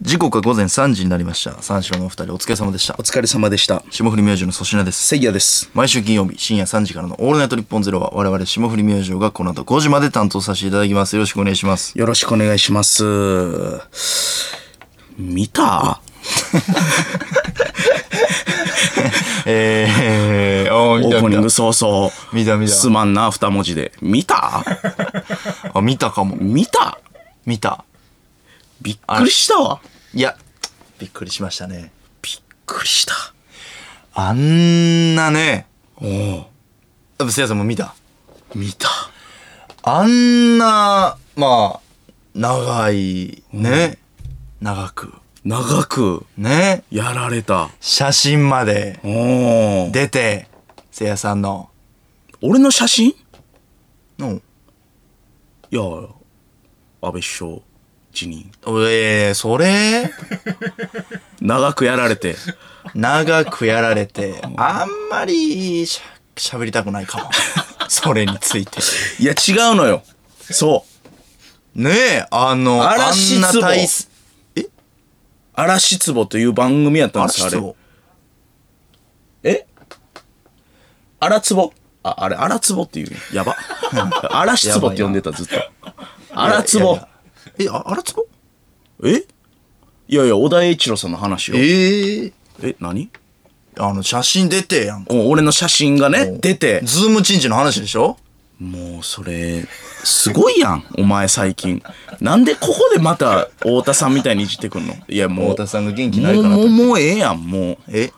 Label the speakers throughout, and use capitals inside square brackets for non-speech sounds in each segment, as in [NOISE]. Speaker 1: 時刻は午前3時になりました。三四郎のお二人お疲れ様でした
Speaker 2: お。疲れ様でした。
Speaker 1: 霜降り明星の粗品です。
Speaker 2: せいやです。
Speaker 1: 毎週金曜日深夜3時からのオールナイト日本ゼロは我々霜降り明星がこの後5時まで担当させていただきます。よろしくお願いします。
Speaker 2: よろしくお願いします。見た
Speaker 1: えー、おー
Speaker 2: オ
Speaker 1: 見た
Speaker 2: ープニン
Speaker 1: 見
Speaker 2: グ早々。
Speaker 1: 見た見た
Speaker 2: すまんな、二文字で。見た
Speaker 1: た。あ、見たかも。
Speaker 2: 見た
Speaker 1: 見た。
Speaker 2: びっくりしたわ。
Speaker 1: いや、びっくりしましたね。
Speaker 2: びっくりした。
Speaker 1: あんなね、
Speaker 2: おお
Speaker 1: あせいやさんも見た。
Speaker 2: 見た。
Speaker 1: あんな、まあ、長い、ね、長く、
Speaker 2: 長く
Speaker 1: ね、
Speaker 2: やられた。
Speaker 1: 写真まで
Speaker 2: おおで、
Speaker 1: 出て、せいやさんの、
Speaker 2: 俺の写真い
Speaker 1: の、
Speaker 2: や、安倍首相辞任。
Speaker 1: えー、それ、
Speaker 2: 長くやられて。
Speaker 1: 長くやられて、あんまりしゃ、しゃべりたくないかも。 [LAUGHS] それについて。
Speaker 2: いや、違うのよ。そう。
Speaker 1: ねえ、あの、
Speaker 2: 嵐
Speaker 1: あんな
Speaker 2: 壺
Speaker 1: 体質、
Speaker 2: 嵐壺という番組やったんですよ、あ
Speaker 1: 嵐
Speaker 2: れ。
Speaker 1: 壺。
Speaker 2: え荒壺あ、あれ、荒壺っていう。
Speaker 1: [LAUGHS]
Speaker 2: やば。荒し壺って呼んでた、ずっと。
Speaker 1: い
Speaker 2: 荒
Speaker 1: やい
Speaker 2: 壺
Speaker 1: や。え、あ、あらつぼ
Speaker 2: えいやいや、小田栄一郎さんの話を。え、
Speaker 1: ええ
Speaker 2: 何
Speaker 1: あの、写真出てやんか。
Speaker 2: お俺の写真がね、出て。
Speaker 1: ズームチンチの話でしょ
Speaker 2: もう、それ、すごいやん、お前最近。なんでここでまた、太田さんみたいにいじってくんのいや、もう。
Speaker 1: 太田さんが元気ないかなと
Speaker 2: もう、もう、もうええやん、も
Speaker 1: え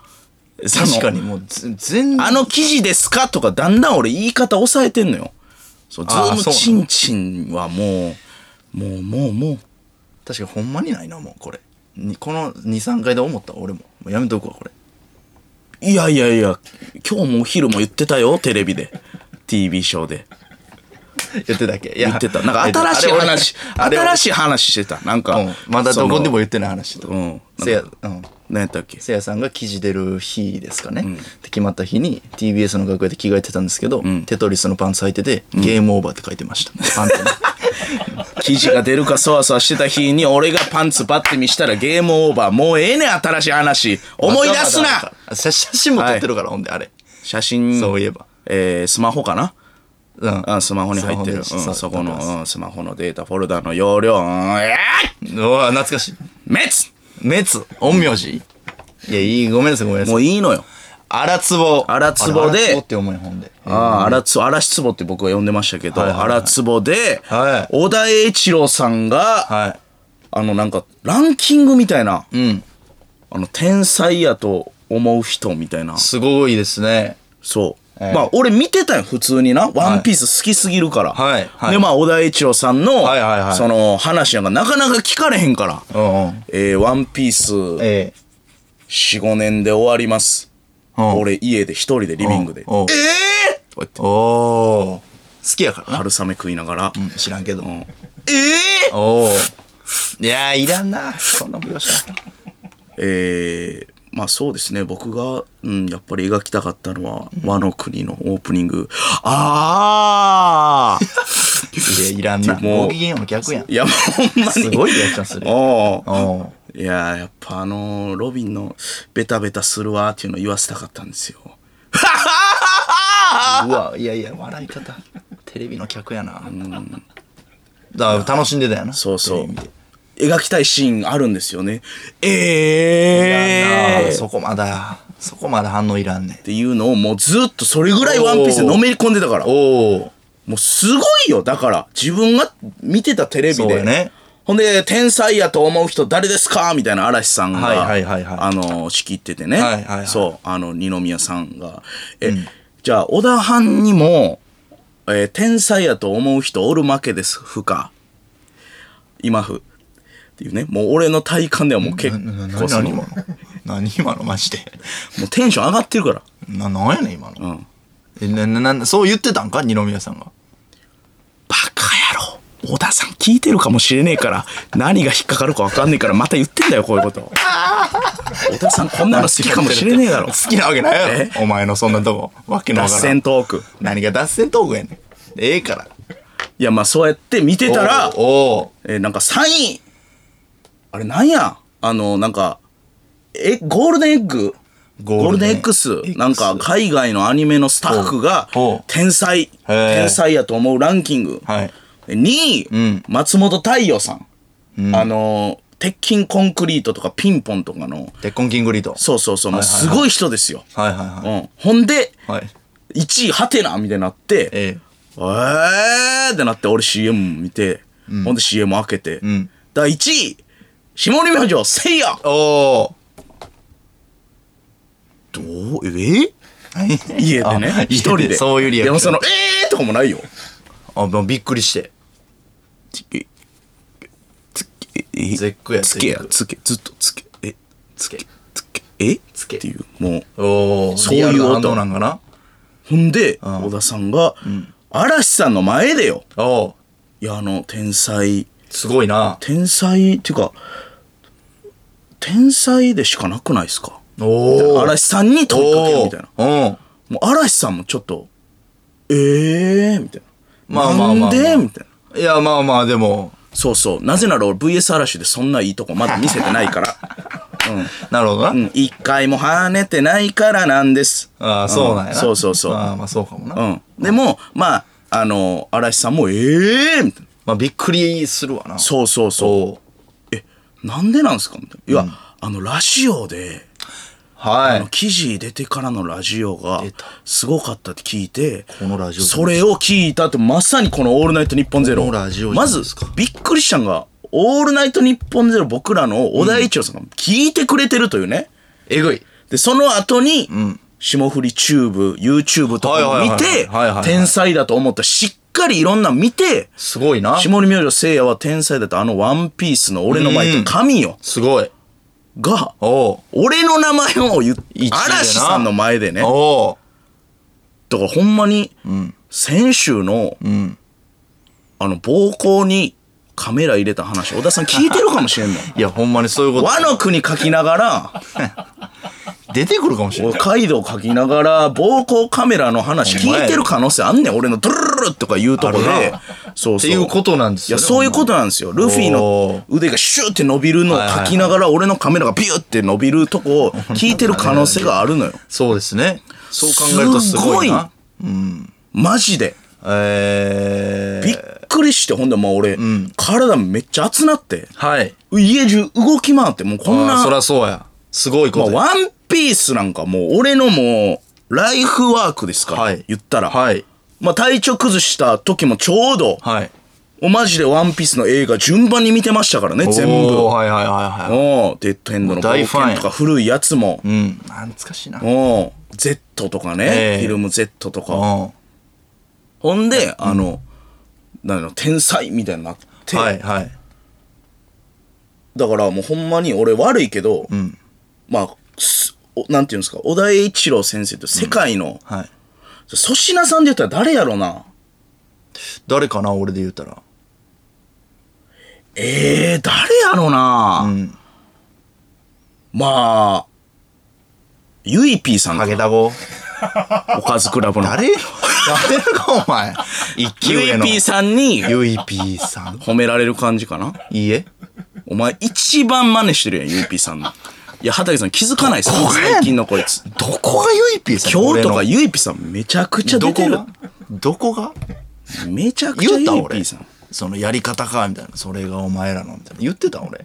Speaker 2: う。その
Speaker 1: 確かにもうず全然
Speaker 2: あの記事ですかとか、だんだん俺言い方抑えてんのよ。そう、ズ
Speaker 1: あー
Speaker 2: ームチンチンはもう、もう、もう、もう、
Speaker 1: 確かにほんまにないなもうこれにこの23回で思った俺ももうやめとくわこれ
Speaker 2: いやいやいや、今日もお昼も言ってたよ、テレビで。TV ショーで。
Speaker 1: 言ってたっけいや
Speaker 2: 言ってた。なんか新しい話、新しい話してた。なんか、
Speaker 1: うん、まだどこでも
Speaker 2: 言
Speaker 1: 言ってない話とか、
Speaker 2: うん
Speaker 1: せやうん
Speaker 2: 何やったっけ
Speaker 1: せやさんが記事出る日ですかね、で決まった日に TBS の楽屋で着替えてたんですけど、テトリスのパンツ履いてて、ゲームオーバーって書いてましたパン [LAUGHS] ツに
Speaker 2: 記事が出るかそわそわしてた日に俺がパンツバッて見したらゲームオーバー。もうええねん、新しい話。思い出す
Speaker 1: まだまだ
Speaker 2: な
Speaker 1: あるから写真も撮ってるから、ほんであれ
Speaker 2: 写真、
Speaker 1: そういえば
Speaker 2: えースマホかな
Speaker 1: うん
Speaker 2: うん、スマホに入ってる。うん、
Speaker 1: スマホに
Speaker 2: そこ
Speaker 1: 撮ってます
Speaker 2: の、うん、スマホのデータフォルダの容量、うん、えー、
Speaker 1: うわ懐かしい
Speaker 2: 滅
Speaker 1: 滅陰陽師いやいいごめんなさいごめんなさい
Speaker 2: もういいのよ。
Speaker 1: あらつぼ
Speaker 2: あらつぼで
Speaker 1: あらつぼって思い本で
Speaker 2: ああ、荒つ、荒しつぼって僕は呼んでましたけど、
Speaker 1: はいはいはい
Speaker 2: 荒つぼで、
Speaker 1: はい
Speaker 2: 小田栄一郎さんが、
Speaker 1: は
Speaker 2: あの、なんか、ランキングみたいな、
Speaker 1: いうん
Speaker 2: あの、天才やと思う人みたいな、
Speaker 1: すごいですね
Speaker 2: そう。
Speaker 1: ええ
Speaker 2: まあ、俺見てたよ、普通にな。ワンピース好きすぎるから。
Speaker 1: はいはい
Speaker 2: で、まあ、小田栄一郎さんの、
Speaker 1: はいはいはい
Speaker 2: その、話なんかなかなか聞かれへんから、
Speaker 1: うんうん
Speaker 2: えー、ワンピース、
Speaker 1: え
Speaker 2: 4、5年で終わります。
Speaker 1: うん
Speaker 2: 俺家で一人でリビングで。
Speaker 1: おう
Speaker 2: えーとか言って
Speaker 1: えおー好きやからな
Speaker 2: 春雨食いながら。
Speaker 1: うん知らんけども
Speaker 2: えー
Speaker 1: おおいやーいらんなそんな描写
Speaker 2: えーまあそうですね、僕が、うん、やっぱり描きたかったのは、和の国のオープニング。ああ
Speaker 1: いやいらんな
Speaker 2: もう
Speaker 1: ご機嫌の逆やん
Speaker 2: [LAUGHS] いや、もうほんまに。
Speaker 1: すごいリアクションする
Speaker 2: おう
Speaker 1: おう
Speaker 2: いや、やっぱあのーロビンのベタベタするわっていうのを言わせたかったんですよ。
Speaker 1: うわいやいや笑い方テレビの客やなだから楽しんでたやな
Speaker 2: そうそ
Speaker 1: テレ
Speaker 2: う
Speaker 1: ビで。
Speaker 2: 描きたいシーンあるんですよね。
Speaker 1: いらん
Speaker 2: え
Speaker 1: な
Speaker 2: ー
Speaker 1: そこまだそこまだ反応いらんねん
Speaker 2: っていうのをもうずっとそれぐらいワンピースでのめり込んでたから。
Speaker 1: おお
Speaker 2: もうすごいよ。だから、自分が見てたテレビ
Speaker 1: そう
Speaker 2: で。
Speaker 1: やね
Speaker 2: ほんで、天才やと思う人誰ですかみたいな嵐さんが、
Speaker 1: はいはいはいはい
Speaker 2: あの、仕切っててね。
Speaker 1: はいはいはい
Speaker 2: そう、あの、二宮さんが。え、じゃあ、小田藩にも、えー天才やと思う人おるわけです、ふか。今ふ。っていうね。もう俺の体感ではもう結
Speaker 1: な
Speaker 2: 構
Speaker 1: 何
Speaker 2: その
Speaker 1: 何今の何今のマジで
Speaker 2: もうテンション上がってるから。
Speaker 1: ななんやねん今の、
Speaker 2: うん
Speaker 1: えなななそう言ってたんか二宮さんが
Speaker 2: バカ野郎。小田さん聞いてるかもしれねえから、 [LAUGHS] 何が引っかかるか分かんねえから、また言ってんだよ、こうい
Speaker 1: [LAUGHS]
Speaker 2: うこと。小田さんこんなの好きかもしれねえだ
Speaker 1: [LAUGHS]
Speaker 2: ろ
Speaker 1: 好。きなわけないやろお前のそんなとこわけのわ
Speaker 2: 脱
Speaker 1: からん
Speaker 2: 線トーク。
Speaker 1: 何が脱線トークやねんええから
Speaker 2: いや、まあそうやって見てたら、
Speaker 1: おーお
Speaker 2: えーなんか3位。あれなんやあの、なんか、え、ゴールデンエッグゴ
Speaker 1: ゴ
Speaker 2: ー
Speaker 1: ー
Speaker 2: ル
Speaker 1: ル
Speaker 2: デ
Speaker 1: デン
Speaker 2: ン X,
Speaker 1: X
Speaker 2: なんか海外のアニメのスタッフが
Speaker 1: ほう
Speaker 2: 天才、
Speaker 1: へー
Speaker 2: 天才やと思うランキング。
Speaker 1: はい
Speaker 2: 2位、
Speaker 1: ん
Speaker 2: 松本太陽さん。あの、鉄筋コンクリートとかピンポンとかの、
Speaker 1: 鉄痕キングリート
Speaker 2: そうそうそう、もうすごい人ですよ。
Speaker 1: はいはい
Speaker 2: うん。ほんで、
Speaker 1: はいはい
Speaker 2: 1位ハテナみたいになって、え
Speaker 1: え
Speaker 2: ーってなって俺 CM 見て、ほんで CM 開けて、
Speaker 1: ん
Speaker 2: 第1位、下り明星せいや
Speaker 1: えおお
Speaker 2: どうえ家でね
Speaker 1: あ家で
Speaker 2: 一人で
Speaker 1: そういうリアクション
Speaker 2: でもそのえーとかもないよ
Speaker 1: [LAUGHS] あもうびっくりして絶句や
Speaker 2: つけや
Speaker 1: 絶句
Speaker 2: つけずっとつけえ
Speaker 1: つけ
Speaker 2: つけえ
Speaker 1: つけ
Speaker 2: っていうもう
Speaker 1: おお
Speaker 2: そういう
Speaker 1: リア
Speaker 2: 音
Speaker 1: ルな反応なんかな
Speaker 2: ほんで小田さんが、嵐さんの前でよ
Speaker 1: おお
Speaker 2: いやあの天才
Speaker 1: すごいな
Speaker 2: 天才っていうか天才でしかなくないですか
Speaker 1: おお
Speaker 2: 嵐さんに問いかけるみたいな
Speaker 1: うん
Speaker 2: もう嵐さんもちょっとえーみたいな
Speaker 1: まあまあまあまあ
Speaker 2: なんでみたいない
Speaker 1: やまあまあでも
Speaker 2: そうそう。なぜなら俺 VS 嵐でそんないいとこまだ見せてない
Speaker 1: [LAUGHS]
Speaker 2: から。
Speaker 1: なるほど
Speaker 2: う。
Speaker 1: なん
Speaker 2: 一回も跳ねてないからなんです。
Speaker 1: ああそうなんやな
Speaker 2: そうそうそう
Speaker 1: ああまあそうかもな
Speaker 2: うん。でも、まあ、あの、嵐さんも、ええみたいな。
Speaker 1: まあびっくりするわな
Speaker 2: そうそうそう。
Speaker 1: おう
Speaker 2: え、なんでなんですかみたいな。いや、あの、ラジオで、
Speaker 1: は
Speaker 2: あの
Speaker 1: い
Speaker 2: 記事出てからのラジオが
Speaker 1: 出た
Speaker 2: すごかったって聞いて
Speaker 1: このラジオ
Speaker 2: それを聞いたってまさにこの「オールナイトニッポンゼロ
Speaker 1: このラジオじゃ
Speaker 2: ま
Speaker 1: ない
Speaker 2: ず
Speaker 1: ですか
Speaker 2: びっくりしたのが「オールナイトニッポンゼロ僕らの小田栄一郎さんが聞いてくれてるというね、
Speaker 1: えぐい
Speaker 2: でその後に、霜降りチューブ YouTube とかも見て
Speaker 1: はいはいはいはいはいはいはい
Speaker 2: 天才だと思ったしっかりいろんなの見て
Speaker 1: すごいな
Speaker 2: 霜降り明星せいやは天才だとあの「ワンピースの俺の前と神よ
Speaker 1: すごい
Speaker 2: が
Speaker 1: おう
Speaker 2: 俺の名前を言って
Speaker 1: 一位でな
Speaker 2: 嵐さんの前でね
Speaker 1: おう
Speaker 2: だからほんまに、先週の、あの、暴行にカメラ入れた話、小田さん聞いてるかもしれんの。
Speaker 1: いやほんまにそういうこと
Speaker 2: 和の国書きながら、
Speaker 1: 出てくるかもしれない
Speaker 2: カイドウ書きながら、暴行カメラの話
Speaker 1: お前
Speaker 2: 聞いてる可能性あんねん。俺のドゥルルルとかいうとこ
Speaker 1: ある
Speaker 2: で
Speaker 1: な。
Speaker 2: そう
Speaker 1: っ
Speaker 2: そ
Speaker 1: て
Speaker 2: う。
Speaker 1: いうことなんです
Speaker 2: いや、
Speaker 1: よね
Speaker 2: そういうことなんですよ。ルフィ
Speaker 1: お
Speaker 2: の
Speaker 1: ー
Speaker 2: 腕がシューって伸びるのを
Speaker 1: はいはい
Speaker 2: 書
Speaker 1: はい
Speaker 2: きながら、俺のカメラがビューって伸びるとこを聞いてる可能性があるのよ。
Speaker 1: そうですねそう考えるとすごいな
Speaker 2: マジで。
Speaker 1: え
Speaker 2: びっ
Speaker 1: ー、
Speaker 2: くりして、ほんでもう俺、体めっちゃ熱なって。
Speaker 1: はい
Speaker 2: 家中動き回って、もうこん
Speaker 1: ああ
Speaker 2: な、
Speaker 1: そりゃそうやすごいこ
Speaker 2: まあ
Speaker 1: とや、
Speaker 2: ワンピースなんかもう俺のもう、ライフワークですから、
Speaker 1: はい
Speaker 2: 言ったら。
Speaker 1: はい
Speaker 2: まあ体調崩した時もちょうど、
Speaker 1: はい
Speaker 2: おマジでワンピースの映画順番に見てましたからね、全
Speaker 1: お
Speaker 2: 部。
Speaker 1: ーはいはいはいはい
Speaker 2: おうデッドエンドの冒
Speaker 1: 大ファン
Speaker 2: 険
Speaker 1: や
Speaker 2: とか古いやつも、
Speaker 1: うん懐かしいな
Speaker 2: おう Z とかね、
Speaker 1: ええ
Speaker 2: フィルム Z とか。
Speaker 1: お
Speaker 2: ほんで、あの、なんやろ天才みたいになって、
Speaker 1: はいはい
Speaker 2: だからもうほんまに俺悪いけど、まあ、すおなんていうんですか、小田栄一郎先生って世界の、
Speaker 1: はい
Speaker 2: 粗品さんで言ったら誰やろな
Speaker 1: 誰かな俺で言うたら
Speaker 2: えー、誰やろな、
Speaker 1: ん
Speaker 2: まあ、ゆいぴーさん
Speaker 1: ハ
Speaker 2: か、
Speaker 1: ゲタゴ
Speaker 2: おかずクラブの。
Speaker 1: 誰誰かお前一級
Speaker 2: ゆい
Speaker 1: 上の
Speaker 2: ぴーさんに
Speaker 1: ゆいぴーさん
Speaker 2: 褒められる感じかない
Speaker 1: いえ
Speaker 2: お前一番真似してるやん、ゆいぴーさんの。いや、畑さん気づかないっすよ、
Speaker 1: どこやねん
Speaker 2: 最近のこいつ。
Speaker 1: どこがゆいぴーさん
Speaker 2: 今日とか
Speaker 1: 俺の
Speaker 2: ゆいぴーさんめちゃくちゃ出
Speaker 1: ど
Speaker 2: て
Speaker 1: こ
Speaker 2: る
Speaker 1: が。どこが
Speaker 2: めちゃくちゃ
Speaker 1: 言っ
Speaker 2: ゆいぴ
Speaker 1: た俺
Speaker 2: ーさん。
Speaker 1: そのやり方かみたいなそれがお前らのみたいな言ってた俺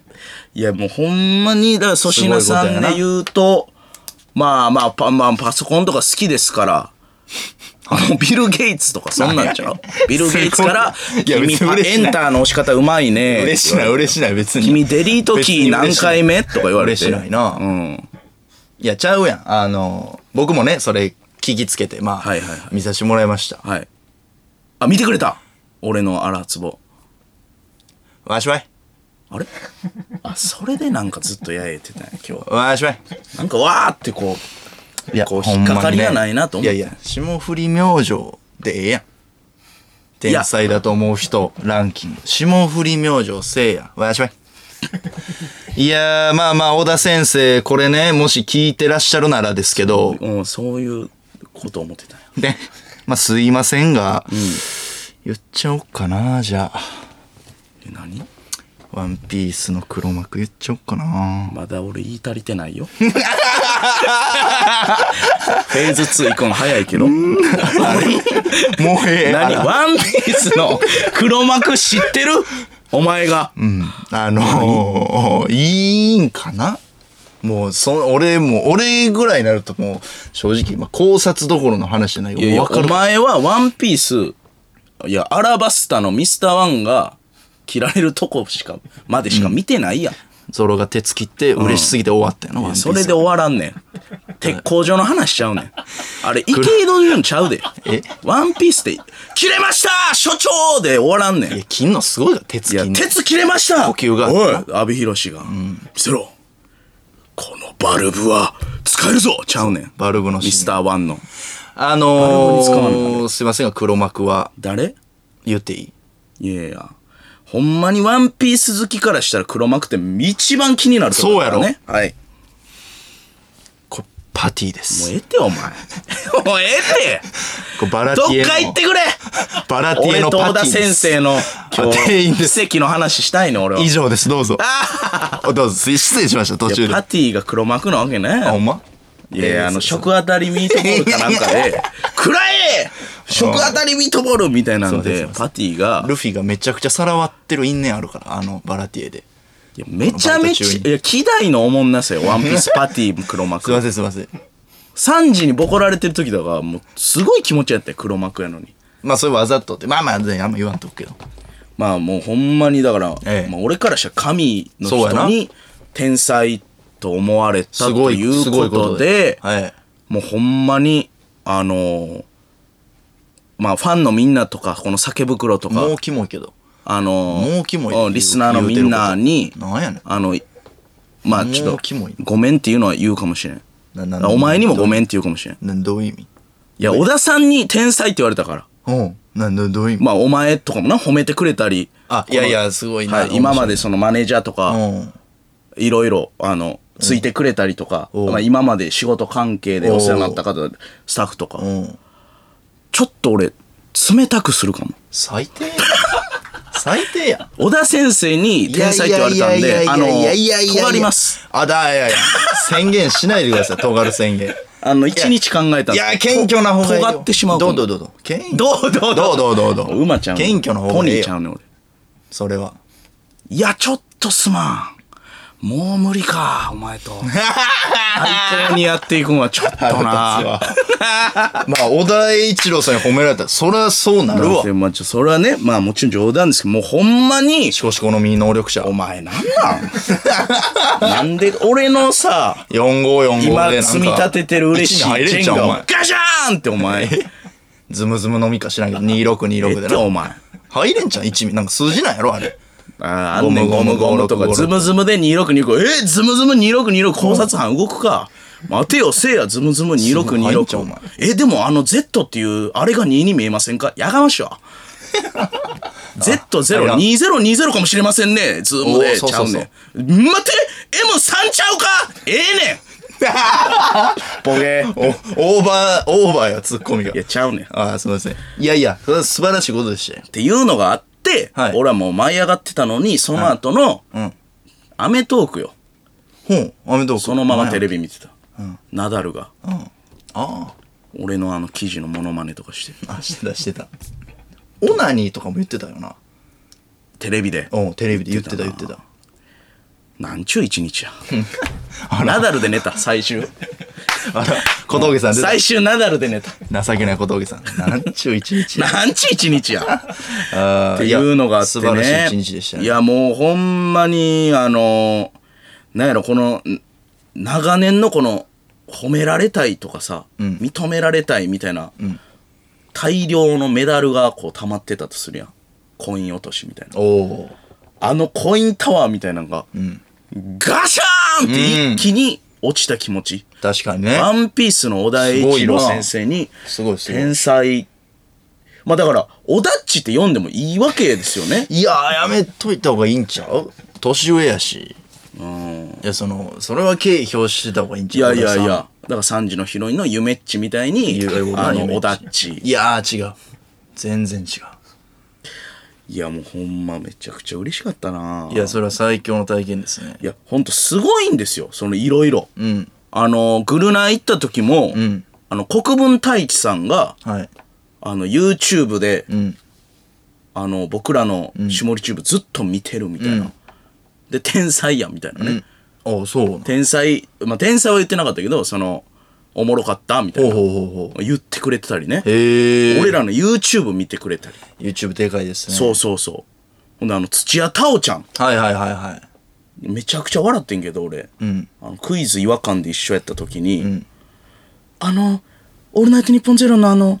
Speaker 2: いや、もうほんまに、だから粗品さんで言うと、まあまあパ、まあ、パソコンとか好きですから、あの、ビル・ゲイツとかそんなんちゃうビル・ゲイツから
Speaker 1: すご、いいや
Speaker 2: 君
Speaker 1: 別に嬉し
Speaker 2: エ
Speaker 1: ない
Speaker 2: ンターの押し方うまいね。
Speaker 1: 嬉しない嬉しない別に
Speaker 2: 君デリートキー何回目とか言われ
Speaker 1: 嬉
Speaker 2: て。
Speaker 1: しないな
Speaker 2: うん。
Speaker 1: いやちゃうやんあの僕もねそれ聞きつけてまあ、
Speaker 2: はいはいはい
Speaker 1: 見させてもらいました
Speaker 2: はい。あ、見てくれた俺の荒つぼ。
Speaker 1: わしわい
Speaker 2: あれあ、それでなんかずっとやえてたんや、今日。
Speaker 1: わしわい
Speaker 2: なんかわーってこう、
Speaker 1: いや
Speaker 2: こう引っかかりがないなと思って。
Speaker 1: いやいや霜降り明星でええやん天才だと思う人ランキング霜降り明星せいやわ
Speaker 2: [LAUGHS]
Speaker 1: しわいいやーまあまあ小田先生これねもし聞いてらっしゃるならですけど
Speaker 2: うん、そういうこと思ってたんや。
Speaker 1: でまあすいませんが、言っちゃおうかなじゃあ
Speaker 2: え何
Speaker 1: ワンピースの黒幕言っちゃおっかな
Speaker 2: まだ俺言い足りてないよ。 [LAUGHS] フェーズ2行くの早いけど。
Speaker 1: もうええ
Speaker 2: 何
Speaker 1: あ
Speaker 2: ワンピースの黒幕知ってるお前が。
Speaker 1: うんあのー、いいんかなもうそ俺も俺ぐらいになるともう正直今考察どころの話じゃないよ
Speaker 2: いやいや
Speaker 1: わか
Speaker 2: お
Speaker 1: る
Speaker 2: 前はワンピース、いや、アラバスタのミスターワンが切られるとこしか、までしか見てないやん。
Speaker 1: ゾロが手つきって嬉しすぎて終わったよな、ワンピース
Speaker 2: それで終わらんねん。鉄工所の話しちゃうねん。あれ、池井戸潤ちゃうで。
Speaker 1: え
Speaker 2: ワンピースって、切れました所長で終わらんねん。
Speaker 1: いや金のすごいよ手つ
Speaker 2: い
Speaker 1: き
Speaker 2: や、
Speaker 1: ね
Speaker 2: 鉄切れました
Speaker 1: 呼吸が
Speaker 2: おい阿部寛が、見せろこのバルブは使えるぞちゃうねん。
Speaker 1: バルブのシーン
Speaker 2: ミスターワンの。
Speaker 1: あ
Speaker 2: バルブ
Speaker 1: の
Speaker 2: に使わんの
Speaker 1: ー、すいませんが黒幕は
Speaker 2: 誰
Speaker 1: 言っていい
Speaker 2: いやいや。ほんまにワンピース好きからしたら黒幕って一番気になるとこだからね。はい。
Speaker 1: これパティで
Speaker 2: もう
Speaker 1: す
Speaker 2: ええっ
Speaker 1: [LAUGHS]
Speaker 2: て、お前。もうええって
Speaker 1: これバラテ
Speaker 2: ど
Speaker 1: ィエ
Speaker 2: っ
Speaker 1: の
Speaker 2: か行ってくれ
Speaker 1: バラティエ
Speaker 2: 俺
Speaker 1: の
Speaker 2: と
Speaker 1: パ
Speaker 2: 小
Speaker 1: テ
Speaker 2: 田
Speaker 1: ィで
Speaker 2: 先
Speaker 1: す
Speaker 2: 生の今
Speaker 1: あ店員で
Speaker 2: 日、
Speaker 1: す
Speaker 2: 奇跡の話したいの俺は。
Speaker 1: 以上ですどうぞ
Speaker 2: あ
Speaker 1: どうぞ失礼しました途中
Speaker 2: いや
Speaker 1: で
Speaker 2: パティが黒幕なわけね。
Speaker 1: あほんま
Speaker 2: いやいや、あの、
Speaker 1: そう
Speaker 2: 食当たりミートボールかなんかで、くらえ食当たりミートボールみたいな
Speaker 1: そう
Speaker 2: ので
Speaker 1: で、す
Speaker 2: パティが、
Speaker 1: ルフィがめちゃくちゃさらわってる因縁あるからあのバラティエで
Speaker 2: いやめちゃめち
Speaker 1: バイト中
Speaker 2: ゃ、いや、希代のおもんなさよ。ワンピースパティ黒
Speaker 1: [LAUGHS] すいま
Speaker 2: 幕。
Speaker 1: せんすいません
Speaker 2: 3時にボコられてる時だから、もう、すごい気持ちやったよ、黒幕やのに。
Speaker 1: まあそれわざとってまあまあねあんま言わんとくけど
Speaker 2: まあもうほんまにだから、
Speaker 1: ええ
Speaker 2: まあ、俺からしたら神の
Speaker 1: そうやな
Speaker 2: 人に天才と思われた
Speaker 1: すご
Speaker 2: と
Speaker 1: い
Speaker 2: いう
Speaker 1: すご
Speaker 2: こ
Speaker 1: いこと
Speaker 2: と
Speaker 1: で
Speaker 2: で、
Speaker 1: はい
Speaker 2: もうほんまに、あのーまあファンのみんなとか、この酒袋とか、
Speaker 1: もうキモいけど
Speaker 2: あの
Speaker 1: もうキモい
Speaker 2: うんリスナーのみんな
Speaker 1: 言う
Speaker 2: に、
Speaker 1: てることなんやねん
Speaker 2: あの、まあちょ
Speaker 1: も
Speaker 2: っ
Speaker 1: うキ
Speaker 2: と
Speaker 1: モい、
Speaker 2: ごめんっていうのは言うかもしれん。
Speaker 1: なな
Speaker 2: お前にもごめんって言うかもしれん。い
Speaker 1: などういう意味
Speaker 2: や、小田さんに天才って言われたから。
Speaker 1: うんななどういう意味
Speaker 2: まあ、お前とかもな、褒めてくれたり。
Speaker 1: あいやいやすごいな
Speaker 2: は
Speaker 1: 面白い
Speaker 2: 今までそのマネージャーと
Speaker 1: う
Speaker 2: か、
Speaker 1: ん
Speaker 2: いろいろ、あの、ついてくれたりとか、
Speaker 1: おう
Speaker 2: まあ、今まで仕事関係でお世話になった方、スタッフとか、
Speaker 1: うん
Speaker 2: ちょっと俺、冷たくするかも。
Speaker 1: 最低
Speaker 2: [LAUGHS]
Speaker 1: や最低や
Speaker 2: 小田先生に天才って言われたん
Speaker 1: いやい
Speaker 2: で、
Speaker 1: や
Speaker 2: あ
Speaker 1: い
Speaker 2: の、
Speaker 1: やいやいやいやいやいやいやいや
Speaker 2: 止まります。。
Speaker 1: あ、だ、いやいや。宣言しないでください、尖る宣言。
Speaker 2: あの、一日考えた
Speaker 1: いや、謙虚な方がいいよ。
Speaker 2: 尖ってしまうか
Speaker 1: ど
Speaker 2: も。
Speaker 1: うどうどうどう。謙虚。
Speaker 2: どうどう
Speaker 1: どうどうどうどう。
Speaker 2: 馬ちゃん。
Speaker 1: 謙虚な方
Speaker 2: ポ
Speaker 1: が
Speaker 2: ニ
Speaker 1: いい
Speaker 2: ーちゃ
Speaker 1: よ。
Speaker 2: うねん俺。
Speaker 1: それは。
Speaker 2: いや、ちょっとすまん。もう無理か、お前と。
Speaker 1: [LAUGHS]
Speaker 2: 最高にやっていくんはちょっと
Speaker 1: [LAUGHS]
Speaker 2: な。
Speaker 1: まあ、小田栄一郎さんに褒められたら、そりゃそうなるわ。
Speaker 2: でまあ、ちょそれはね、まあもちろん冗談ですけど、もうほんまに、
Speaker 1: しこしこのみ能力者
Speaker 2: お。前なん
Speaker 1: [LAUGHS]
Speaker 2: なんなんで俺のさ、
Speaker 1: 4545でなん
Speaker 2: 今
Speaker 1: か。
Speaker 2: 積み立ててる嬉し
Speaker 1: 一に入
Speaker 2: い
Speaker 1: れ
Speaker 2: ジ
Speaker 1: ん
Speaker 2: ェン
Speaker 1: じゃん、
Speaker 2: ガ
Speaker 1: お
Speaker 2: を
Speaker 1: 前。
Speaker 2: ガシャーンってお前。
Speaker 1: ズムズム飲みか知ら
Speaker 2: [LAUGHS]
Speaker 1: んけど、2626
Speaker 2: え
Speaker 1: で
Speaker 2: って
Speaker 1: な。
Speaker 2: お前。
Speaker 1: 入れんじゃん、一味。なんか数字なんやろ、あれ。
Speaker 2: あーあんねん
Speaker 1: ゴ
Speaker 2: ゴ
Speaker 1: ム
Speaker 2: ム
Speaker 1: ゴム
Speaker 2: ゴムと
Speaker 1: ゴムゴ
Speaker 2: か
Speaker 1: ム
Speaker 2: ズムズムで2625えー、ズムズム2626考察班動くか待てよせいやズムズム
Speaker 1: 入っちゃうお前
Speaker 2: 2626えでもあの Z っていうあれが2に見えませんかやがましいわ
Speaker 1: [LAUGHS]
Speaker 2: Z02020 かもしれませんねズーム
Speaker 1: おー
Speaker 2: で
Speaker 1: そう
Speaker 2: ちゃ
Speaker 1: そう
Speaker 2: う
Speaker 1: そう
Speaker 2: ねん待て M3 ちゃうかええねんボケ
Speaker 1: おオーバー、オーバーや、ツッコミが
Speaker 2: い。やちゃうねんっ
Speaker 1: ああ、すみません。いやいや、それは素晴らしいことでしたよ。
Speaker 2: ていうのがあって、
Speaker 1: はい
Speaker 2: 俺はもう舞い上がってたのにその後の
Speaker 1: うん。
Speaker 2: 『アメトーク』よ
Speaker 1: ほう、アメトーク。
Speaker 2: そのままテ
Speaker 1: ビ。
Speaker 2: レビ見てた、ナダルが
Speaker 1: うん。ああ
Speaker 2: 俺のあの記事のモノマネとかして
Speaker 1: ー、あ、してた、してた。オナニーとかも言ってたよな。
Speaker 2: テレビで
Speaker 1: うん、テレビで言ってた、言っ
Speaker 2: 言ってて
Speaker 1: た。
Speaker 2: なんちゅう一日や
Speaker 1: [LAUGHS] あら
Speaker 2: ナダルで寝た最終
Speaker 1: あら、小峠さん出
Speaker 2: [LAUGHS] 最終ナダルで寝た
Speaker 1: た。情けない小峠さん。なんちゅう一日や。
Speaker 2: [LAUGHS] なんちゅう一日や
Speaker 1: あー
Speaker 2: っていうのがあ
Speaker 1: や
Speaker 2: って
Speaker 1: 素
Speaker 2: ね
Speaker 1: 晴らしい一日でしたね。
Speaker 2: い、やもうほんまにあのなんやろこのん長年のこの褒められたいとかさ、
Speaker 1: ん
Speaker 2: 認められたいみたいな、大量のメダルがこう溜まってたとするやんコイン落としみたいな
Speaker 1: おお。
Speaker 2: あのコインタワーみたいなのが、ガシャーンって一気に落ちた気持ち。
Speaker 1: 確かにね。
Speaker 2: ワンピースの小田栄一郎先生に、
Speaker 1: すごいすごい
Speaker 2: 天才。まあだから、小田っちって読んでもいいわけですよね。
Speaker 1: いやー、やめといた方がいいんちゃう年上やし。
Speaker 2: うん。
Speaker 1: いや、その、それは敬意表してた方がいいん
Speaker 2: い
Speaker 1: ちゃ
Speaker 2: や
Speaker 1: う
Speaker 2: い
Speaker 1: い
Speaker 2: やいや。だから3時のヒロインのゆめっちみたいに
Speaker 1: ゆ、
Speaker 2: あの、
Speaker 1: ゆめっ
Speaker 2: 小
Speaker 1: ち
Speaker 2: 田っち。
Speaker 1: いやー違う。全然違う。
Speaker 2: いやもうほんまめちゃくちゃ嬉しかったない
Speaker 1: いや、それは最強の体験ですね。
Speaker 2: やほんとすごいんですよそのいろいろ
Speaker 1: うん。
Speaker 2: あのグルナ行った時も、
Speaker 1: ん
Speaker 2: あの国分太一さんが
Speaker 1: はい。
Speaker 2: あの YouTube で、
Speaker 1: うん。
Speaker 2: あの僕らの下りチューブずっと見てるみたいな、
Speaker 1: うん
Speaker 2: で天才やんみたいなね、
Speaker 1: ああ、そうなの
Speaker 2: 天才まあ天才は言ってなかったけどそのおもろかったみたい
Speaker 1: ほう
Speaker 2: な
Speaker 1: ほうほうほ
Speaker 2: 言ってくれてたりね
Speaker 1: う。へえ。
Speaker 2: 俺らの YouTube 見てくれたり、
Speaker 1: YouTube でかいですね。
Speaker 2: そうそうそうほんであの土屋太鳳ちゃん
Speaker 1: はいはいはいはい。
Speaker 2: めちゃくちゃ笑ってんけど俺、
Speaker 1: うん。
Speaker 2: あのクイズ違和感で一緒やった時に、あの「オールナイトニッポンゼロのあの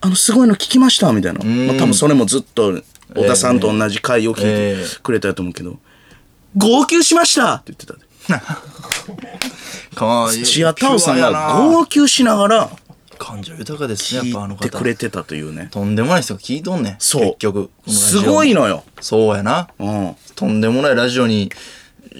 Speaker 2: あのすごいの聞きました」みたいな、まあ、多分それもずっと小田さんと同じ回を聞
Speaker 1: え
Speaker 2: いてくれたと思うけど「号泣しました!」って言ってたで
Speaker 1: かわいい。
Speaker 2: 千谷太鳳さん
Speaker 1: ピュア
Speaker 2: が
Speaker 1: やな
Speaker 2: 号泣しながら
Speaker 1: 感情豊かですね、やっぱあ
Speaker 2: 聞
Speaker 1: の
Speaker 2: いて
Speaker 1: 方
Speaker 2: く。れてたというね
Speaker 1: とんでもない人が聞いとんねん。
Speaker 2: そう
Speaker 1: 結局。
Speaker 2: すごい
Speaker 1: な。
Speaker 2: のよ、
Speaker 1: そうやな。
Speaker 2: うん、
Speaker 1: とんでもないラジオに、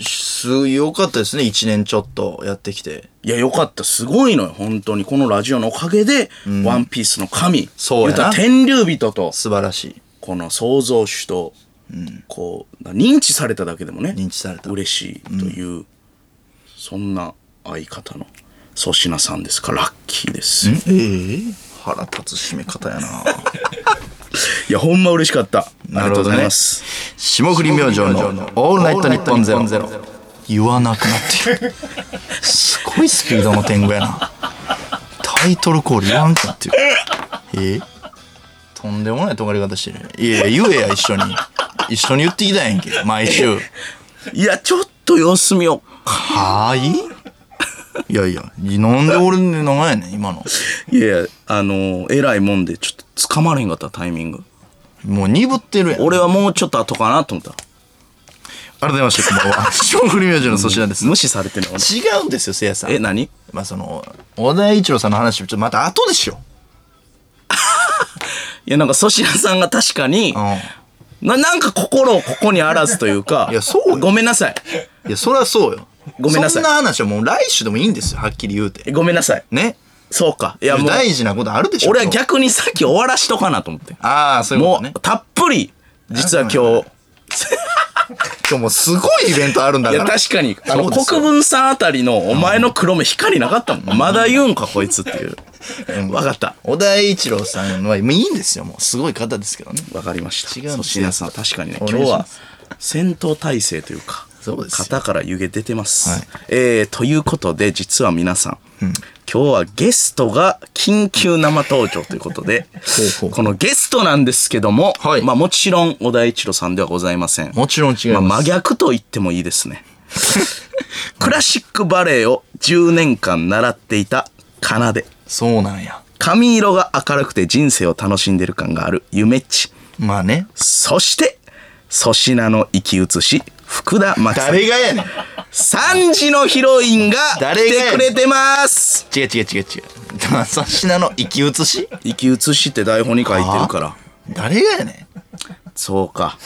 Speaker 1: す、よかったですね。一年ちょっとやってきて。
Speaker 2: いや、よかった。すごいのよ。本当に。このラジオのおかげで、ワンピースの神。
Speaker 1: そうやな
Speaker 2: 言たら天竜人と、
Speaker 1: 素晴らしい。
Speaker 2: この創造主と、こう、認知されただけでもね、
Speaker 1: 認知された。
Speaker 2: 嬉しいという、そんな相方の粗品さんですか。ラッキーです。い
Speaker 1: ええ腹立つ締め方やな
Speaker 2: や、ほんま嬉しかった。ありがとうございます。
Speaker 1: [LAUGHS] 霜降り明星の「オールナイトニッポンゼロ言わなくなってるすごいスピードの天狗やなタイトルコール言わんかっていうえとんでもない尖り方してるいやいや言えや一緒に一緒に言ってきたやんけ毎週
Speaker 2: いや、ちょっと様子見よ
Speaker 1: はーいいやいやなんで俺の名前やねん今の
Speaker 2: う。いやいや、あのー、偉いもんで、ちょっと掴まれへんかった、タイミング。
Speaker 1: もう鈍ってるやん
Speaker 2: 俺はもうちょっと後かなと思った。
Speaker 1: 改めましてこんばんは [LAUGHS] 霜降り明星の粗品です
Speaker 2: 無視されてるの俺
Speaker 1: 違うんですよせいやさん
Speaker 2: え、何
Speaker 1: まあその、小田栄一郎さんの話、ちょっとまた後でしよ
Speaker 2: いや、なんか粗品さんが確かに、
Speaker 1: う
Speaker 2: ななんか心をここにあらずというか
Speaker 1: いやそうよ
Speaker 2: ごめんなさい
Speaker 1: ん。いや、そりゃそうよ。
Speaker 2: ごめんな
Speaker 1: そ
Speaker 2: さい
Speaker 1: んな話はもう来週でもいいんですよ、はっきり言うて。
Speaker 2: ごめんなさい
Speaker 1: ね。
Speaker 2: そうかいやもう
Speaker 1: 大事なことあるでしょ。
Speaker 2: 俺は
Speaker 1: 今日
Speaker 2: 逆にさっき終わらしとかなと思って
Speaker 1: ああ、そういうこ
Speaker 2: も
Speaker 1: と
Speaker 2: う
Speaker 1: ね。
Speaker 2: たっぷり実は今日
Speaker 1: 今日もうすごいイベントあるんだ
Speaker 2: い
Speaker 1: か
Speaker 2: や
Speaker 1: ら。
Speaker 2: 確かにあ
Speaker 1: そ
Speaker 2: の
Speaker 1: うですよ
Speaker 2: 国分さんあたりのお前の黒目光なかったもんまだ言うんかこいつっていう
Speaker 1: うん
Speaker 2: 分かった
Speaker 1: 小田栄一郎さんは、もういいんですよ、もう。すごい方ですけどね。
Speaker 2: 分かりました
Speaker 1: 違うん
Speaker 2: 粗
Speaker 1: です
Speaker 2: 品さん確かにね
Speaker 1: お
Speaker 2: 今
Speaker 1: 願いし
Speaker 2: 日
Speaker 1: ます
Speaker 2: は戦闘態勢というか
Speaker 1: そうですよ
Speaker 2: 肩から湯気出てます、
Speaker 1: はい
Speaker 2: えーということで実は皆さん、今日はゲストが緊急生登場ということで
Speaker 1: ほうほう
Speaker 2: このゲストなんですけども、
Speaker 1: はい
Speaker 2: まあ、もちろん小田一郎さんではございません
Speaker 1: もちろん違い
Speaker 2: まあ、
Speaker 1: ま
Speaker 2: 真
Speaker 1: す。
Speaker 2: 逆と言ってもいいです
Speaker 1: [LAUGHS]
Speaker 2: ねクラシックバレエを10年間習っていた奏で
Speaker 1: そうなんや。
Speaker 2: 髪色が明るくて人生を楽しんでる感があるゆめっち
Speaker 1: まあね。
Speaker 2: そして粗品の生き写し福田真紀さん
Speaker 1: 誰がやねん。
Speaker 2: 3時のヒロインが来
Speaker 1: 誰がや
Speaker 2: て
Speaker 1: ねん
Speaker 2: くれてます
Speaker 1: 違う違う違う違う。粗品の生き写し
Speaker 2: 生き写しって台本に書いてるから
Speaker 1: 誰がやね
Speaker 2: そうか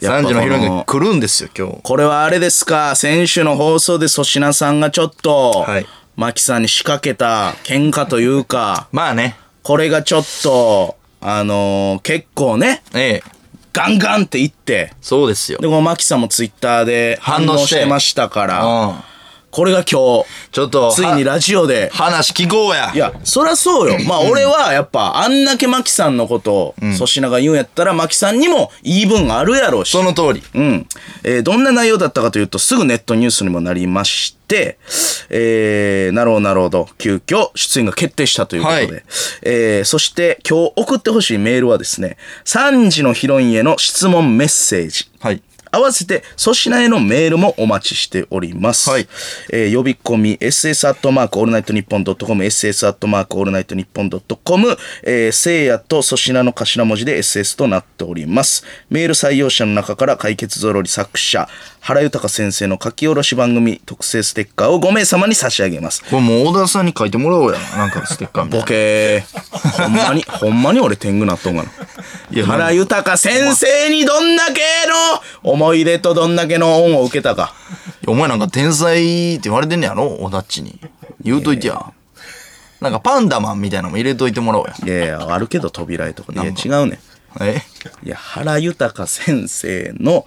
Speaker 1: ん。3時のヒロインが
Speaker 2: が
Speaker 1: 来るんですよ、今日。
Speaker 2: これはあれですか先週の放送で粗品さんがちょっと、
Speaker 1: はい
Speaker 2: マキさんに仕掛けた喧嘩というか
Speaker 1: まあね。
Speaker 2: これがちょっとあのー結構ね
Speaker 1: ええ。
Speaker 2: ガンガンっていって
Speaker 1: そうですよ
Speaker 2: で。このマキさんもツイッターで反
Speaker 1: 反応
Speaker 2: 応
Speaker 1: し
Speaker 2: しててましたから、
Speaker 1: うん。
Speaker 2: これが今日
Speaker 1: ちょっと、
Speaker 2: ついにラジオで
Speaker 1: 話聞こうや。
Speaker 2: いや、そりゃそうよ。まあ俺はやっぱあんだけマキさんのことを粗品が言うんやったらマキさんにも言い分あるやろうし。
Speaker 1: その通り。
Speaker 2: うん。えーどんな内容だったかというとすぐネットニュースにもなりまして、えー、なろうなろうと急遽出演が決定したということで、
Speaker 1: はい
Speaker 2: えー、そして今日送ってほしいメールはですね、3時のヒロインへの質問メッセージ。
Speaker 1: はい。
Speaker 2: 合わせて粗品へのメールもお待ちしております。
Speaker 1: はい
Speaker 2: えー呼び込み ss アットマークオールナイトニッポンドットコム ss アットマークオールナイトニッポンドットコムせいやと粗品の頭文字で ss となっております。メール採用者の中から解決ぞろり作者原豊先生の書き下ろし番組特製ステッカーを5名様に差し上げます。
Speaker 1: これもう小田さんに書いてもらおうやな。なんかステッカーみたい [LAUGHS] な。
Speaker 2: ボケー。ほ
Speaker 1: [LAUGHS]
Speaker 2: んまに、ほんまに俺天狗なっとんかな。
Speaker 1: いや
Speaker 2: 原豊先生にどんだけの思い出とどんだけの恩を受けたか。
Speaker 1: お前なんか天才って言われてんねやろ小田っちに。言うといてや。なんかパンダマンみたいなのも入れといてもらおうや。
Speaker 2: いやいや、あるけど扉絵とか。いや、違うねん。
Speaker 1: え
Speaker 2: いや、原豊先生の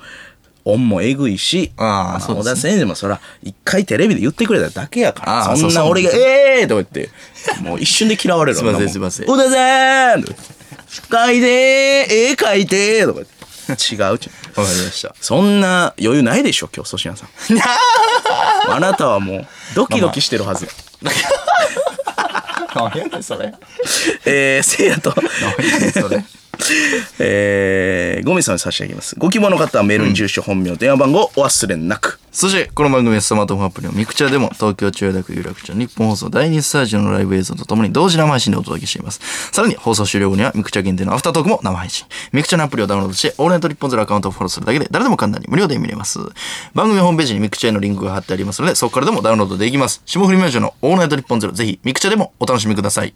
Speaker 2: 恩もえぐいし、
Speaker 1: ああ
Speaker 2: ま
Speaker 1: そうで
Speaker 2: 小
Speaker 1: すね
Speaker 2: 田先生もそら、一回テレビで言ってくれただけやから、
Speaker 1: ああ
Speaker 2: そん
Speaker 1: そう
Speaker 2: な
Speaker 1: そう
Speaker 2: 俺が、ええーとか
Speaker 1: [LAUGHS]
Speaker 2: 言って、もう一瞬で嫌われる
Speaker 1: すいません
Speaker 2: あなも
Speaker 1: すいません
Speaker 2: 小田さん書いてー絵描いてーとか言って。違うちゃ
Speaker 1: わかりました。
Speaker 2: そんな余裕ないでしょ、今日、粗品さん。あなたはもう、ドキドキしてるはず。
Speaker 1: [LAUGHS] 何やねんそれ。
Speaker 2: えー、せいや
Speaker 1: [LAUGHS]
Speaker 2: と。
Speaker 1: それ。
Speaker 2: えー、ゴミさんに差し上げます。ご希望の方はメールに住所、本名、電話番号、お忘れなく。
Speaker 1: そして、この番組はスマートフォンアプリのミクチャでも、東京中大学有楽町日本放送第2スタジオのライブ映像とともに同時生配信でお届けしています。さらに、放送終了後にはミクチャ限定のアフタートークも生配信。ミクチャのアプリをダウンロードして、オールナイト日本ゼロアカウントをフォローするだけで、誰でも簡単に無料で見れます。番組ホームページにミクチャへのリンクが貼ってありますので、そこからでもダウンロードできます。霜降り明星のオールナイト日本ゼロ、ぜひ、ミクチャでもお楽しみください。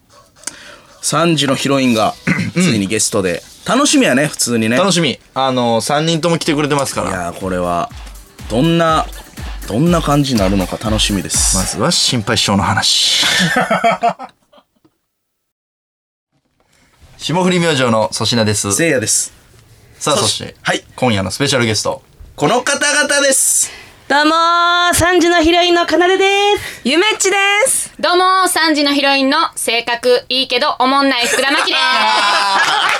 Speaker 2: 3時のヒロイ
Speaker 1: [CLEARS THROAT]
Speaker 2: ンが、ついにゲストで。楽しみやね、普通にね。
Speaker 1: 楽
Speaker 2: い
Speaker 1: しみ。あの、3人とも来てくれてますから。
Speaker 2: やー、これは、どんな、どんな感じになるのか楽しみです。
Speaker 1: まずは心配性の話。霜降り明星の粗品です。
Speaker 2: せいやです。
Speaker 1: さあ、
Speaker 2: そ
Speaker 1: そ
Speaker 2: し
Speaker 1: してて、
Speaker 2: はい
Speaker 1: 今夜のスペシャルゲスト。
Speaker 2: この方々です。
Speaker 3: どうもー、三時のヒロインのかなでです。
Speaker 4: ゆめっちです。どうもー、3時のヒロインの性格いいけどおもんない福田麻希です。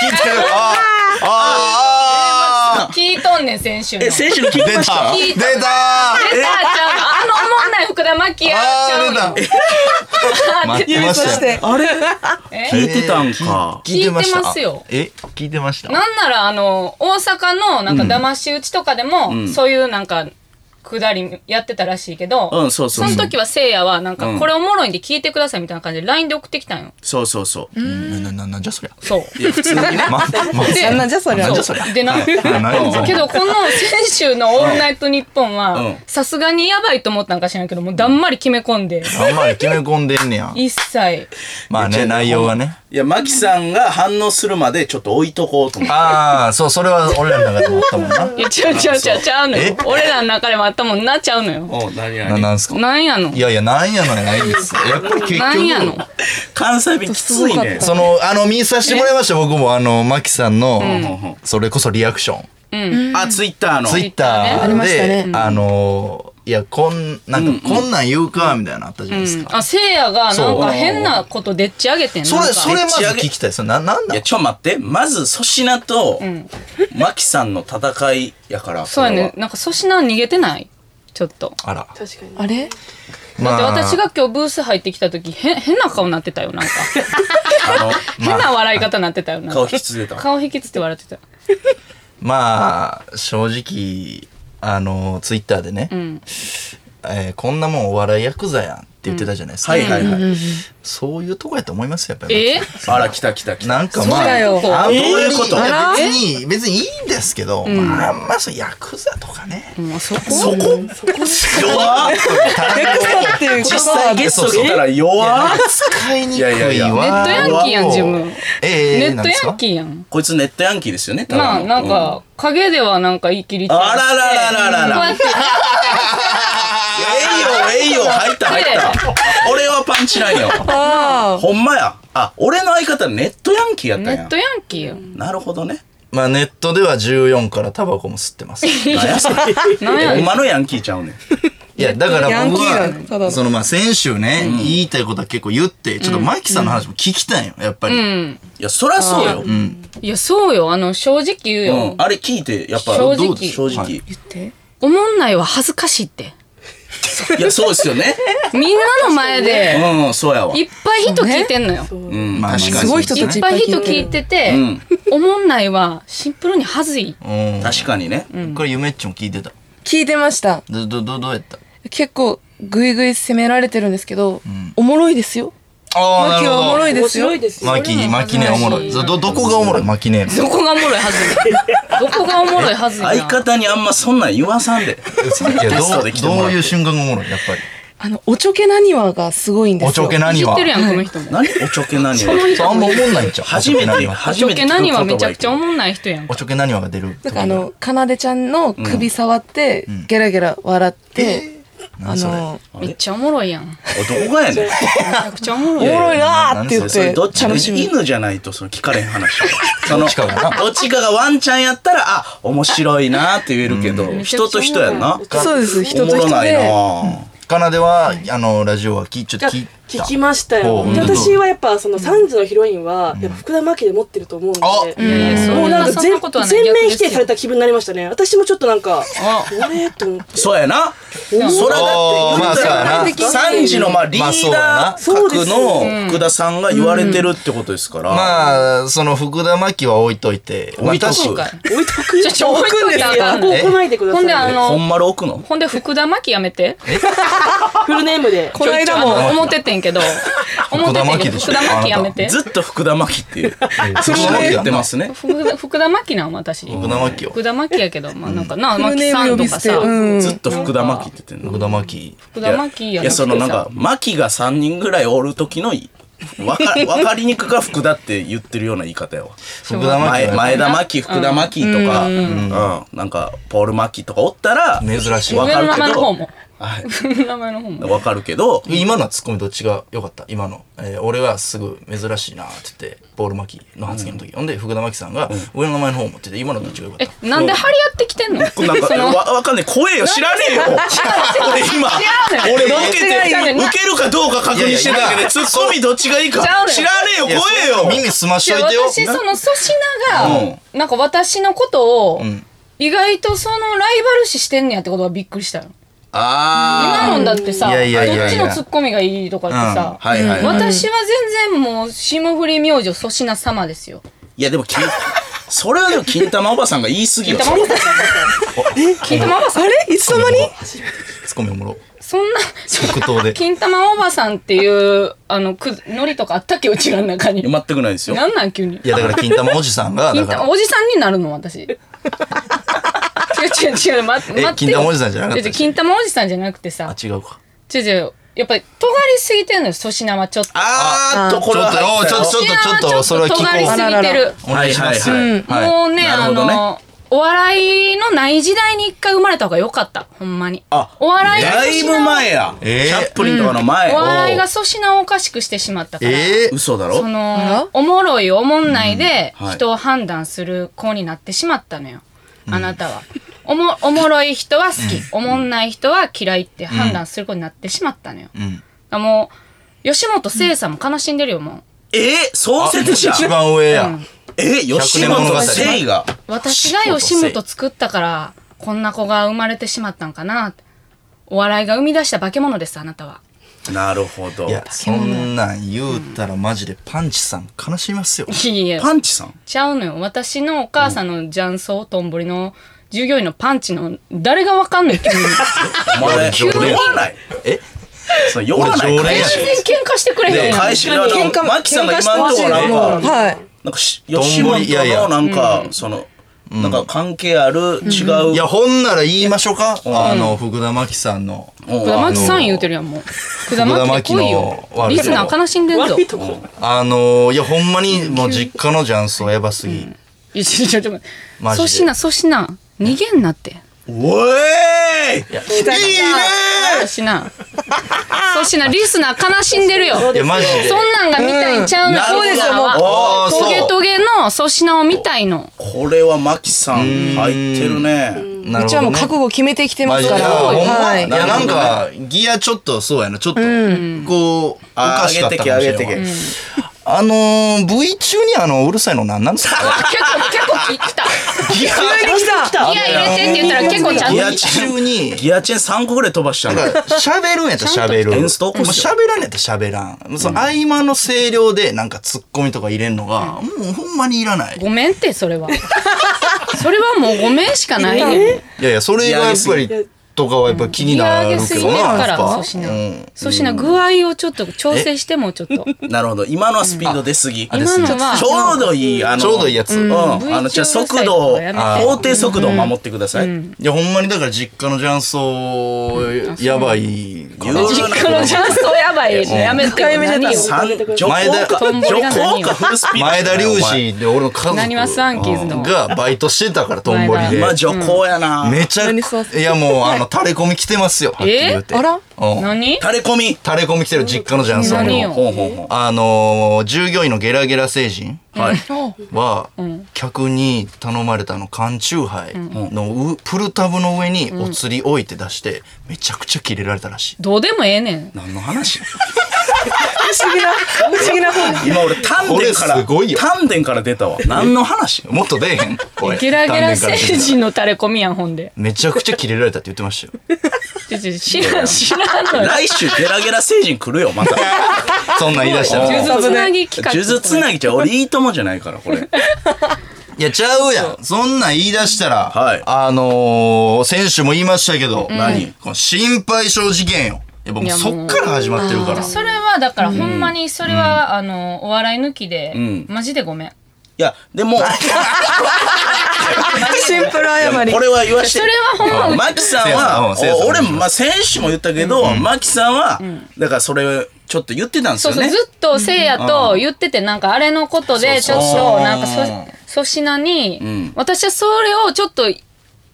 Speaker 1: 気付けるあーあ
Speaker 4: [LAUGHS] 聞いとんねん、先週の。
Speaker 2: え、
Speaker 4: 出た
Speaker 2: 選手の
Speaker 1: [LAUGHS]
Speaker 2: 聞
Speaker 1: ー
Speaker 2: きました
Speaker 1: 出た出た
Speaker 4: ちゃうの。あのおもんない福田麻希や。ちゃうの
Speaker 1: あー出た待ってましたよ。
Speaker 2: あれ
Speaker 4: え
Speaker 2: 聞いてたんか。
Speaker 1: 聞いてまし
Speaker 4: 聞いてま
Speaker 1: た
Speaker 4: すよ
Speaker 1: え聞いてました
Speaker 4: なんなら、あの、大阪のなんか騙し討ちとかでも、そういうなんか、くだりやってたらしいけど、
Speaker 2: うんそうそうそう
Speaker 4: の時はせいやは、なん
Speaker 2: う
Speaker 4: か、
Speaker 2: ん
Speaker 4: これおもろいんで聞いてくださいみたいな感じで LINE で送ってきたんよ。
Speaker 2: そうそうそう。
Speaker 1: な、な、な、なんじゃそりゃ。
Speaker 4: そう。
Speaker 2: いや、普通にね。
Speaker 1: ま、ま、
Speaker 4: で
Speaker 3: なんじゃそりゃ
Speaker 1: なんじゃそ
Speaker 4: そ
Speaker 1: りゃ。
Speaker 4: うでな
Speaker 1: あ
Speaker 2: [LAUGHS]
Speaker 1: なんやそりゃ
Speaker 4: けどこの先週の「オールナイトニッポン」
Speaker 2: うん
Speaker 4: はさすがにやばいと思ったんか知らんけどもうだんまり決め込んで
Speaker 1: あんまり決め込んでんねや。
Speaker 4: 一切
Speaker 1: まあね、内容がね。
Speaker 2: いや、マキさんが反応するまでちょっと置いとこうと思って。
Speaker 1: ああ、そう、それは俺らの中でもあったもんな。
Speaker 4: いやちゃうちゃうちゃうちゃうのよ俺らの中でもあったもんなちゃうのよ
Speaker 2: お、何
Speaker 1: な、
Speaker 2: 何
Speaker 1: なんすか
Speaker 4: なんやの
Speaker 1: いやいや、なんやのやないんですよ。やっぱり結局、
Speaker 4: なんやの
Speaker 2: 関西弁きついね。
Speaker 1: その、あの、見させてもらいました、僕も、あの、マキさんの、
Speaker 2: ん
Speaker 1: それこそリアクション。
Speaker 2: あ、ツイッターの。
Speaker 1: ツイッタ
Speaker 3: あり
Speaker 1: ー
Speaker 3: ました
Speaker 1: で、
Speaker 3: ねうん
Speaker 1: あの、いや、こん、なんか、こんなん言うか、みたいなのあったじゃないですか。
Speaker 4: あせいやがなんか変なことでっち上げてん
Speaker 1: そ
Speaker 4: なん
Speaker 1: れ、
Speaker 4: か
Speaker 1: それまず聞きたい。それ、な、なん
Speaker 2: い
Speaker 1: だ
Speaker 2: や、ちょ、待って。まず、粗品と、マキさんの戦いやから。
Speaker 4: そうや
Speaker 2: これは
Speaker 4: ね。なんか粗品逃げてないちょっと
Speaker 1: あら。
Speaker 3: あれ
Speaker 1: ま
Speaker 4: で私が今日ブース入ってきた時へ変な顔なってたよなんか変な笑い方なってたよなん
Speaker 2: 顔
Speaker 4: か
Speaker 2: 引きつれた。
Speaker 4: 顔引きつって笑ってた
Speaker 1: まあ、正直、あの、ツイッターでね、
Speaker 4: ん
Speaker 1: えーこんなもんお笑いヤクザやんって言ってたじゃないですか。
Speaker 2: はいはいはい。
Speaker 1: そういうとこやと思いますよ、やっぱり。
Speaker 4: え
Speaker 2: あら、来た来た来た。
Speaker 1: なんかま
Speaker 3: そう
Speaker 1: あ、
Speaker 3: だよ
Speaker 1: あんまり
Speaker 2: えーいうこと
Speaker 1: いや
Speaker 3: あら
Speaker 1: 別に、別にいいんですけど、まあ、あんまそう、ヤクザとかね。
Speaker 4: もうそこ
Speaker 2: そこ弱っ
Speaker 3: っていう
Speaker 2: 実際ゲスト来たら弱っ
Speaker 1: 使いにくいわ。
Speaker 2: いやいやいや
Speaker 4: ネットヤンキーやん自分。
Speaker 1: え
Speaker 4: ネ
Speaker 1: え
Speaker 4: ットヤンキ
Speaker 1: ー。
Speaker 4: ーやん
Speaker 2: こいつネットヤンキーですよね、ただ
Speaker 4: まあ
Speaker 2: の
Speaker 4: なん。か陰ではなんか言い切りちゃ
Speaker 2: あららららら
Speaker 4: こうや
Speaker 2: ら。
Speaker 4: って
Speaker 2: えいよ、えいよ、入った入った。俺はパンチないよ。
Speaker 4: [LAUGHS]
Speaker 2: ほんまや。あ、俺の相方ネットヤンキーやった
Speaker 4: ネ
Speaker 2: ん
Speaker 4: ッ
Speaker 2: や
Speaker 4: ト。ヤンキーやん
Speaker 2: なるほどね。
Speaker 1: まあネットでは14からタバコも吸ってます。い
Speaker 2: なんやそれ
Speaker 4: なんや
Speaker 2: ほんまのヤンキーちゃうねん。
Speaker 1: や、だから僕
Speaker 3: ヤンキーだただ
Speaker 1: は、
Speaker 3: の
Speaker 1: そのまあ先週ね、言いたいことは結構言って、ちょっとマキさんの話も聞きたいよ、やっぱ
Speaker 4: う
Speaker 1: り。
Speaker 4: ん
Speaker 2: いや、そりゃそうよ。うん
Speaker 4: いやそうよあの正直言うよ
Speaker 2: あれ聞いて、やっぱ、
Speaker 4: 正直
Speaker 2: どうです正直。い
Speaker 3: 言って。
Speaker 4: おもんないは恥ずかしいって
Speaker 2: や、そうですよね。
Speaker 4: みんなの前で
Speaker 2: うん、そうやわ。
Speaker 4: いっぱい人聞いてんのよ
Speaker 2: うん、
Speaker 1: まあ
Speaker 2: 確か
Speaker 1: す
Speaker 2: に。
Speaker 3: ごい人
Speaker 4: い
Speaker 3: たち
Speaker 4: っぱい人聞いてて
Speaker 2: ん
Speaker 4: おもんないはシンプルに恥ずい
Speaker 1: うん。
Speaker 2: 確かにね。
Speaker 1: これ夢っちも聞いてた。
Speaker 3: 聞いてました。
Speaker 1: ど、ど、ど、どうやった
Speaker 3: 結構、ぐいぐい責められてるんですけど、おもろいですよ。
Speaker 1: あ
Speaker 3: マキはおもろいですよ。
Speaker 1: マキ、マキね、おもろい。ど、どどこがおもろいマキね。
Speaker 4: どこがおもろいはずいどこがおもろいはずいな
Speaker 2: 相方にあんまそんなん言わさんで。
Speaker 1: いや、
Speaker 2: ゲス
Speaker 1: ど
Speaker 2: ト
Speaker 1: う
Speaker 2: で来、てもら
Speaker 1: ど
Speaker 2: っ
Speaker 1: う
Speaker 2: て
Speaker 1: いう瞬間がおもろいやっぱり。
Speaker 3: あの、おちょけなにわがすごいんですよ。
Speaker 1: おちょけな
Speaker 4: 知
Speaker 1: に
Speaker 4: っ
Speaker 1: は
Speaker 4: て。るやんこの人も
Speaker 2: 何おちょけ何
Speaker 4: この
Speaker 2: を。
Speaker 4: 人
Speaker 1: そうあんまおもんないんちゃう
Speaker 2: 初め
Speaker 1: おちょけなに
Speaker 2: て、
Speaker 1: わ
Speaker 2: 初
Speaker 4: ちょ
Speaker 2: めて
Speaker 4: け
Speaker 2: 聞く言葉やけど。
Speaker 4: 何はめちゃくちゃおもんない人やん
Speaker 1: お
Speaker 4: か。
Speaker 1: ちょけなにわが出る。
Speaker 3: なんかあの、かなでちゃんの首触って、ゲラゲラ笑って、
Speaker 1: 何
Speaker 3: あ
Speaker 1: それ
Speaker 3: の、
Speaker 4: めっちゃおもろいやん。め
Speaker 2: おどこがやねん。
Speaker 4: ちゃくちゃおもろ
Speaker 3: お
Speaker 4: い。
Speaker 3: もろいなーって言
Speaker 1: いやいや
Speaker 3: っ
Speaker 2: それ
Speaker 3: て
Speaker 2: どっちか
Speaker 3: 楽しみ。
Speaker 2: 犬じゃないとその聞かれへん話そ
Speaker 1: [LAUGHS]
Speaker 2: の
Speaker 1: どっちかがな
Speaker 2: どっちかがワンちゃんやったらあ面白いなって言えるけど、
Speaker 4: ん
Speaker 2: 人と人やんな
Speaker 3: そうです、人と
Speaker 2: おもろ
Speaker 3: 人 [LAUGHS]
Speaker 2: ないな
Speaker 3: で。
Speaker 1: かなでは、あの、ラジオは聞い、ちょっと聞い
Speaker 5: 聞きましたよ。
Speaker 1: ほう
Speaker 5: で私はやっぱその3時のヒロインはやっぱ福田真希で持ってると思うんで、
Speaker 1: あ
Speaker 4: いやいやそんな
Speaker 5: もうなんか
Speaker 4: そん
Speaker 5: 全
Speaker 4: なことはない
Speaker 5: 全
Speaker 4: 逆で
Speaker 5: 面否定
Speaker 4: すよ
Speaker 5: された気分になりましたね。私もちょっとなんか
Speaker 2: あ
Speaker 5: あれと思って。
Speaker 2: そうやなそれだって
Speaker 1: おーまあそうやな
Speaker 2: 3時のまあリー
Speaker 1: まあそうや
Speaker 2: ダ
Speaker 1: な
Speaker 2: ー格
Speaker 5: そう
Speaker 2: の福田さんが言われてるってことですから、
Speaker 1: まあ、その福田真希は置いといて、
Speaker 2: 置いとく
Speaker 1: 私
Speaker 4: 今回
Speaker 5: 置いとく
Speaker 4: ちょちょ
Speaker 5: 置くんで
Speaker 4: 置いと
Speaker 5: す
Speaker 4: いたらあか
Speaker 5: よ。
Speaker 4: ん
Speaker 5: こう来ないでくだ
Speaker 4: ほんで、
Speaker 5: さ
Speaker 4: あ
Speaker 5: い。
Speaker 2: ほ
Speaker 4: の、
Speaker 2: んまる置くの
Speaker 4: ほんで、福田真希やめて。
Speaker 5: フルネームで。
Speaker 3: この間
Speaker 4: ちょあの
Speaker 3: も、
Speaker 4: 思っててんけど。思っててんけど、
Speaker 1: 福
Speaker 4: 福
Speaker 1: 田
Speaker 4: 田
Speaker 1: 真希
Speaker 4: 真
Speaker 1: でしょ
Speaker 4: 希やめて。
Speaker 2: ずっと福田真希っていうそ
Speaker 1: 福田真希やんな
Speaker 2: う言ってますね
Speaker 4: ふ福田真希なん、私。
Speaker 1: 福田真希を。
Speaker 4: 福田真希やけど、まあなんかな、
Speaker 3: フル
Speaker 4: 真希
Speaker 3: ネ
Speaker 4: さ
Speaker 3: ーム
Speaker 4: ん
Speaker 3: 呼
Speaker 4: と
Speaker 3: び
Speaker 4: か
Speaker 3: 捨て。
Speaker 4: さ。
Speaker 3: うん。
Speaker 2: ずっと福田真希って言ってんの
Speaker 1: 福田真希。
Speaker 4: 福田真希
Speaker 2: いや
Speaker 4: や
Speaker 2: いやそのなんか
Speaker 4: さ
Speaker 2: マキが3人ぐらいおる時のいわかわかりにくくは福田って言ってるような言い方やわ
Speaker 1: 福田真希
Speaker 2: 前
Speaker 1: は。
Speaker 2: 前田真希福田真希とか、うんなんかポール真希とかおったら
Speaker 1: 珍しい
Speaker 2: わ
Speaker 4: 上
Speaker 2: かる
Speaker 4: の名
Speaker 2: け
Speaker 4: 前の
Speaker 2: ど
Speaker 4: 方も。
Speaker 2: はい
Speaker 4: 上の名前の方も。
Speaker 2: わかるけど
Speaker 1: 今のはツッコミどっちが良かった今の、えー俺はすぐ珍しいなって言ってボール巻きの発言の時、ほんで福田真紀さんが上の名前の方を持ってて今のどっちが良かっ
Speaker 4: え
Speaker 1: た、
Speaker 4: なんで張り合ってきてんの
Speaker 2: なん
Speaker 4: そ
Speaker 2: か
Speaker 4: の
Speaker 2: わわかんない怖えよ知らねえよ俺今
Speaker 4: 違うのよ
Speaker 2: 俺
Speaker 4: どっ
Speaker 2: 受け
Speaker 4: ちがいい
Speaker 2: て
Speaker 4: の
Speaker 2: 受けるかどうか確認してたけ
Speaker 1: いやい
Speaker 2: どツッコミどっちがいいか
Speaker 4: 違うのよ
Speaker 2: 知らねえよ
Speaker 1: いや
Speaker 2: 怖え
Speaker 1: そう
Speaker 2: よ
Speaker 1: 耳すまし
Speaker 4: い
Speaker 1: と
Speaker 4: や
Speaker 1: いてよ
Speaker 4: 私その粗品
Speaker 2: う
Speaker 4: がなんか私のことを
Speaker 1: ん
Speaker 4: 意外とそのライバル視してんねやってことがびっくりしたよ今
Speaker 2: あ
Speaker 4: のんだってさ
Speaker 1: い
Speaker 4: ど
Speaker 1: やいやいやいや
Speaker 4: っちのツッコミがいいとかってさ
Speaker 2: うんはいはいはい
Speaker 4: 私は全然もう霜降り明星粗品様ですよ
Speaker 2: いやでも金それはでも金玉おばさんが言い過ぎ
Speaker 4: 金
Speaker 2: よ
Speaker 4: 玉ママさん金玉ママさん
Speaker 3: あれいつの間に
Speaker 1: ツッコミおもろ
Speaker 4: そんな
Speaker 1: 即答
Speaker 4: [LAUGHS]
Speaker 1: で
Speaker 4: 金玉おばさんっていうあのくノリとかあったっけうちらの中
Speaker 2: いや
Speaker 4: に
Speaker 2: 全くないですよ
Speaker 4: なんなん急に
Speaker 1: いやだから金玉おじさんがだ
Speaker 4: 金
Speaker 1: か
Speaker 4: 玉
Speaker 1: ら
Speaker 4: おじさんになる
Speaker 1: [LAUGHS]
Speaker 4: の私違う違う違う、ま、待ってよ
Speaker 1: 金玉おじさんじゃなかった
Speaker 4: 違う違う金玉おじさんじゃなくて
Speaker 1: あ
Speaker 4: さ
Speaker 1: 違うか
Speaker 4: 違う違うやっぱり尖りすぎてるのよ粗品はちょっと
Speaker 2: あーっとこ
Speaker 1: ち
Speaker 2: れ
Speaker 1: ょ
Speaker 2: は
Speaker 1: っとおうちょっとちょっ
Speaker 4: 粗品
Speaker 1: とちょっと
Speaker 4: は
Speaker 1: それは聞こ
Speaker 4: 尖りす
Speaker 1: う
Speaker 4: ぎてる
Speaker 1: お願いします
Speaker 2: はいはい
Speaker 1: はい
Speaker 4: もうね
Speaker 2: なる
Speaker 4: あ
Speaker 2: ほどね
Speaker 4: のお笑いのない時代に一回生まれた方が良かったほんまに
Speaker 2: あ
Speaker 4: お笑いが
Speaker 2: だいぶ前や、
Speaker 1: えー
Speaker 2: チャップリンとかの前、
Speaker 4: お笑いが粗品をおかしくしてしまったから、
Speaker 1: えー、
Speaker 2: 嘘だろ
Speaker 4: そ
Speaker 3: あら
Speaker 4: のおもろいおもんないで
Speaker 2: うんはい
Speaker 4: 人を判断する子になってしまったのよ、あなたはおもおもろい人は好き、おもんない人は嫌いって判断する子になってしまったのよ、
Speaker 1: ん
Speaker 4: もう吉本聖さんも悲しんでるよもう
Speaker 2: えー、そうせてじゃん
Speaker 1: 一番上や、
Speaker 2: えー、吉
Speaker 1: 百年物語
Speaker 2: 本誠意が
Speaker 4: 私が吉本作ったからこんな子が生まれてしまったんかなってお笑いが生み出した化け物ですあなたは
Speaker 2: なるほど
Speaker 1: いやそんなん言うたらマジでパンチさん悲しみますよ
Speaker 4: いやいや
Speaker 2: パンチさん
Speaker 4: ちゃうのよ私のお母さんの雀荘とんぼりの従業員のパンチの誰がわかんない急に
Speaker 2: お前
Speaker 1: 常連
Speaker 2: 弱ない
Speaker 1: え
Speaker 2: それ弱ない
Speaker 1: 俺常連
Speaker 4: 全
Speaker 1: や
Speaker 2: 返し
Speaker 4: 然喧嘩してくれへん
Speaker 2: で
Speaker 4: やん
Speaker 2: 返しであの
Speaker 3: 喧嘩
Speaker 2: マキさんが今んとこなん
Speaker 3: 喧嘩してほしい
Speaker 2: か
Speaker 3: はい。
Speaker 2: なんかし吉本
Speaker 1: どんぶりいやいや
Speaker 2: のなんかそのなんか関係ある違う
Speaker 1: いやほんなら言いましょうか、あの福田真紀さんの
Speaker 2: うん
Speaker 4: 福田真紀さん言うてるやんもう福田真紀来いよ
Speaker 1: 福田真紀の悪い
Speaker 4: リ
Speaker 1: とこ
Speaker 4: スナー悲しんでんぞ
Speaker 5: 悪いとこ。
Speaker 1: あのー、いや、ほんまに、もう実家の雀荘やばすぎ。
Speaker 4: いやちょちょちょ待って
Speaker 1: マジで
Speaker 4: 粗品粗品逃げんなって
Speaker 2: おえーい
Speaker 3: 来た来
Speaker 4: 粗品粗品リスナー悲しんでるよ
Speaker 1: いや、マジで。
Speaker 4: そんなんが見たいちゃうの、
Speaker 2: うん
Speaker 4: そうですよも
Speaker 2: なるほど
Speaker 4: うト
Speaker 1: あーそ
Speaker 4: ゲ
Speaker 1: う
Speaker 4: トゲの粗品を見たいの
Speaker 2: これはマキさん入ってるね
Speaker 1: な
Speaker 3: うちはもう覚悟決めてきてますから。
Speaker 1: マジでいやほんま
Speaker 3: はい
Speaker 1: い。や、なんか、ギアちょっと、そうやな、ちょっと、こう、おかしかったかもしれんわ
Speaker 2: 上げてけ上げて
Speaker 1: あのー、V 中にあの、うるさいのなんなんですか [LAUGHS]
Speaker 4: 結構結構き来た
Speaker 1: ギア、
Speaker 3: 来た
Speaker 4: ギア入れてって言ったら結構ちゃん
Speaker 1: ギ
Speaker 4: と
Speaker 1: ア中に、
Speaker 2: ギアチェン3個ぐらい飛ばしちゃうの
Speaker 1: なんか喋るんやったら喋る。
Speaker 2: テンスト起
Speaker 1: もう
Speaker 2: こすよ
Speaker 1: 喋らんやったら喋らん。その合間の声量で、なんかツッコミとか入れんのが、もうほんまにいらない。
Speaker 4: ごめんってそれはそれはもうごめんしかないねん
Speaker 1: いやいや、それがやっぱり、とかはやっぱ気に
Speaker 4: ギア
Speaker 1: な
Speaker 4: 上
Speaker 1: る
Speaker 4: げす
Speaker 1: け
Speaker 4: ぎ
Speaker 1: ど
Speaker 4: てる
Speaker 1: な。
Speaker 4: か
Speaker 1: や
Speaker 4: ら
Speaker 1: っぱ
Speaker 4: 粗品
Speaker 1: うん
Speaker 4: 粗品具合をちょっと調整してもうちょっと
Speaker 2: なるほど今のはスピード出過ぎ、
Speaker 4: 今のは
Speaker 2: ちょうどいいあの
Speaker 1: ちょうどいいやつ
Speaker 2: うん、
Speaker 4: うん
Speaker 2: あのじゃあ速度を
Speaker 4: うん
Speaker 2: 法定速度を守ってください、
Speaker 1: いや、ほんまにだから実家の雀荘、やばいか
Speaker 2: 言
Speaker 1: ら。
Speaker 2: うな
Speaker 4: このチャンスをやばいやめて
Speaker 3: 深い目で
Speaker 4: 何よ
Speaker 3: 出
Speaker 2: 三徐行
Speaker 1: 前田
Speaker 2: か
Speaker 4: トンボ
Speaker 2: 徐
Speaker 4: が何
Speaker 2: 行
Speaker 4: よ
Speaker 2: かフルスピード
Speaker 1: 前田隆
Speaker 2: 二
Speaker 1: 二で俺の家
Speaker 4: なにわサンキーズ
Speaker 1: 族
Speaker 4: の
Speaker 1: がバイトしてたから、とんぼりで。
Speaker 2: まあ徐行やな、
Speaker 1: めちゃ
Speaker 3: 何そう
Speaker 1: くいやもう、あの、
Speaker 4: [LAUGHS]
Speaker 1: 垂れ込み来てますよ。はっきり言って。
Speaker 3: あら
Speaker 1: うん
Speaker 4: 何
Speaker 2: 垂れ込み
Speaker 1: 垂れ込み来てる実家のジャンソン
Speaker 4: 何
Speaker 1: の。
Speaker 4: よ
Speaker 2: ほうほうほ
Speaker 1: あのー、従業員のゲラゲラ星人
Speaker 2: うはい
Speaker 3: あ
Speaker 1: は、客に頼まれたあの缶チューハイのうプルタブの上にお釣り置いて出して、めちゃくちゃキレられたらしい。
Speaker 4: どうでもええねん。
Speaker 2: 何の話
Speaker 5: 不思議な、不思議
Speaker 2: [LAUGHS]
Speaker 5: な方に。
Speaker 2: 今俺丹
Speaker 1: これ
Speaker 2: 田から
Speaker 1: すごいよ
Speaker 2: 丹田から出たわ何の話
Speaker 1: もっと出えへん。これ
Speaker 4: ゲラゲラ
Speaker 1: 丹田から
Speaker 4: 星
Speaker 1: 出てた
Speaker 4: 人の垂れ込みやん、ほんで。
Speaker 1: めちゃくちゃキレられたって言ってましたよ。
Speaker 4: ちょちょ知らん、知らんのよ。
Speaker 2: 来週ゲラゲラ星人来るよま [LAUGHS] た
Speaker 1: そんなん言い出したら。
Speaker 4: [LAUGHS] 数
Speaker 1: い
Speaker 4: 珠つなぎ企画。
Speaker 2: 数珠つなぎじゃ俺いいともじゃないからこれ
Speaker 1: や、ちゃうやん。そんなん言い出したら、
Speaker 2: はい
Speaker 1: あのー、選手も言いましたけど、
Speaker 2: 何
Speaker 1: この心配性事件よ。いや、僕
Speaker 4: いやもう
Speaker 1: そっから始まってるから。
Speaker 4: それはだから、ほんまにそれは、あのお笑い抜きで、
Speaker 2: ん
Speaker 4: マジでごめん
Speaker 2: いやでも
Speaker 5: シンプル謝り
Speaker 2: こ。れは言わして
Speaker 4: それはほんま
Speaker 2: マ
Speaker 4: うち
Speaker 2: キさん
Speaker 1: せやさんう
Speaker 2: は
Speaker 1: んせやさん
Speaker 2: お俺
Speaker 1: お願いし
Speaker 2: も
Speaker 1: ます
Speaker 2: まあ選手も言ったけどマキさんはだからそれちょっと言ってたんです
Speaker 4: そう
Speaker 2: よ
Speaker 4: そう、
Speaker 2: ね
Speaker 4: ずっとせいやと言ってて、なんかあれのことで、ちょっ
Speaker 2: そうそう
Speaker 4: と、なんかそ粗品に、
Speaker 2: ん
Speaker 4: 私はそれをちょっと、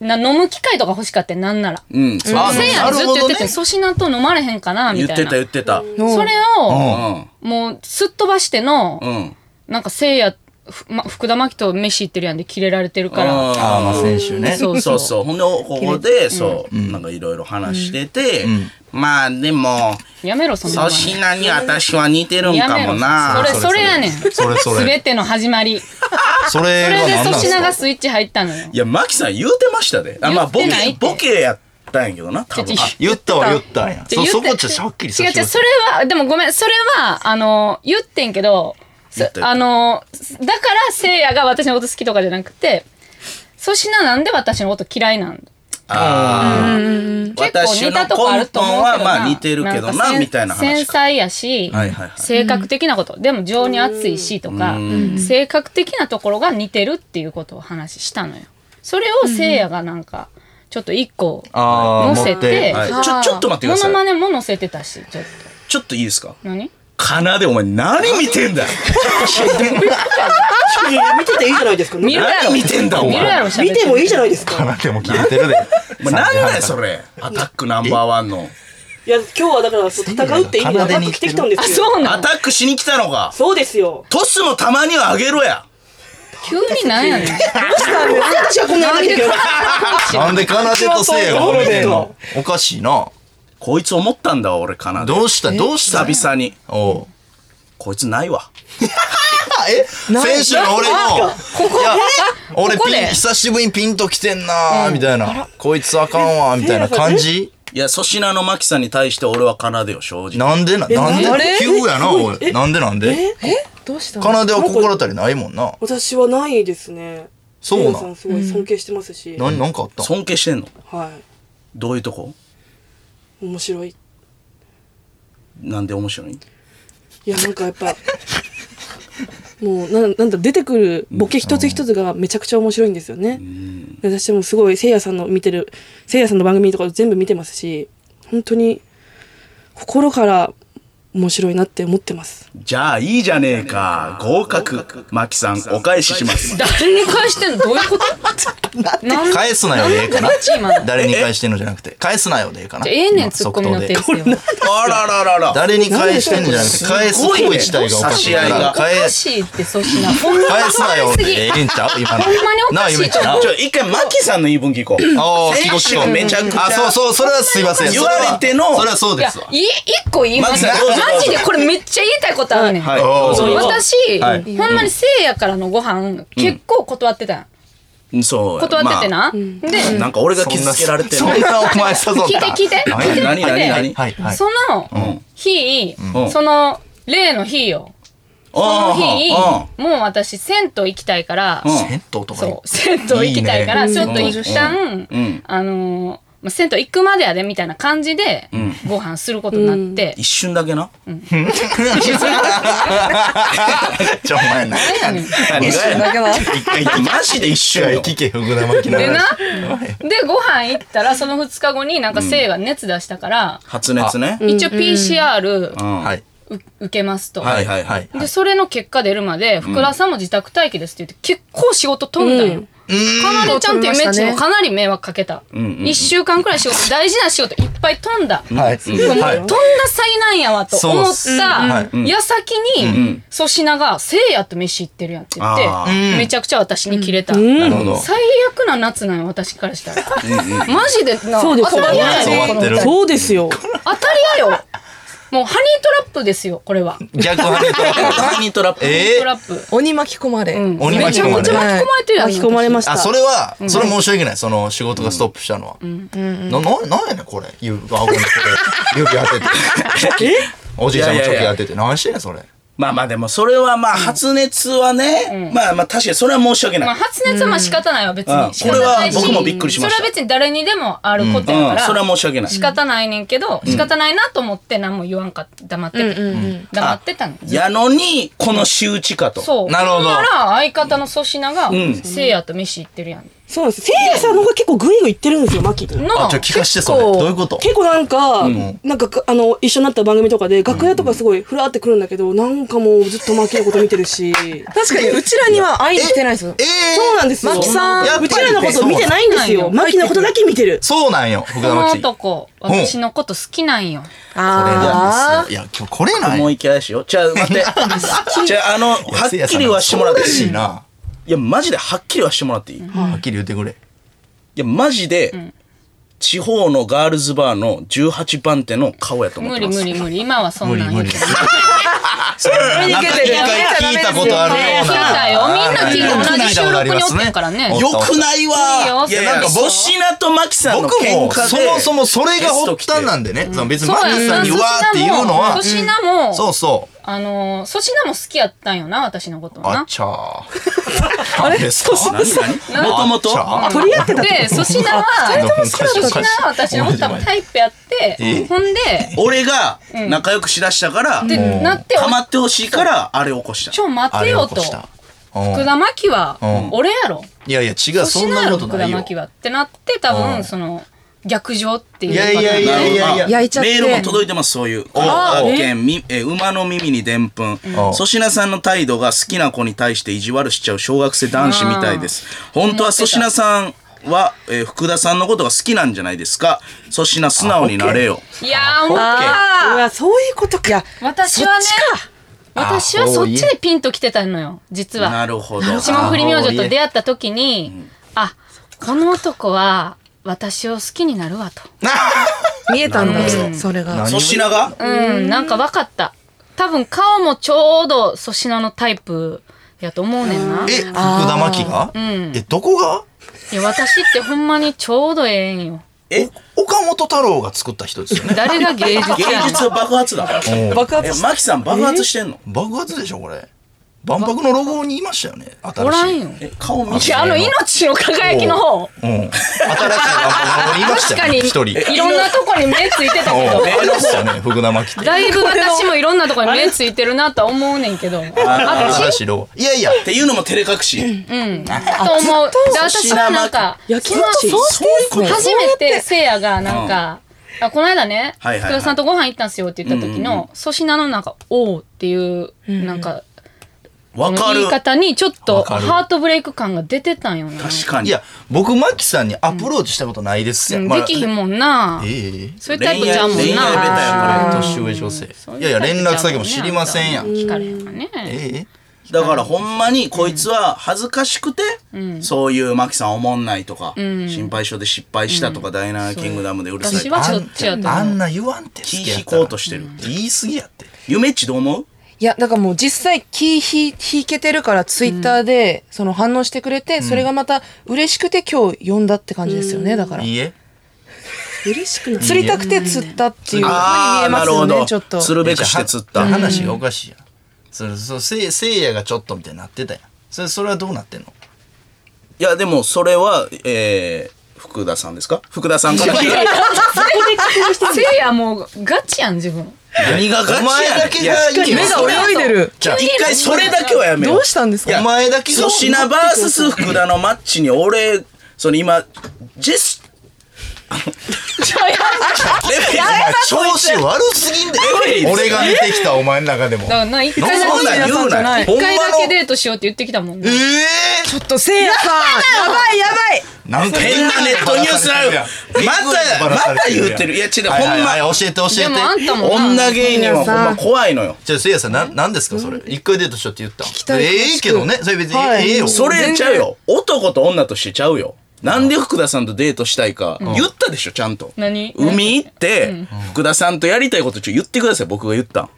Speaker 4: な飲む機会とか欲しかったよなんなら。
Speaker 2: うんそう
Speaker 1: あ
Speaker 4: せい
Speaker 1: な
Speaker 4: やに
Speaker 1: る
Speaker 4: ずっ
Speaker 1: ほどね
Speaker 4: と言ってて、粗品と飲まれへんかな、
Speaker 2: 言
Speaker 4: み
Speaker 2: った
Speaker 4: い
Speaker 2: て
Speaker 4: な。
Speaker 2: た言ってたう
Speaker 4: それを、
Speaker 2: ん
Speaker 4: もう、すっ飛ばしての、
Speaker 2: うん
Speaker 4: なんかせいや、ふま、福田真紀と飯行ってるやんで、キレられてるから。
Speaker 1: あーまあ選手ね。
Speaker 4: そう
Speaker 2: そ
Speaker 4: そうう。
Speaker 2: そう。ほんで、ここで、そう、なんかいろいろ話してて、まあでも、
Speaker 4: やめろ、その
Speaker 2: 粗品に私は似てるん
Speaker 4: や
Speaker 2: か
Speaker 4: め
Speaker 2: も
Speaker 4: ろ。
Speaker 2: な
Speaker 4: そ。れ、それやねん。
Speaker 1: それそれ
Speaker 4: すべての始まり。そ
Speaker 1: それは
Speaker 4: れで
Speaker 1: 何なん
Speaker 4: 粗
Speaker 1: です
Speaker 4: 品
Speaker 1: か
Speaker 4: がスイッチ入ったのよ
Speaker 2: い。や、マキさん言うてましたで。あ、まあ、ボ
Speaker 4: 言ってないっ
Speaker 2: ケ、
Speaker 4: て
Speaker 2: ボケやったんやけどな、多分
Speaker 4: ちょ。ちょ
Speaker 1: 言ったは言ったんや。そ、そこちょっとはっきりさ
Speaker 4: 違う
Speaker 1: せて
Speaker 4: 違
Speaker 1: くだ
Speaker 4: う、そ
Speaker 1: さい
Speaker 4: れは、でもごめん、それは、あの、言ってんけど、そ
Speaker 2: 言った言った
Speaker 4: あの、だから、せいやが私のこと好きとかじゃなくて、粗品なんで私のこと嫌いなん
Speaker 2: ああ。
Speaker 4: 結構似たとこあると思うけ
Speaker 2: 私の根本
Speaker 4: どな。
Speaker 2: はまあ似てるけどなん
Speaker 4: かせん
Speaker 2: みたいな話か
Speaker 4: 繊細やし、
Speaker 2: はいはいはい
Speaker 4: 性格的なこと。でも情に熱いしとか、性格的なところが似てるっていうことを話したのよ。それをせいやがなんか、ちょっと一個、
Speaker 1: あー
Speaker 4: 乗せ
Speaker 1: 持って
Speaker 4: て、
Speaker 2: はい
Speaker 3: あー
Speaker 2: ちょ、ちょっと待ってくだ
Speaker 4: モノ
Speaker 2: さ
Speaker 4: マ
Speaker 2: い。
Speaker 4: ネも乗せてたし、ちょっと。
Speaker 2: ちょっといいですか
Speaker 4: 何
Speaker 2: かなでお前何見てんだよ
Speaker 5: いやいや見てていいじゃないですか。
Speaker 4: 見るやろ
Speaker 2: 何見てんだお
Speaker 4: 見るや
Speaker 2: 前。
Speaker 4: ろ、
Speaker 5: 見てもいいじゃないです
Speaker 1: か
Speaker 5: か。
Speaker 1: なでも消えてるで。
Speaker 2: お前何だよそれ。アタックナンバーワンの。
Speaker 5: いや、今日はだから、そう戦うって意味でアタック来てきたんで
Speaker 4: あ、
Speaker 5: すよ。
Speaker 4: そうな
Speaker 2: ア
Speaker 4: の
Speaker 2: タックしに来たのか。
Speaker 5: そうですよ。
Speaker 2: トスもたまにはあげろや。
Speaker 4: 急にな
Speaker 2: [LAUGHS]
Speaker 4: んやねん。
Speaker 5: どうしたんですか私はこんな
Speaker 4: なん [LAUGHS]
Speaker 5: 話
Speaker 4: で
Speaker 5: け
Speaker 4: か
Speaker 5: ど。
Speaker 1: なんでかなでとせいやが褒めてんのおかしいな。
Speaker 2: こいつ思ったんだわ俺かなで。
Speaker 1: どうしたどうした
Speaker 2: 久々に。
Speaker 1: おう。
Speaker 2: こいつないわ。
Speaker 1: あ、 [LAUGHS] え先週の俺の、
Speaker 4: ここ
Speaker 1: いや俺
Speaker 4: ここ
Speaker 1: ピン、
Speaker 4: で
Speaker 1: 久しぶりにピンと来てんなーみたいな。こいつあかんわーみたいな感じ
Speaker 2: いや粗品のマキさんに対して俺はかなでよ正直。
Speaker 1: なんでな、なんで
Speaker 5: あれ
Speaker 1: 急やな、おい。なんでなんで
Speaker 5: え
Speaker 3: どうした
Speaker 1: かなでは心当たりないもんな。
Speaker 5: 私はないですね。
Speaker 1: そうなん
Speaker 5: 皆さんすごい尊敬してますし。
Speaker 1: 何、なんかあった
Speaker 2: 尊敬してんの
Speaker 5: は
Speaker 2: どういうとこ
Speaker 5: い。面白い。
Speaker 2: なんで面白い
Speaker 5: いや、なんかやっぱ、もう、なんなんだ、出てくるボケ一つ一つがめちゃくちゃ面白いんですよね。私もすごい、せいやさんの見てる、せいやさんの番組とか全部見てますし、本当に、心から面白いなって思ってます。
Speaker 2: じゃあいいじゃねえか。合格。マキさんお返しします。
Speaker 4: 誰に返してんのどういうこと
Speaker 2: [LAUGHS]
Speaker 4: なん
Speaker 1: 返すなよでええかな
Speaker 4: どっち今の
Speaker 1: 誰に返してんのじゃなくて、返すなよでええかな。
Speaker 4: ええね
Speaker 1: ま
Speaker 4: ん、
Speaker 1: あ
Speaker 4: ツッコミの
Speaker 1: 即答
Speaker 4: テ
Speaker 1: で
Speaker 4: イストよ。
Speaker 2: あらららら。
Speaker 1: 誰に返してんのじゃなくて、返す行為自体がおかしいか
Speaker 2: 差し合いが
Speaker 1: ら、
Speaker 4: お
Speaker 1: 返
Speaker 4: か
Speaker 1: す、
Speaker 4: しいって、粗品。ほんまに
Speaker 1: 返すなよでええんちゃう今の。
Speaker 4: ほんまにおかしいと思う
Speaker 1: なあゆめちゃん
Speaker 2: ちょ、一回マキさんの言い分聞こう。
Speaker 1: ああ、聞こう聞こ
Speaker 2: 選手が
Speaker 1: う。
Speaker 2: めちゃくちゃ。
Speaker 1: あ、そうそう、それはすいません。
Speaker 2: 言われての
Speaker 1: それはそう
Speaker 4: い
Speaker 1: で
Speaker 4: や
Speaker 1: すわ、。
Speaker 4: い一個言います
Speaker 2: マキさんどうぞ
Speaker 4: マジでこれめっちゃ言いたいことあるねん。
Speaker 2: はい。
Speaker 1: おー
Speaker 2: そうぞ
Speaker 4: 私、
Speaker 2: はい
Speaker 4: ほんまにせいやからのご飯、結構断ってたん。
Speaker 2: そう。
Speaker 4: 断っててな。で、
Speaker 2: まあ。なんか俺が傷つけられてる
Speaker 1: そん。なそんなお前誘った。
Speaker 4: 聞いて聞いて
Speaker 1: は
Speaker 4: 聞いて
Speaker 2: 何何何
Speaker 1: はいはい。
Speaker 4: その日、
Speaker 2: うん
Speaker 4: その例の日よ。その日、
Speaker 2: あ
Speaker 4: もう私、銭湯行きたいから、
Speaker 2: うん
Speaker 1: 銭湯とかに
Speaker 4: そう、銭湯行きたいから、
Speaker 1: いい
Speaker 4: ち
Speaker 1: ね
Speaker 4: ょっと一旦、
Speaker 2: うんうん
Speaker 4: あのーまあ銭湯行くまでやでみたいな感じで、ご飯することになって、
Speaker 2: 一瞬だけな。
Speaker 1: ちょ、お前な。
Speaker 4: 何やねん
Speaker 2: 何がやねん
Speaker 3: だけは
Speaker 1: 一回聞
Speaker 2: マジ
Speaker 1: け。
Speaker 2: で一
Speaker 1: 一
Speaker 2: 瞬
Speaker 1: 回
Speaker 2: よ。
Speaker 1: 聞け、福田巻きの
Speaker 4: でな
Speaker 1: 話。、
Speaker 4: で、ご飯行ったら、その2日後になんか生が熱出したから、
Speaker 2: 発熱ね。
Speaker 4: 一応 PCR
Speaker 2: うん
Speaker 1: はい。
Speaker 4: う受けますと。
Speaker 2: はいはいは
Speaker 1: はいい。
Speaker 4: で、それの結果出るまで、福田さんも自宅待機ですって言って、結構仕事飛んだんよ。かなりちゃんっていうメッチもかなり迷惑かけた。
Speaker 2: んうんうん
Speaker 4: 一週間くらい仕事、大事な仕事いっぱい飛ん
Speaker 1: は
Speaker 4: だ。
Speaker 1: い。
Speaker 4: もう
Speaker 1: はい
Speaker 4: 飛んだ災難やわと思っ
Speaker 1: そうっすうんは
Speaker 4: た
Speaker 1: い
Speaker 4: 矢先に粗品が「せいやと飯行ってるやん」って言って
Speaker 2: あ
Speaker 1: ー
Speaker 4: めちゃくちゃ私にキレた
Speaker 1: なるほど。
Speaker 4: 最悪な夏なんよ私からしたらマジでな当
Speaker 5: そうですよ
Speaker 4: たり屋や
Speaker 1: 終わっ
Speaker 4: でこの
Speaker 1: て
Speaker 4: 二
Speaker 1: る
Speaker 4: 人
Speaker 5: そうですよ。
Speaker 4: 当たり屋よもうハニートラップですよこれは
Speaker 1: 逆ハニートラップ。ハニートラップ。え
Speaker 4: ト
Speaker 1: え。
Speaker 4: ラップ
Speaker 6: 鬼巻き込まれ。
Speaker 4: うん
Speaker 1: 鬼巻き込まれ
Speaker 4: めちゃくちゃ巻き込まれてるやん
Speaker 5: 巻き込まれました。
Speaker 1: あ、それは、それは申し訳ない。その仕事がストップしたのは。な、な、なんやねん、これ。ゆう、あ、ごめん、これ。指当てて。おじいちゃんのチョキ当てて。何してんねん、それ。
Speaker 2: まあまあでもそれはまあ発熱はね、まあまあ確かにそれは申し訳
Speaker 4: ま
Speaker 2: な
Speaker 4: あ、
Speaker 2: い。
Speaker 4: 発熱はまあ仕方ないわ別に、
Speaker 2: うん
Speaker 4: 仕方ない
Speaker 2: これは僕もびっくりしました
Speaker 4: それは別に誰にでもあることや
Speaker 2: う
Speaker 4: か
Speaker 2: ん、
Speaker 4: ら、
Speaker 2: それは申し訳ない。
Speaker 4: 仕方ないねんけど、仕方ないなと思って何も言わんかった黙ってて、黙ってたの
Speaker 2: やのに、この仕打ちかと。
Speaker 4: そう
Speaker 1: なるほど
Speaker 4: ほんなら相方の粗品が
Speaker 2: ん
Speaker 4: 「せいやと飯行ってるやん」
Speaker 5: そうなんです。せいやさんの方が結構グイグイいってるんですよ、マキ。結
Speaker 4: な
Speaker 1: あ、ちょ、聞かして、それ。どういうこと
Speaker 5: 構なんか、なんかか、あの、一緒になった番組とかで、楽屋とかすごいふらーってくるんだけど、なんかもうずっとマキのこと見てるし。
Speaker 6: 確かに、うちらには会いに来てないですよ。
Speaker 1: ええ。
Speaker 5: そうなんですよ。
Speaker 6: マキさん
Speaker 1: やっぱり
Speaker 5: うちらのこと見てないんです
Speaker 4: そう
Speaker 5: よ。マキのことだけ見てる。
Speaker 1: そうなんよ、福
Speaker 4: こ
Speaker 1: 田
Speaker 4: の
Speaker 1: 麻貴。こ
Speaker 4: 男私のこと好きなんよ
Speaker 1: れなん
Speaker 6: あ
Speaker 1: ですよ。いや、今日これなん
Speaker 2: も
Speaker 1: よ。
Speaker 2: う一回しよう。じゃあ待って。じゃああの、はっきりはしてもらってい
Speaker 1: し
Speaker 2: い
Speaker 1: いな。
Speaker 2: いや、マジではっきりはしてもらっていい、い
Speaker 1: はっきり言ってくれ。
Speaker 2: や、マジで、地方のガールズバーの18番手の顔やと思っ
Speaker 4: 無
Speaker 2: て
Speaker 4: 理
Speaker 2: ます。
Speaker 4: 無理無理今はそんなん言ってない
Speaker 1: なんか一回聞いたことあるよ
Speaker 4: 聞
Speaker 1: う
Speaker 4: い
Speaker 1: な。
Speaker 4: たよみんな聞いて同じ収録におってんからね
Speaker 2: よくないわ
Speaker 4: 無理よ
Speaker 2: いや、
Speaker 4: そんな
Speaker 2: なんか、
Speaker 1: そう
Speaker 2: ボシナとマキさんの
Speaker 1: 僕
Speaker 2: 喧
Speaker 1: も
Speaker 2: 嘩で。
Speaker 1: そもそもそれが発端なんでね、その別にマ
Speaker 4: や
Speaker 1: キさんにわーって言うのは
Speaker 4: 粗、品も
Speaker 1: そうそう。
Speaker 4: あの粗品も好きやったんよな私のことも
Speaker 1: あ
Speaker 4: な
Speaker 1: っちゃー。あれですか
Speaker 2: 何何もともと
Speaker 1: あ
Speaker 5: 取り合ってたって
Speaker 4: で粗品は
Speaker 1: 人とも好きだった
Speaker 4: 粗品は私のこともタイプやって
Speaker 1: え
Speaker 4: ほんで
Speaker 2: 俺が仲良くしだしたから、
Speaker 4: で
Speaker 1: ん
Speaker 4: なって
Speaker 2: ハマってほしいから、あれ起こした。
Speaker 4: ちょ待
Speaker 1: あ
Speaker 4: て
Speaker 1: れ
Speaker 4: よ
Speaker 1: 起ことした。
Speaker 4: 福
Speaker 1: う
Speaker 4: 田真希は
Speaker 1: うん
Speaker 4: 俺やろ
Speaker 1: んいやいや、違う、
Speaker 4: 粗
Speaker 1: そん
Speaker 4: 品や
Speaker 1: な
Speaker 4: ろ
Speaker 1: ことな
Speaker 4: 福田
Speaker 1: い
Speaker 4: 真
Speaker 1: よ。
Speaker 4: 希はってなって多
Speaker 1: うん
Speaker 4: 分その逆上っていう
Speaker 1: い
Speaker 4: パタ
Speaker 1: や
Speaker 4: ーン
Speaker 1: いやいやいやいや。
Speaker 6: 焼いちゃって
Speaker 2: メールも届いてます、そういう。香川県、みえー馬の耳にでんぷん。粗品さんの態度が好きな子に対して意地悪しちゃう小学生男子みたいです。本当は粗品さんは、えー福田さんのことが好きなんじゃないですか。粗品素直になれよ。
Speaker 4: いやー思った
Speaker 5: うわ、そういうことか。
Speaker 4: 私はね私は
Speaker 1: あそ
Speaker 4: そうっ
Speaker 1: いう
Speaker 4: ちでピンと来てたのよ実は
Speaker 2: なるほど。
Speaker 4: 霜降り明星と出会った時にあこの男は私を好きになるわと
Speaker 6: 見えたんだ、それが。
Speaker 2: 粗品が
Speaker 4: うんなんか分かった多分顔もちょうど粗品のタイプやと思うねんな
Speaker 1: え、福田真希がえ、どこが
Speaker 4: いや私ってほんまにちょうどええんよ
Speaker 1: え、岡本太郎が作った人ですよね。
Speaker 4: 誰が芸
Speaker 2: [LAUGHS]
Speaker 4: 術
Speaker 2: 芸
Speaker 4: やねん
Speaker 2: 術は爆発だ。
Speaker 5: 爆
Speaker 2: え
Speaker 5: 発し、
Speaker 2: マキさん爆発してんの
Speaker 1: 爆発でしょ、これ。万博のロゴにいましたよね、新しい。
Speaker 4: おらんよ
Speaker 2: え、顔見
Speaker 4: い
Speaker 2: て
Speaker 4: やあの命の輝きの方
Speaker 1: うん。新しい万博のロゴにいましたよね、一人。
Speaker 4: 確かにいろんなとこに目ついてたけ
Speaker 1: お
Speaker 4: ど
Speaker 1: ありましたよね、福田真紀って。
Speaker 4: だいぶ私もいろんなとこに目ついてるなとは思うねんけどあ
Speaker 1: 新しいロゴ。いやいや、
Speaker 2: っていうのも照れ隠し。
Speaker 4: うんと思うで私はなんか
Speaker 5: いや、きっとそう
Speaker 2: そういうこと
Speaker 4: 初めてせいやがなんか、あこの間ね、
Speaker 2: はいはいはい
Speaker 4: 福田さんとご飯行ったんすよって言った時の粗品、のなんか「おう」っていうなんか、
Speaker 2: わか
Speaker 4: 言
Speaker 2: る
Speaker 4: い。方にちょっと
Speaker 1: わかる
Speaker 4: ハートブレイク感が出てたんよな、
Speaker 2: 確か
Speaker 1: い
Speaker 2: に。
Speaker 1: や、僕、真紀さんにアプローチしたことないです
Speaker 4: う
Speaker 1: よ。
Speaker 4: ん
Speaker 1: まあ
Speaker 4: できひんもんな、
Speaker 1: ええ。
Speaker 4: そういうタイプじゃんもんな
Speaker 2: 恋愛恋愛ベタやから
Speaker 4: あー
Speaker 1: 年上女性
Speaker 4: そう。
Speaker 1: いうやいや、連絡先も知
Speaker 4: タイプじゃ
Speaker 1: りませんやん。
Speaker 4: 聞かれへんわね、
Speaker 1: ええ。
Speaker 2: だからほんまにこいつは恥ずかしくて、そういうマキさんおもんないとか、心配性で失敗したとか、ダイナーキングダムでうるさい
Speaker 4: 私
Speaker 2: とか
Speaker 4: はそっちやと
Speaker 1: あ
Speaker 4: 思
Speaker 1: ん
Speaker 4: う
Speaker 1: な言わんて。
Speaker 2: 気
Speaker 1: 好きや
Speaker 2: 引
Speaker 1: ったら
Speaker 2: こうとしてる。
Speaker 1: 言い過ぎやって。
Speaker 2: 夢っちどう思う
Speaker 6: いや、だからもう実際気ひ引けてるからツイッターでその反応してくれて、それがまた嬉しくて今日呼んだって感じですよね、だから。
Speaker 1: いいえ。
Speaker 5: 嬉しくない。
Speaker 6: 釣りたくて釣ったっていうふうに見
Speaker 2: あ
Speaker 6: え
Speaker 2: ー、な
Speaker 6: ます
Speaker 2: る
Speaker 6: よ
Speaker 2: ほ
Speaker 6: ね、
Speaker 2: ど。
Speaker 6: ちょっと。
Speaker 2: するべくして釣っ
Speaker 1: じゃあ
Speaker 2: た。
Speaker 1: 話がおかしいやん。それ、そう、せい、せいやがちょっとみたいになってたやん。それ、それはどうなってんの
Speaker 2: いや、でもそれは、えー、福田さんですか福田さんから聞いた
Speaker 4: せいやもうガチやん自分
Speaker 2: 何がガ
Speaker 1: お前だ
Speaker 2: チ
Speaker 1: け
Speaker 2: や
Speaker 1: が
Speaker 2: ねんいや
Speaker 1: 意見
Speaker 6: 目が泳いでる。
Speaker 1: じゃあ、
Speaker 2: 一回それだけはやめよ
Speaker 6: ど
Speaker 2: う
Speaker 6: う。したんです
Speaker 2: いや
Speaker 6: か
Speaker 1: お前だけが
Speaker 2: 粗品バースス福田のマッチに俺、その今、ジェス、レフェリー
Speaker 1: 調子悪すぎんだよ。俺が見てきたお前の中でも
Speaker 4: だ。からな一
Speaker 2: そ
Speaker 4: 回だ
Speaker 2: んなん
Speaker 4: け
Speaker 2: 言うなよ。
Speaker 4: 一回だ
Speaker 2: ほんま
Speaker 4: け
Speaker 2: の
Speaker 4: デートしようって言ってきたもん
Speaker 1: え
Speaker 4: ね
Speaker 1: え
Speaker 6: ちょっとせいやさんやばいやばい
Speaker 1: なんか
Speaker 2: 変なネットニュースあるまたまた言ってるいや違うほんま
Speaker 1: 教えて教えて
Speaker 4: でもあんたも
Speaker 2: 女芸人はほんま怖いのよ
Speaker 1: じゃあせいやさんななんですかそれ一回デートしようって言った聞き
Speaker 6: たい
Speaker 1: ええけどねそれ別に
Speaker 6: はい
Speaker 1: ええよ
Speaker 2: それちゃうよ男と女としてちゃうよなんで福田さんとデートしたいか言ったでしょちゃんと
Speaker 4: 何
Speaker 2: 海行って福田さんとやりたいことちょ言ってください僕が言ったん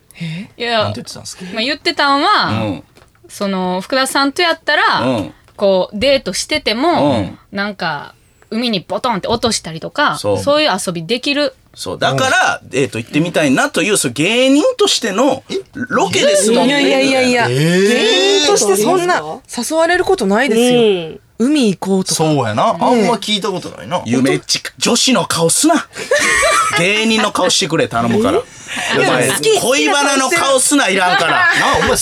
Speaker 4: いや
Speaker 1: なんて言ってたんですか
Speaker 4: まあ、言ってたん
Speaker 2: う
Speaker 4: は、
Speaker 2: ん
Speaker 4: その福田さんとやったら、
Speaker 2: うん
Speaker 4: こうデートしてて
Speaker 2: う
Speaker 4: も、
Speaker 2: ん
Speaker 4: なんか海にボトンって落としたりとか
Speaker 2: そ
Speaker 4: そうういう遊びできる
Speaker 2: そうだからデート行ってみたいなというそう芸人としてのロケです
Speaker 6: い
Speaker 2: もん
Speaker 6: やいやいやいや
Speaker 1: ええ
Speaker 6: そしてそんな
Speaker 5: そう
Speaker 6: 誘われることないですよ、
Speaker 5: ん。
Speaker 6: 海行こうとか
Speaker 1: そうやなあんま聞いたことないな
Speaker 2: 夢ち女子の顔すな
Speaker 1: [LAUGHS]
Speaker 2: 芸人の顔してくれ頼むからお前
Speaker 6: 好き
Speaker 2: 恋バナの顔すないらんから
Speaker 1: なあお前好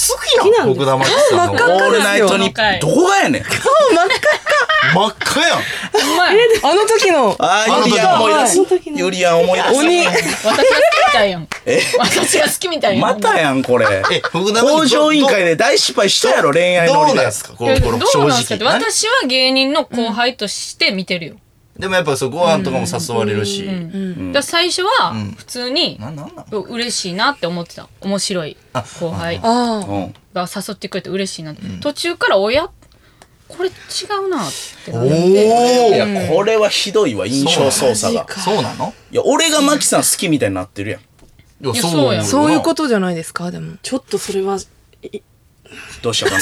Speaker 1: きなの奥田真紀さんの
Speaker 6: 真っ
Speaker 2: オ
Speaker 6: 赤
Speaker 2: ールナイト
Speaker 4: こ
Speaker 2: に
Speaker 4: の回
Speaker 2: どこがやねん
Speaker 1: 真っ赤やん
Speaker 4: ほんまや
Speaker 6: あの時の
Speaker 1: あ
Speaker 2: ああ
Speaker 1: の
Speaker 2: ユ
Speaker 1: 時
Speaker 2: リアン思い出す
Speaker 5: あの時の
Speaker 2: ユリアン思い出す
Speaker 6: 鬼
Speaker 4: 私が好きみたいやん私が好きみたいやん
Speaker 2: またやんこれ
Speaker 1: え福田真紀
Speaker 2: 工場委員会で大失敗したやろ恋愛
Speaker 1: ど
Speaker 2: の
Speaker 1: うなんですかこ
Speaker 4: い
Speaker 1: の
Speaker 4: やどう
Speaker 1: 頃正
Speaker 4: なんですかって
Speaker 1: 直何
Speaker 4: 私は芸人の後輩として見てるよ、
Speaker 1: でもやっぱそうご飯とかも誘われるし
Speaker 4: だから最初は普通に、
Speaker 1: ななんなの
Speaker 4: う嬉しいなって思ってた面白い後輩が
Speaker 6: あ
Speaker 2: うん
Speaker 4: 誘ってくれて嬉しいなって、途中から親これ違うなってなって
Speaker 1: お
Speaker 2: いやこれはひどいわ印象操作が
Speaker 1: おそうなの
Speaker 2: いや俺がマキさん好きみたいになってるやん
Speaker 1: いや
Speaker 4: いやそうやん
Speaker 6: あそういうこととじゃないですかでも
Speaker 5: ちょっとそれは、い
Speaker 2: どうした
Speaker 1: [LAUGHS]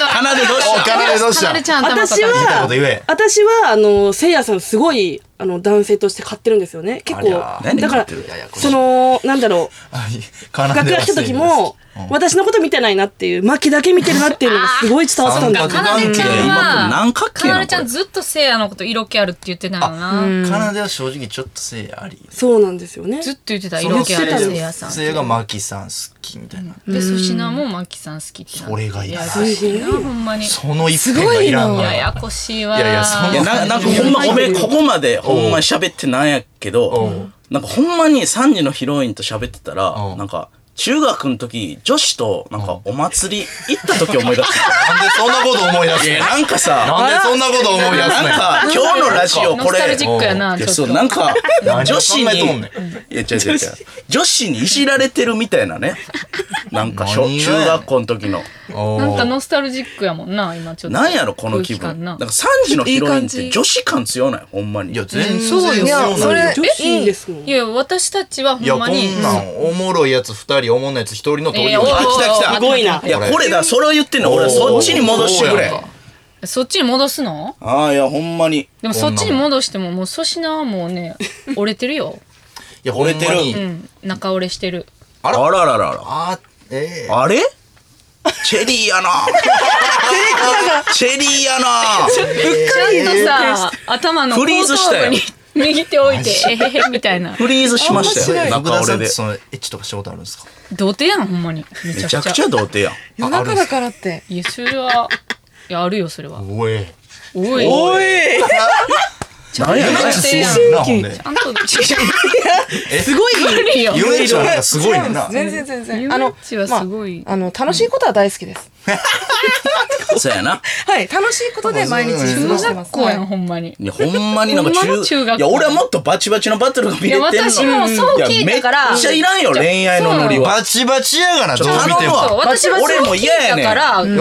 Speaker 2: かな鼻でどう
Speaker 1: お
Speaker 2: した
Speaker 1: 金でどうした
Speaker 4: 離れちゃん頭かか
Speaker 5: 私
Speaker 4: る
Speaker 1: 言いたいこ
Speaker 5: は
Speaker 1: と言え、
Speaker 5: 私は、あの、せいやさんすごい、あの、男性として買ってるんですよね。結構。
Speaker 1: あ
Speaker 2: りゃ
Speaker 5: だか
Speaker 2: 何買っ
Speaker 5: ら
Speaker 2: てる
Speaker 1: やや、こしい
Speaker 5: その、なんだろ、
Speaker 1: あいいう金
Speaker 5: 楽
Speaker 1: 出
Speaker 5: 屋
Speaker 1: は
Speaker 5: 来た
Speaker 1: せい
Speaker 5: 時
Speaker 1: で
Speaker 5: も、私のこと見てないなっていう、巻だけ見てるなっていうのがすごい伝わってたんです
Speaker 1: あ
Speaker 5: よ
Speaker 1: ー。
Speaker 4: かなでちゃん
Speaker 1: いや
Speaker 2: 今
Speaker 4: は
Speaker 2: 何角形
Speaker 4: か
Speaker 2: なの
Speaker 4: なでちゃんずっとせいやのこと色気あるって言ってたよな
Speaker 1: す金出は正直ちょっとせいやあり
Speaker 5: そうなんですよね。
Speaker 4: ずっと言ってた色気あるせいやさん
Speaker 1: せいやがマキさん好きみたいな
Speaker 4: で粗品もマキさん好きってなって
Speaker 1: それがいい
Speaker 4: ややこしいなほんまに
Speaker 1: その一点がいらん
Speaker 4: や
Speaker 1: な
Speaker 4: やこしいわ
Speaker 1: いやいやそん
Speaker 2: いやななんかほんまごめんここまでほんま喋ってなんやけどなんかほんまに3時のヒロインと喋ってたら
Speaker 1: うん
Speaker 2: なんか中学の時女子となんかお祭り行った時思い出し
Speaker 1: [LAUGHS] なんでそんなこと思い出
Speaker 2: た
Speaker 1: す
Speaker 2: い
Speaker 1: ね
Speaker 2: や
Speaker 1: ん
Speaker 2: なんかさ
Speaker 1: なんでそんなこと思い出すねん
Speaker 2: なんか今日のラジオ
Speaker 4: ノ
Speaker 2: こ
Speaker 4: スタル
Speaker 2: れ
Speaker 4: ジックやないちょ
Speaker 2: や
Speaker 4: っと
Speaker 2: そうなんか
Speaker 1: 何を
Speaker 2: 女子
Speaker 1: 考えとんね
Speaker 2: に
Speaker 1: ん
Speaker 2: いや違う違う違う女子にいじられてるみたいなねなんか小
Speaker 1: 何が
Speaker 2: 中学校の時の
Speaker 1: おー
Speaker 4: なんかノスタルジックやもんな今ちょっと
Speaker 2: なんやろこの気
Speaker 4: 空
Speaker 2: 分
Speaker 4: 感
Speaker 2: なん
Speaker 4: な
Speaker 2: か3時のヒロインって女子感強ないほんまに
Speaker 1: いや全然
Speaker 4: そうよ
Speaker 1: ない
Speaker 6: やそれ
Speaker 5: 女子ですもん
Speaker 4: い。や私たちはほ
Speaker 1: いや
Speaker 4: ん
Speaker 1: こ
Speaker 4: まに
Speaker 1: んなんおもろいやつ二人おもんないやつ一人の通り
Speaker 4: いや
Speaker 1: よ
Speaker 4: おいおいおい
Speaker 2: 来た来た
Speaker 5: すごいな。
Speaker 2: いや、これだ、それを言ってんの。俺はそっちに戻してく
Speaker 1: お
Speaker 2: れ
Speaker 1: ーそうやん。か
Speaker 4: そっちに戻すの
Speaker 2: ああ、いや、ほんまに。
Speaker 4: でもそっちに戻してももう粗品はも
Speaker 2: [LAUGHS]
Speaker 4: うね折れてるよ、
Speaker 1: いや折れてる
Speaker 4: う、ん、中折れしてる
Speaker 2: あらららら
Speaker 1: あええ
Speaker 2: ら。あれチェリー
Speaker 4: [LAUGHS]
Speaker 2: やな。チェリーやな。
Speaker 4: ちゃんとさ頭の
Speaker 2: フリーズしたよ
Speaker 4: 後頭部に右
Speaker 2: [LAUGHS]
Speaker 4: 手置いてえへへみたいな
Speaker 2: フリーズしましたよ。
Speaker 1: 福
Speaker 2: 中
Speaker 1: 田さん
Speaker 2: 俺
Speaker 1: って
Speaker 2: で。
Speaker 1: そのエッチとかしたことあるんですか
Speaker 4: 童貞やんほんまにめ
Speaker 2: め
Speaker 4: ちゃ
Speaker 2: ち
Speaker 4: くちゃ
Speaker 2: ゃくちゃ童貞やん。
Speaker 6: 夜中だからって
Speaker 4: いやそれはいやあるよそれは
Speaker 1: おえ
Speaker 4: おいおい
Speaker 2: 何やねん。
Speaker 4: 童貞やんち
Speaker 1: なほんで
Speaker 4: ゃ
Speaker 2: [LAUGHS]
Speaker 4: んとすごい悪いよ
Speaker 1: 遊園地はなんかすごいねんな
Speaker 6: 全然全然
Speaker 4: 遊
Speaker 6: あの
Speaker 4: 園地はすごい
Speaker 6: まああの楽しいことは大好きです、
Speaker 2: そうやな。
Speaker 6: はい楽しいことで毎日過ご
Speaker 4: 中
Speaker 6: してま
Speaker 4: 学
Speaker 6: す
Speaker 4: 校や
Speaker 6: は
Speaker 4: ん
Speaker 6: い
Speaker 4: ほんまに
Speaker 2: いや、ほんまになんか
Speaker 4: ほんまの中
Speaker 2: 中。
Speaker 4: 学
Speaker 2: いや、俺はもっとバチバチのバトルが見れてんのに。
Speaker 4: いや私もそう聞いたから
Speaker 2: やめっちゃいらんよ、恋愛のノリは。
Speaker 1: バチバチやがなどう
Speaker 2: ちょ
Speaker 1: 見て
Speaker 2: 頼む
Speaker 4: そう
Speaker 1: も
Speaker 2: わ
Speaker 4: 私は
Speaker 2: 俺も
Speaker 4: そう聞い
Speaker 2: 嫌や
Speaker 4: た
Speaker 2: ねん
Speaker 4: からちょっと
Speaker 2: うん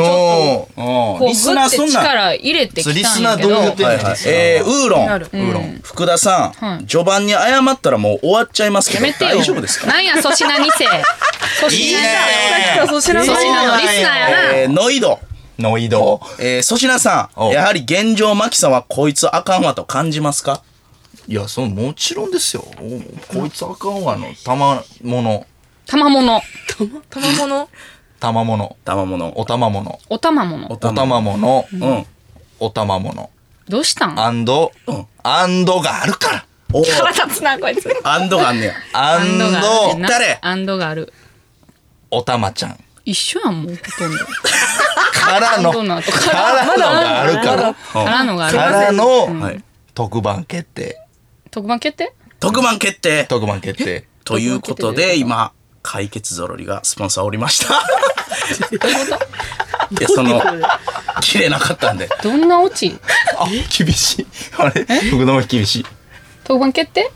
Speaker 4: こうグ
Speaker 2: リスナー
Speaker 4: ッ
Speaker 2: そ
Speaker 4: て
Speaker 2: んなん。
Speaker 4: 力入れて
Speaker 1: そう
Speaker 4: き
Speaker 1: リ
Speaker 4: た
Speaker 1: ス
Speaker 4: ん
Speaker 1: ナ
Speaker 4: や
Speaker 1: ー
Speaker 4: け
Speaker 1: どう言
Speaker 4: ど
Speaker 1: ってん
Speaker 2: は
Speaker 1: ね
Speaker 2: い
Speaker 1: ん
Speaker 2: はい。えー、ウーロン。
Speaker 1: ウーロン
Speaker 2: 福田さん、
Speaker 4: はい
Speaker 2: 序盤に謝ったらもう終わっちゃいますけ
Speaker 4: や
Speaker 2: ど
Speaker 4: めてよ。
Speaker 2: 大丈夫ですか、
Speaker 4: なんや、粗品
Speaker 2: [LAUGHS]
Speaker 4: 二世。粗
Speaker 1: いい
Speaker 4: 品
Speaker 1: ね
Speaker 4: さん。粗品のリスナーやな。
Speaker 2: えー、ノイド、
Speaker 1: ノイド
Speaker 2: えー、粗品さん
Speaker 1: お
Speaker 2: やはり現状マキさんはこいつあかんわと感じますか
Speaker 1: いやそのもちろんですよおこいつあかんわのたまもの
Speaker 4: たまもの。
Speaker 6: 玉物
Speaker 1: たまもの
Speaker 2: たまもの
Speaker 1: おたまもの
Speaker 4: おたまもの。
Speaker 1: おたまもの
Speaker 2: うん
Speaker 1: おたまもの
Speaker 4: どうしたん
Speaker 1: アンド
Speaker 2: ん
Speaker 1: アンドがあるから
Speaker 2: おー
Speaker 4: [LAUGHS] 腹立つな、こいつ。
Speaker 2: アンドがあんね [LAUGHS] や
Speaker 1: アン
Speaker 4: があるねん
Speaker 1: ド
Speaker 4: な
Speaker 2: 誰
Speaker 4: アンドがある。
Speaker 1: おたまちゃん
Speaker 4: 一緒やん、もうほと
Speaker 2: [LAUGHS]
Speaker 4: んど。
Speaker 1: からの
Speaker 4: アンド
Speaker 1: か
Speaker 4: の後から
Speaker 1: らのがあるから
Speaker 4: からのがあ
Speaker 1: か
Speaker 4: る。
Speaker 1: ら
Speaker 2: は
Speaker 1: の
Speaker 2: い
Speaker 1: 特番決定
Speaker 4: 特番決定
Speaker 2: 特番決定
Speaker 1: 特番決定
Speaker 2: ということで今解決ぞろりがスポンサーおりました [LAUGHS]
Speaker 4: どういうこと
Speaker 2: いやその切れなかったんで。
Speaker 4: どんなオチ
Speaker 1: あ、厳しい。あれ僕のも厳しい。
Speaker 4: 特番決定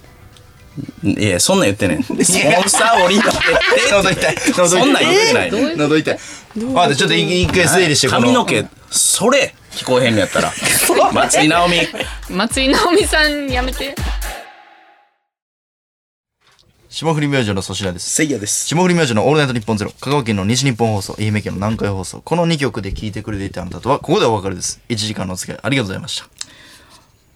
Speaker 2: いや、そんなん言ってねん。スポンサー降りたって
Speaker 1: 喉痛い。喉痛い。
Speaker 2: そんなん言ってないね
Speaker 4: どういう
Speaker 1: 喉痛い。あ、でちょっと一回整理してこ
Speaker 2: 髪の毛、それ、聞こえへんのや [LAUGHS] ったら。松井直美。
Speaker 4: 松井直美さんやめて
Speaker 1: 霜降り明星の粗品です。
Speaker 2: せいやです。
Speaker 1: 霜降り明星のオールナイトニッポンゼロ、香川県の西日本放送、愛媛県の南海放送、この2曲で聴いてくれていたあなたとは、ここでお別れです。1時間のお付き合いありがとうございました。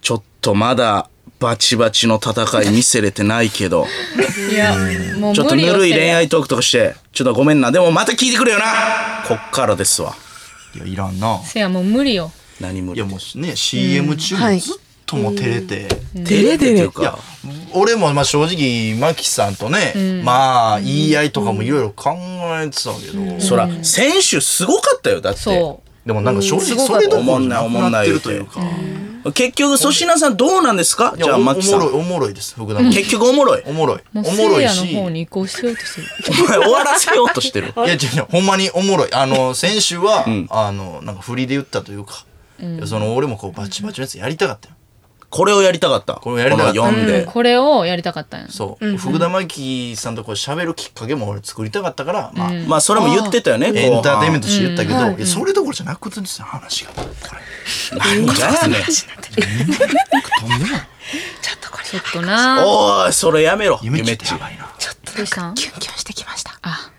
Speaker 2: ちょっとまだ、バチバチの戦い見せれてないけど、
Speaker 4: いやもう
Speaker 2: ちょっと
Speaker 4: 無
Speaker 2: ぬ
Speaker 4: 理を
Speaker 2: る
Speaker 4: せ
Speaker 2: い恋愛トークとかして、ちょっとごめんな。でもまた聞いてくれよなこっからですわ。
Speaker 1: いや、いらんな。
Speaker 4: せやもう無理よ
Speaker 2: 何も。
Speaker 1: いや、もうね、CM 中もずっともう照れて。
Speaker 2: 照れてるいう
Speaker 1: いや
Speaker 2: か。、
Speaker 1: 俺もまあ正直、マキさんとね、まあ、言い合いとかもいろいろ考えてたけど、
Speaker 2: そら、選手すごかったよ、だって。
Speaker 4: そ
Speaker 1: でもなんか正
Speaker 4: す
Speaker 1: 直
Speaker 4: ご
Speaker 1: そ
Speaker 4: かった
Speaker 1: れどころじゃなくなってるというか。
Speaker 2: 結局、粗品さんどうなんですか
Speaker 1: い
Speaker 2: じゃ
Speaker 1: や、
Speaker 2: あ、
Speaker 1: おお
Speaker 2: マ
Speaker 1: も
Speaker 2: ッチさ
Speaker 1: ろい、
Speaker 2: ん。
Speaker 1: おもろいです、福田も。
Speaker 2: 結局おもろい。
Speaker 1: おもろい。
Speaker 4: うもう
Speaker 1: おもろ
Speaker 4: せい
Speaker 1: い
Speaker 4: やの
Speaker 1: し。
Speaker 4: 方に移行しようとする
Speaker 2: お前終わらせようとして
Speaker 4: [LAUGHS]
Speaker 2: る。
Speaker 1: いや違う違うほんまにおもろいあ [LAUGHS] の先週は、あのなんか振りで言ったというか、いやその俺もこうバチバチのやつやりたかったよ
Speaker 2: これをやりたかった。
Speaker 1: これをやりたかった
Speaker 2: この読ん
Speaker 4: うん
Speaker 2: で。
Speaker 4: これをやりたかったんや
Speaker 1: そう、福田真紀さんとこう喋るきっかけも俺作りたかったから、まあ
Speaker 2: まあ、それも言ってたよね、
Speaker 1: エンターテインメン
Speaker 2: ト。
Speaker 1: トして言ったけど、いやそれどころじゃなくてですね話がこれ
Speaker 2: なんじゃやねん
Speaker 4: ちょっとな
Speaker 2: おい、それやめろ、ゆ
Speaker 1: 夢
Speaker 2: め
Speaker 1: っ
Speaker 2: っ
Speaker 1: ち
Speaker 2: ち
Speaker 1: や。ばいな
Speaker 4: どうしたん
Speaker 6: キュンキュンしてきました。
Speaker 4: あ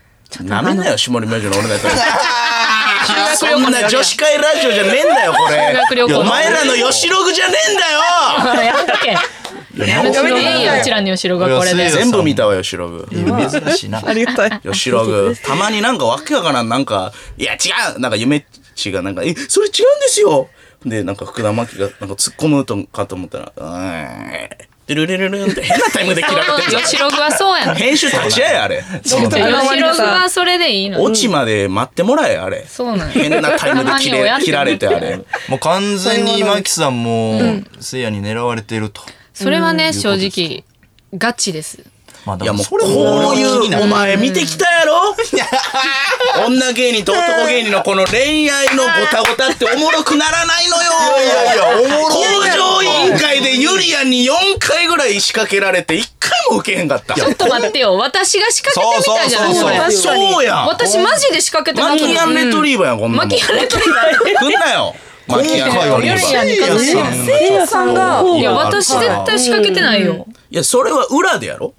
Speaker 2: なめんなよ、下り明星の俺だから。そんな女子会ラジオじゃねえんだよ、こ
Speaker 4: 修学
Speaker 2: れ。
Speaker 4: 旅行
Speaker 2: お前らの吉ログじゃねえんだよ
Speaker 4: やめとけやめとけいいようちらの吉郎がこれ
Speaker 1: いや
Speaker 4: で
Speaker 1: せ
Speaker 2: 全部見たわ、吉ログ。
Speaker 1: 珍しいな
Speaker 6: りがたい。
Speaker 2: 吉ログ。たまになんかわけわからん、なんか、いや違うなんか夢っちがなんか、え、それ違うんですよで、なんか福田真紀がなんか突っ込むとかと思ったら、うーん。でるるるるんって変なタイムで切られてるじゃん
Speaker 4: 吉郎はそうやね
Speaker 2: 編集立ち会え、あれ。
Speaker 4: 吉郎はそれでいいの
Speaker 2: オチまで待ってもらえ、あれ。
Speaker 4: そうなん
Speaker 2: 変
Speaker 4: や
Speaker 2: なタイムで切
Speaker 4: たまにお
Speaker 2: れ
Speaker 4: やって
Speaker 2: 切られて、あれ。
Speaker 1: もう完全に真紀さんも、せいやに狙われてると
Speaker 4: それはね正直ガチです
Speaker 1: まあ
Speaker 2: い
Speaker 1: で
Speaker 2: やもう、
Speaker 1: そ
Speaker 2: こ
Speaker 1: れも
Speaker 2: う
Speaker 1: 俺は気に
Speaker 2: い
Speaker 1: な
Speaker 2: う、
Speaker 1: る
Speaker 2: お前見てきた
Speaker 1: [LAUGHS]
Speaker 2: やろ女芸人と男芸人のこの恋愛のごたごたっておもろくならないのよ
Speaker 1: いやいやおもろいやろ
Speaker 2: 工場委員会でユリアンに4回ぐらい仕掛けられて1回も受けへんかった。
Speaker 4: ちょっと待ってよ私が仕掛けてみたじゃな
Speaker 1: そうそう
Speaker 4: いそ
Speaker 1: そう
Speaker 4: れ
Speaker 1: そう
Speaker 2: そうやん。
Speaker 4: 私マジで仕掛けて
Speaker 2: マ
Speaker 4: なかっ
Speaker 2: キアンレトリーバーやん、こんなも
Speaker 4: マ
Speaker 2: ん。
Speaker 4: キアンレトリーバー
Speaker 2: 来んなよ。マキアンレトリーバ
Speaker 4: 今夜
Speaker 2: ー。
Speaker 4: に
Speaker 1: せいやさん
Speaker 5: せいやさんが、
Speaker 4: いや私絶対仕掛けてないよ、
Speaker 2: いや、それは裏でやろ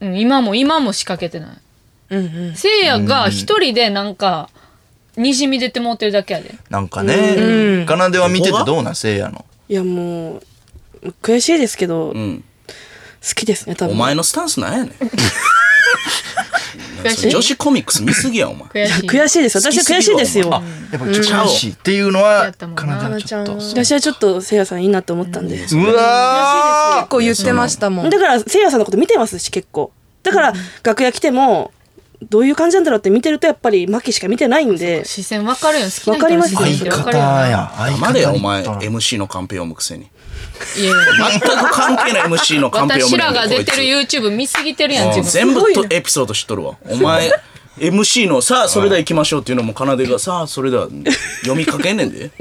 Speaker 4: うん今も今も仕掛けてない、せいやが一人でなんかにじみ出てもうてるだけやで
Speaker 1: なんかね、奏では見ててどうなんせいやの。
Speaker 5: いやもう、悔しいですけど、
Speaker 2: う
Speaker 5: 好
Speaker 2: ん。
Speaker 5: きですね、多
Speaker 2: お
Speaker 5: 分。
Speaker 2: 前のスタンスなんやね
Speaker 4: 悔し
Speaker 2: ん。
Speaker 4: い
Speaker 2: 女子コミックス見すぎや、お前。
Speaker 4: 悔しい
Speaker 5: 悔しいです。私は悔しいですよ。
Speaker 1: やっぱ女子っていうのは、
Speaker 4: やっ
Speaker 1: 奏
Speaker 4: たもん
Speaker 1: で
Speaker 4: な
Speaker 1: はちょっと。
Speaker 5: 私はちょっとせいやさんいいなと思ったんで。
Speaker 1: うわ
Speaker 6: 結構言ってましたもん
Speaker 5: だ。からせいやさんのこと見てますし結構だから楽屋来てもどういう感じなんだろうって見てるとやっぱりマキしか見てないんで
Speaker 4: 視線分かるよ好きな人の視
Speaker 5: わ
Speaker 1: ー
Speaker 5: か
Speaker 4: 線っ
Speaker 5: ります
Speaker 4: て
Speaker 1: 相
Speaker 4: 分か
Speaker 1: 方
Speaker 4: るよな
Speaker 1: や、相
Speaker 2: 黙
Speaker 1: 方
Speaker 2: れ
Speaker 1: に
Speaker 2: よ、お前。
Speaker 1: 言ったら
Speaker 2: MC のカンペ読むくせに。
Speaker 4: いやいや
Speaker 2: 全く関係ない MC のカンペ読
Speaker 4: 私
Speaker 2: むね
Speaker 4: らが出てる
Speaker 2: こ
Speaker 4: YouTube 見すぎてるやん
Speaker 2: いつ
Speaker 4: 自
Speaker 2: うん全
Speaker 4: 分
Speaker 2: 部
Speaker 5: すご
Speaker 2: と
Speaker 5: いな
Speaker 2: エピソード知っとるわ。お前、MC のさあ、それでは行きましょうっていうのも奏がさあ、それでは読みかけんねんで。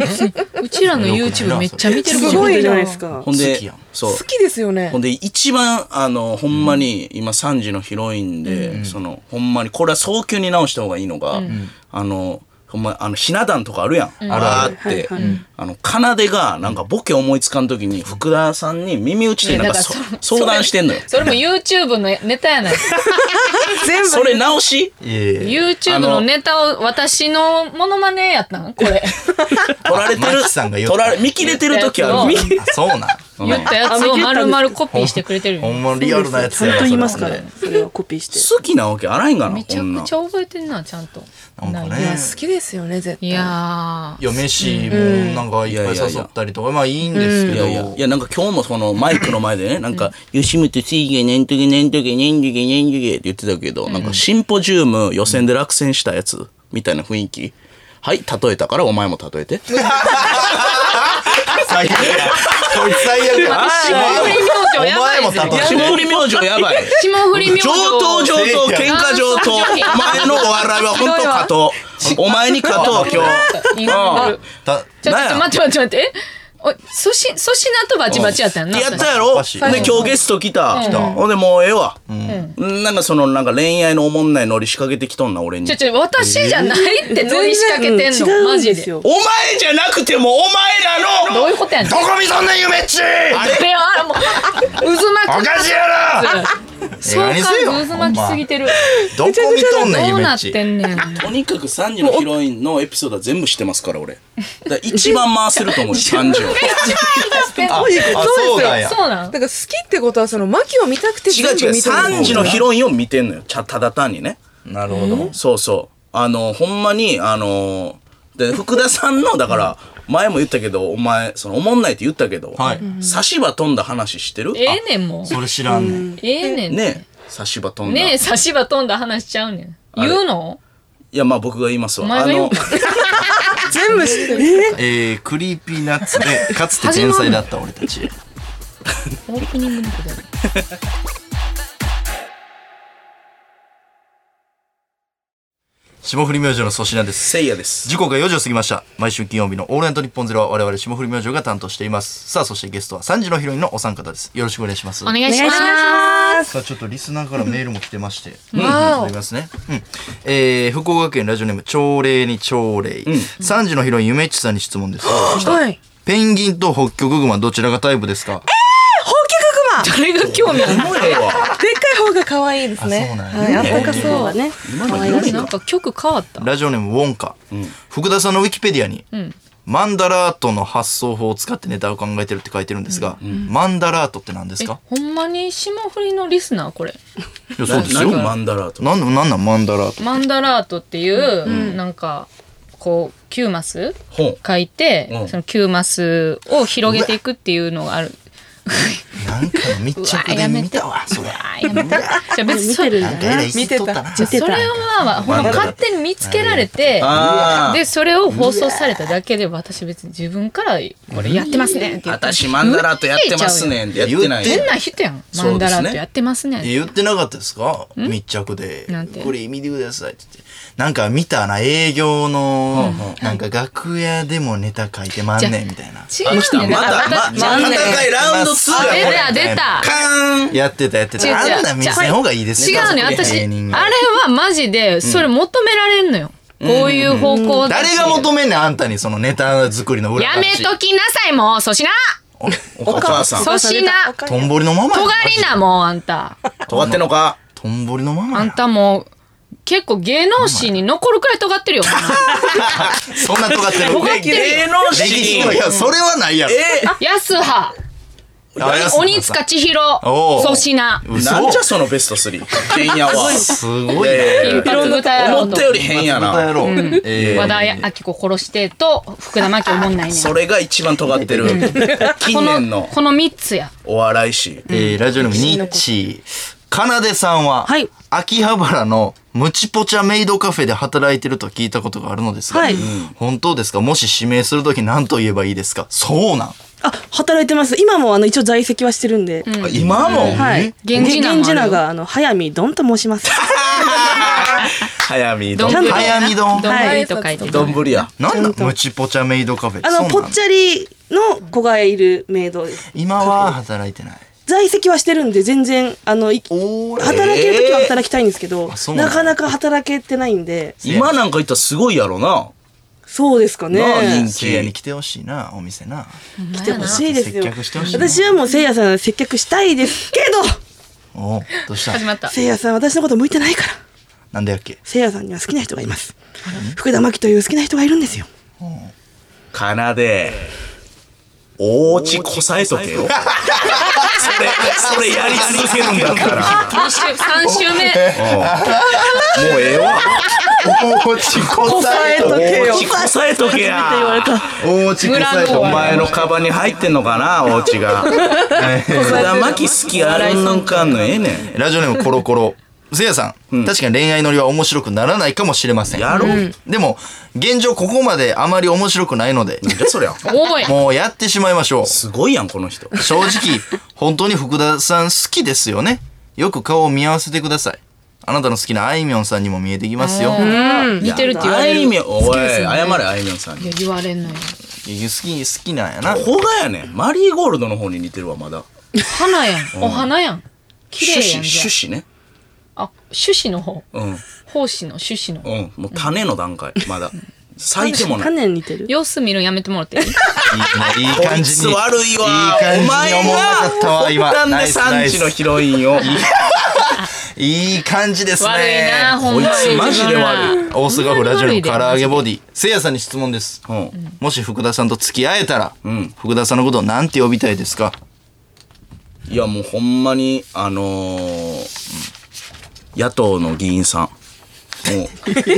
Speaker 4: うちらの YouTube めっちゃ見てるもん
Speaker 5: すごいじゃないですか
Speaker 2: ほんで
Speaker 1: 好きやん、
Speaker 2: そう。
Speaker 6: 好きですよね
Speaker 2: ほん。で、一番、あの、ほんまに、今3時のヒロインで、その、ほんまに、これは早急に直した方がいいのが、あの、ほんま、あの、ひな壇とかあるやん。あらーって
Speaker 5: はい。
Speaker 2: あの、奏が、なんか、ボケ思いつかんときに、福田さんに耳打ちで、なんか、そ
Speaker 4: いやだからそ
Speaker 2: 相談してんのよ。
Speaker 4: それも YouTube のネタ
Speaker 1: [LAUGHS]
Speaker 4: やない
Speaker 6: 全部
Speaker 2: それ直し
Speaker 1: いやいやいや
Speaker 4: YouTube のネタを私のモノマネやったんこれ
Speaker 2: 取られて
Speaker 1: マ
Speaker 2: る
Speaker 1: キさんが言った
Speaker 2: 取られ見切れてる時ある
Speaker 4: 見
Speaker 1: あそうなん。
Speaker 4: 言ったやつを丸々コピーしてくれてるよ
Speaker 1: ほんまリアルなやつ
Speaker 5: ちゃ
Speaker 1: や
Speaker 5: んと
Speaker 1: わ。
Speaker 5: 言
Speaker 1: そ
Speaker 5: い
Speaker 1: れ
Speaker 5: ますからそれをコピーして
Speaker 2: 好きなわけあらへんがな
Speaker 4: めち
Speaker 2: こ
Speaker 4: ゃ
Speaker 2: んな
Speaker 4: く
Speaker 2: ん
Speaker 4: ちゃ覚えてんなちゃんと
Speaker 1: なんか
Speaker 4: 内
Speaker 1: ね
Speaker 6: いや。好きですよね、絶対。
Speaker 4: 容いや
Speaker 1: いや、飯もなんかいっぱい誘ったりとか、まあいいんです
Speaker 2: い
Speaker 1: け
Speaker 2: やいや
Speaker 1: ど
Speaker 2: い。やなんか今日もそのマイクの前でねなんか「吉本水芸ねんとげねんとげねんとげねんとげ」って言ってたけどなんかシンポジウム予選で落選したやつみたいな雰囲気はい例えたからお前も例えて
Speaker 1: 最悪や。こいつ最悪や。
Speaker 4: 霜降り明星やばい
Speaker 1: お前も例えて
Speaker 4: ぜ
Speaker 2: 霜降り明星やばい
Speaker 4: 霜降り明
Speaker 2: 上
Speaker 4: 星
Speaker 2: 等上等
Speaker 1: せい
Speaker 2: 喧
Speaker 1: や
Speaker 2: 嘩上等お前のお笑いは本当加お前に勝とう、今日。
Speaker 4: 言われる
Speaker 1: た
Speaker 4: ちょちょち
Speaker 2: なんや
Speaker 4: ょ待って待って待ってえお粗品粗品とバチバチやったよな
Speaker 2: やった
Speaker 4: 私
Speaker 2: や
Speaker 1: お
Speaker 2: ろ
Speaker 1: かしい
Speaker 2: で今日ゲスト来たほんでもうええわなんかそのなんか恋愛のおもんないノリ仕掛けてきとんな俺に
Speaker 4: ちょちょ私じゃないってノリ仕掛けてん
Speaker 5: 全
Speaker 4: の
Speaker 5: 然違う
Speaker 4: マ
Speaker 5: ん
Speaker 4: ジ
Speaker 5: です
Speaker 4: で
Speaker 5: よ
Speaker 2: お前じゃなくてもお前
Speaker 4: ど
Speaker 2: な
Speaker 4: う
Speaker 2: の
Speaker 4: いうことやねん
Speaker 1: どこ見そんな夢っち
Speaker 4: あれよあらもう渦
Speaker 1: お
Speaker 4: 巻き
Speaker 1: かしいや
Speaker 4: [LAUGHS]
Speaker 1: ろ
Speaker 4: 相
Speaker 1: ええ何せよ
Speaker 4: 関渦巻きすぎてる
Speaker 1: どこ見とんねん
Speaker 4: どう
Speaker 1: 夢
Speaker 4: な
Speaker 1: っ
Speaker 4: っ
Speaker 1: ち
Speaker 4: てんねん
Speaker 2: とにかく3時のヒロインのエピソードは全部知ってますから俺だから一番回せると思う3時を
Speaker 1: あ
Speaker 6: そうですよ
Speaker 1: あそうなんや
Speaker 4: そうなん
Speaker 6: だから好きってことはそのマキを見たくて
Speaker 2: 違う
Speaker 6: 全
Speaker 2: 違
Speaker 6: 部
Speaker 2: う
Speaker 6: 見てる
Speaker 2: 3時のヒロインを見てんのよちゃただ単にね
Speaker 1: なるほど
Speaker 2: そうそう。あの、ほんまに、あの、で、福田さんの、だから、前も言ったけど、お前、その、おもんないって言ったけど、
Speaker 1: はい
Speaker 2: 差し歯飛んだ話してる
Speaker 4: ええねんもう
Speaker 1: それ知らんねん
Speaker 4: ええねん
Speaker 2: ねえ、差し歯飛んだ。
Speaker 4: ねえ差し歯飛んだ話しちゃうねん言うの
Speaker 2: いや、まあ僕が言います
Speaker 4: お
Speaker 2: わ。
Speaker 4: 前
Speaker 2: あ
Speaker 4: が言
Speaker 2: の
Speaker 4: う、
Speaker 6: 全部知ってる
Speaker 1: えークリーピーナッツでかつて天才だった俺たち
Speaker 4: オープニングのことやね
Speaker 1: [LAUGHS] 霜降り明星の粗品です
Speaker 2: せいやです。
Speaker 1: 時刻が4時を過ぎました毎週金曜日の「オールナイトニッポンゼロは我々霜降り明星が担当していますさあそしてゲストは3時のヒロインのお三方ですよろしくお願いします
Speaker 4: お願いします
Speaker 1: さあちょっとリスナーからメールも来てまして、 [LAUGHS] うん、読みますね、うんえー福岡県ラジオネーム朝礼に朝礼、3時のヒロイン夢っちさんに質 [GASPS] 問です、
Speaker 6: はい
Speaker 1: ペンギンと北極熊どちらがタイプですか、
Speaker 6: ホッキョクグマ
Speaker 4: 誰が興味ある
Speaker 2: もうええわ。
Speaker 6: でっかい方が可愛いですね
Speaker 1: あそうなんや
Speaker 6: はいあったか
Speaker 5: 今日
Speaker 6: そう
Speaker 5: はね
Speaker 2: 今の料理
Speaker 4: なん
Speaker 2: が。
Speaker 4: か曲変わった
Speaker 1: ラジオネームウォンカ、福田さんのウィキペディアに、マンダラートの発想法を使ってネタを考えてるって書いてるんですが、マンダラートって何です
Speaker 4: え
Speaker 1: か
Speaker 4: ほんまに霜降りのリスナーこれ
Speaker 1: いやそうですよ
Speaker 2: 何マンダラーと。
Speaker 1: なんなんなんなんマンダラート
Speaker 4: マンダラートっていう、なんかこう9マス
Speaker 2: ほう。
Speaker 4: 書いて、
Speaker 2: うん
Speaker 4: その9マスを広げていくっていうのがある
Speaker 1: なんかの密
Speaker 4: う
Speaker 1: 着
Speaker 4: わ
Speaker 1: で
Speaker 4: やめ
Speaker 1: 見
Speaker 4: て
Speaker 1: たわそれ
Speaker 4: あやめたじゃあ別に
Speaker 5: 見
Speaker 4: そ
Speaker 5: てるん
Speaker 4: れ
Speaker 1: な
Speaker 5: だ
Speaker 1: んかえ
Speaker 5: な
Speaker 1: らい人とったな
Speaker 5: 見て
Speaker 4: それ
Speaker 5: た
Speaker 4: はほんま勝手に見つけられて
Speaker 2: あ
Speaker 4: でそれを放送されただけで私別に自分から「これやってますね」って
Speaker 2: あ。
Speaker 4: 言って
Speaker 2: 私マンダラーとやってますねんってやってない
Speaker 1: 言
Speaker 4: 変
Speaker 1: っ
Speaker 4: な人やんマ
Speaker 2: そう
Speaker 4: ン
Speaker 2: で
Speaker 4: ダ
Speaker 2: すね
Speaker 4: ラートやってますね
Speaker 1: え言ってなかったですか密着で
Speaker 4: なんて
Speaker 1: これ見てくださいって言ってなんか見たな営業のなんか楽屋でもネタ書いてまんねんみたいな
Speaker 4: 違うねん
Speaker 2: また、ま、
Speaker 4: ま
Speaker 2: 戦いラウンド2
Speaker 1: あ
Speaker 2: が
Speaker 1: れ
Speaker 4: 出
Speaker 2: これ。
Speaker 4: た出た
Speaker 2: カーン
Speaker 1: やってたやって
Speaker 4: 違う
Speaker 1: た
Speaker 4: 違う
Speaker 1: あんなん見せん方がいいです
Speaker 4: 違
Speaker 1: ね
Speaker 4: うね私あ
Speaker 1: 芸
Speaker 4: れ
Speaker 1: 人が
Speaker 4: はマジでそれ求められんのよ、こういう方向で
Speaker 1: 誰が求めんねんあんたにそのネタ作りの裏
Speaker 4: やめ
Speaker 1: 話
Speaker 4: ときなさいもう粗品
Speaker 2: お母さん。
Speaker 4: 粗品
Speaker 1: とんぼりのまま
Speaker 4: 尖
Speaker 1: や
Speaker 4: りなもうあんた
Speaker 2: 尖ってんのか
Speaker 1: とんぼりのまま
Speaker 4: あ
Speaker 1: や
Speaker 4: んたもう結構芸能史に残るくらい尖ってるよ
Speaker 1: そんな尖
Speaker 4: [LAUGHS]
Speaker 1: ってる
Speaker 4: 尖ってる
Speaker 2: 芸能
Speaker 1: 歴史
Speaker 2: 人
Speaker 1: のいやそれはないやろ
Speaker 2: え
Speaker 4: [LAUGHS] 安葉
Speaker 1: あ安野さん
Speaker 4: 鬼塚千尋
Speaker 1: おう
Speaker 4: 粗品
Speaker 1: 嘘
Speaker 2: なんじゃそのベスト3。てんやわ。
Speaker 1: すごい
Speaker 2: いやいやいや
Speaker 4: 金髪豚野郎
Speaker 2: 思っ
Speaker 4: と
Speaker 2: たより変や
Speaker 1: 豚野
Speaker 2: な。
Speaker 1: 郎えー
Speaker 4: 和田明子殺してと福田真紀おもんないねん
Speaker 2: それが一番尖ってる。 [LAUGHS] 近年
Speaker 4: この
Speaker 2: の
Speaker 4: この3つや
Speaker 2: お笑い師。
Speaker 1: えーラジオネームニッチー。かなでさんは、
Speaker 5: はい
Speaker 1: 秋葉原のムチポチャメイドカフェで働いてると聞いたことがあるのですが、
Speaker 5: はい
Speaker 1: 本当ですかもし指名するとき何と言えばいいですかそうなん、
Speaker 5: あ働いてます今もあの一応在籍はしてるんで
Speaker 1: あ今も、
Speaker 5: はい
Speaker 4: 源氏名もあるよ
Speaker 5: 源氏名があの早見どんと申
Speaker 1: [LAUGHS]
Speaker 5: します
Speaker 2: 早見ど
Speaker 4: ど
Speaker 2: ん
Speaker 4: ん
Speaker 5: ちゃ
Speaker 4: ぶり
Speaker 5: んと
Speaker 1: 早見丼
Speaker 4: どんぶりと書いてる
Speaker 2: どんぶりや。
Speaker 1: なんなんムチポチャメイドカフェって
Speaker 5: あの
Speaker 1: そう
Speaker 5: ぽ
Speaker 1: な
Speaker 5: っちゃりの子がいるメイドです
Speaker 1: 今は働いてない。
Speaker 5: 在籍はしてるんで全然あのい
Speaker 1: おー
Speaker 5: 働ける時は働きたいんですけど、
Speaker 1: あそうなん
Speaker 5: な
Speaker 1: だ
Speaker 5: かなか働けてないんで
Speaker 2: 今なんか言ったらすごいやろな。
Speaker 5: そうですかね
Speaker 2: なあ人
Speaker 1: せいやに来てほしいな、お店な。
Speaker 5: 来てほしいですよ
Speaker 1: 接客してほしいな
Speaker 5: 私はもうせいやさん接客したいですけど
Speaker 1: おうどうした
Speaker 4: 始まった
Speaker 5: [LAUGHS] せいやさん私のこと向いてないから
Speaker 1: なんでやっけ
Speaker 5: せいやさんには好きな人がいます福田真紀という好きな人がいるんですよ
Speaker 2: かなで。おうちこさえとけ [LAUGHS] よ。それ、それやり続けるんだったら。
Speaker 4: 二週3週目
Speaker 1: [LAUGHS]
Speaker 2: もうええわ。
Speaker 1: おうちこ
Speaker 6: [LAUGHS]
Speaker 5: さえとけ
Speaker 2: お
Speaker 5: よ
Speaker 2: うちこさえとけや。
Speaker 5: 言われた
Speaker 1: おうちこさえ
Speaker 4: 村の
Speaker 1: と
Speaker 2: お前のカバンに入ってんのかな、おう
Speaker 1: [LAUGHS]
Speaker 2: ちが。福田真紀好きあるんのんかんのええねん。
Speaker 1: ラジオネームコロコ
Speaker 2: [LAUGHS]
Speaker 1: ロ。せいやさん,、確かに恋愛のりは面白くならないかもしれません。
Speaker 2: やろう
Speaker 1: でも、現状ここまであまり面白くないので、
Speaker 2: じゃそりゃ。
Speaker 4: おい
Speaker 1: [LAUGHS] もうやってしまいましょう。
Speaker 2: すごいやん、こ
Speaker 1: [LAUGHS]
Speaker 2: の人。
Speaker 1: 正直、本当に福田さん好きですよね。よく顔を見合わせてください。あなたの好きなあいみょんさんにも見えてきますよ。いや
Speaker 4: うん似てるって言わ
Speaker 2: あ
Speaker 4: れ
Speaker 2: い
Speaker 4: る
Speaker 2: みょん、おい、謝れ、あいみょんさんに。
Speaker 4: 言われんのよ
Speaker 1: 好き、好きなんや
Speaker 2: [LAUGHS]
Speaker 1: な。
Speaker 2: ほがやねん。マリーゴールドの方に似てるわ、まだ。
Speaker 4: 花やんお花やん綺
Speaker 2: 種
Speaker 4: 麗
Speaker 2: 子、
Speaker 4: やんじゃ
Speaker 2: 種子ね。
Speaker 4: ああ種子の方
Speaker 2: うん。
Speaker 4: 胞子の種子の方
Speaker 2: うん。もう種の段階、まだ。咲いてもない。
Speaker 5: 種に似てる
Speaker 4: 様子見るのやめてもらっていい
Speaker 1: いいねいい
Speaker 2: こい
Speaker 1: 感じ
Speaker 2: つ
Speaker 1: に。
Speaker 2: 悪いわ。
Speaker 1: いい感じに
Speaker 2: お前が
Speaker 1: 思わなかったわ今
Speaker 2: 北端
Speaker 1: ナ
Speaker 2: で
Speaker 1: イスナ
Speaker 2: 産
Speaker 1: イ
Speaker 2: 地
Speaker 1: ス
Speaker 2: のヒロインを。
Speaker 1: いい感じですね。
Speaker 4: 悪いなほん
Speaker 2: こい
Speaker 4: ま
Speaker 2: つ
Speaker 4: に
Speaker 2: マジで悪い。
Speaker 1: 大阪府ラジオの唐揚げボ
Speaker 4: デ
Speaker 1: ディ。せいやさんに質問です。
Speaker 2: うん。
Speaker 1: もし福田さんと付き合えたら、
Speaker 2: ん
Speaker 1: 福田さんのことを何て呼びたいですか
Speaker 2: いや、もうほんまに、あのー、野党の議員さん。もう、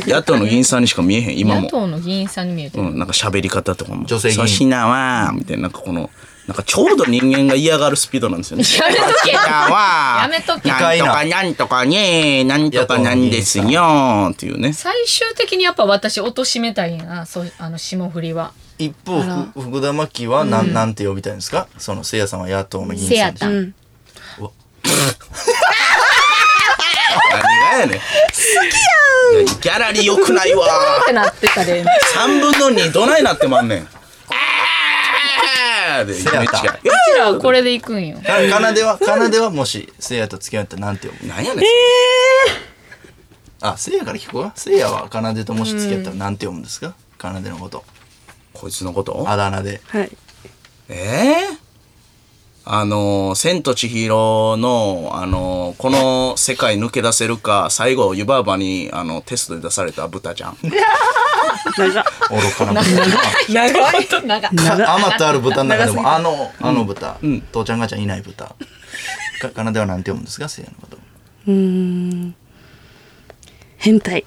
Speaker 2: 野党の議員さんにしか見えへん、今
Speaker 4: 野
Speaker 2: も。
Speaker 4: 党の議員さんに見えて
Speaker 2: う
Speaker 4: る、
Speaker 2: ん、なんか喋り方とかも。
Speaker 1: 女性議員
Speaker 2: 粗品は、みたいな、なんかこの、なんかちょうど人間が嫌がるスピードなんですよね。
Speaker 4: やめとけ
Speaker 2: は
Speaker 4: やめとけ
Speaker 2: なんとかなんとかね、なんとかなんですよーっていうね。
Speaker 4: 最終的にやっぱ私貶としめたいなそうあの霜降りは
Speaker 1: 一方、ふ福田真紀は何、ん、なんて呼びたいんですかそのせいやさんは野党の議員さん。
Speaker 4: せやたん、
Speaker 2: 何がやねん。好きやん。ギャラリー良くないわ。
Speaker 4: ってなってたで
Speaker 2: 三分の二どないなってまんねん。あーで、
Speaker 1: やった
Speaker 2: 違う
Speaker 4: うちらはこれで行くんよ [LAUGHS]
Speaker 1: かかなでは、かなではもしせいやと付き合えたら何て呼ぶ
Speaker 2: なんやねん。
Speaker 1: あ、せいやから聞こうかせいやはかなでともし付き合ったら何て呼ぶんですかかなでのこと。
Speaker 2: こいつのこと
Speaker 1: あだ名で。 [LAUGHS]
Speaker 5: はい
Speaker 2: ええあの、千と千尋の、あの、この世界抜け出せるか、最後、湯婆婆に、あの、テストで出された豚ちゃん。
Speaker 5: 長
Speaker 1: 愚かな豚。 [LAUGHS]
Speaker 4: 長いと長い
Speaker 1: あまたある豚の中でも、あの、あの豚。父ちゃん母ちゃんいない豚。かかなでは何て呼ぶんですかせいやのこと。
Speaker 5: うーん変態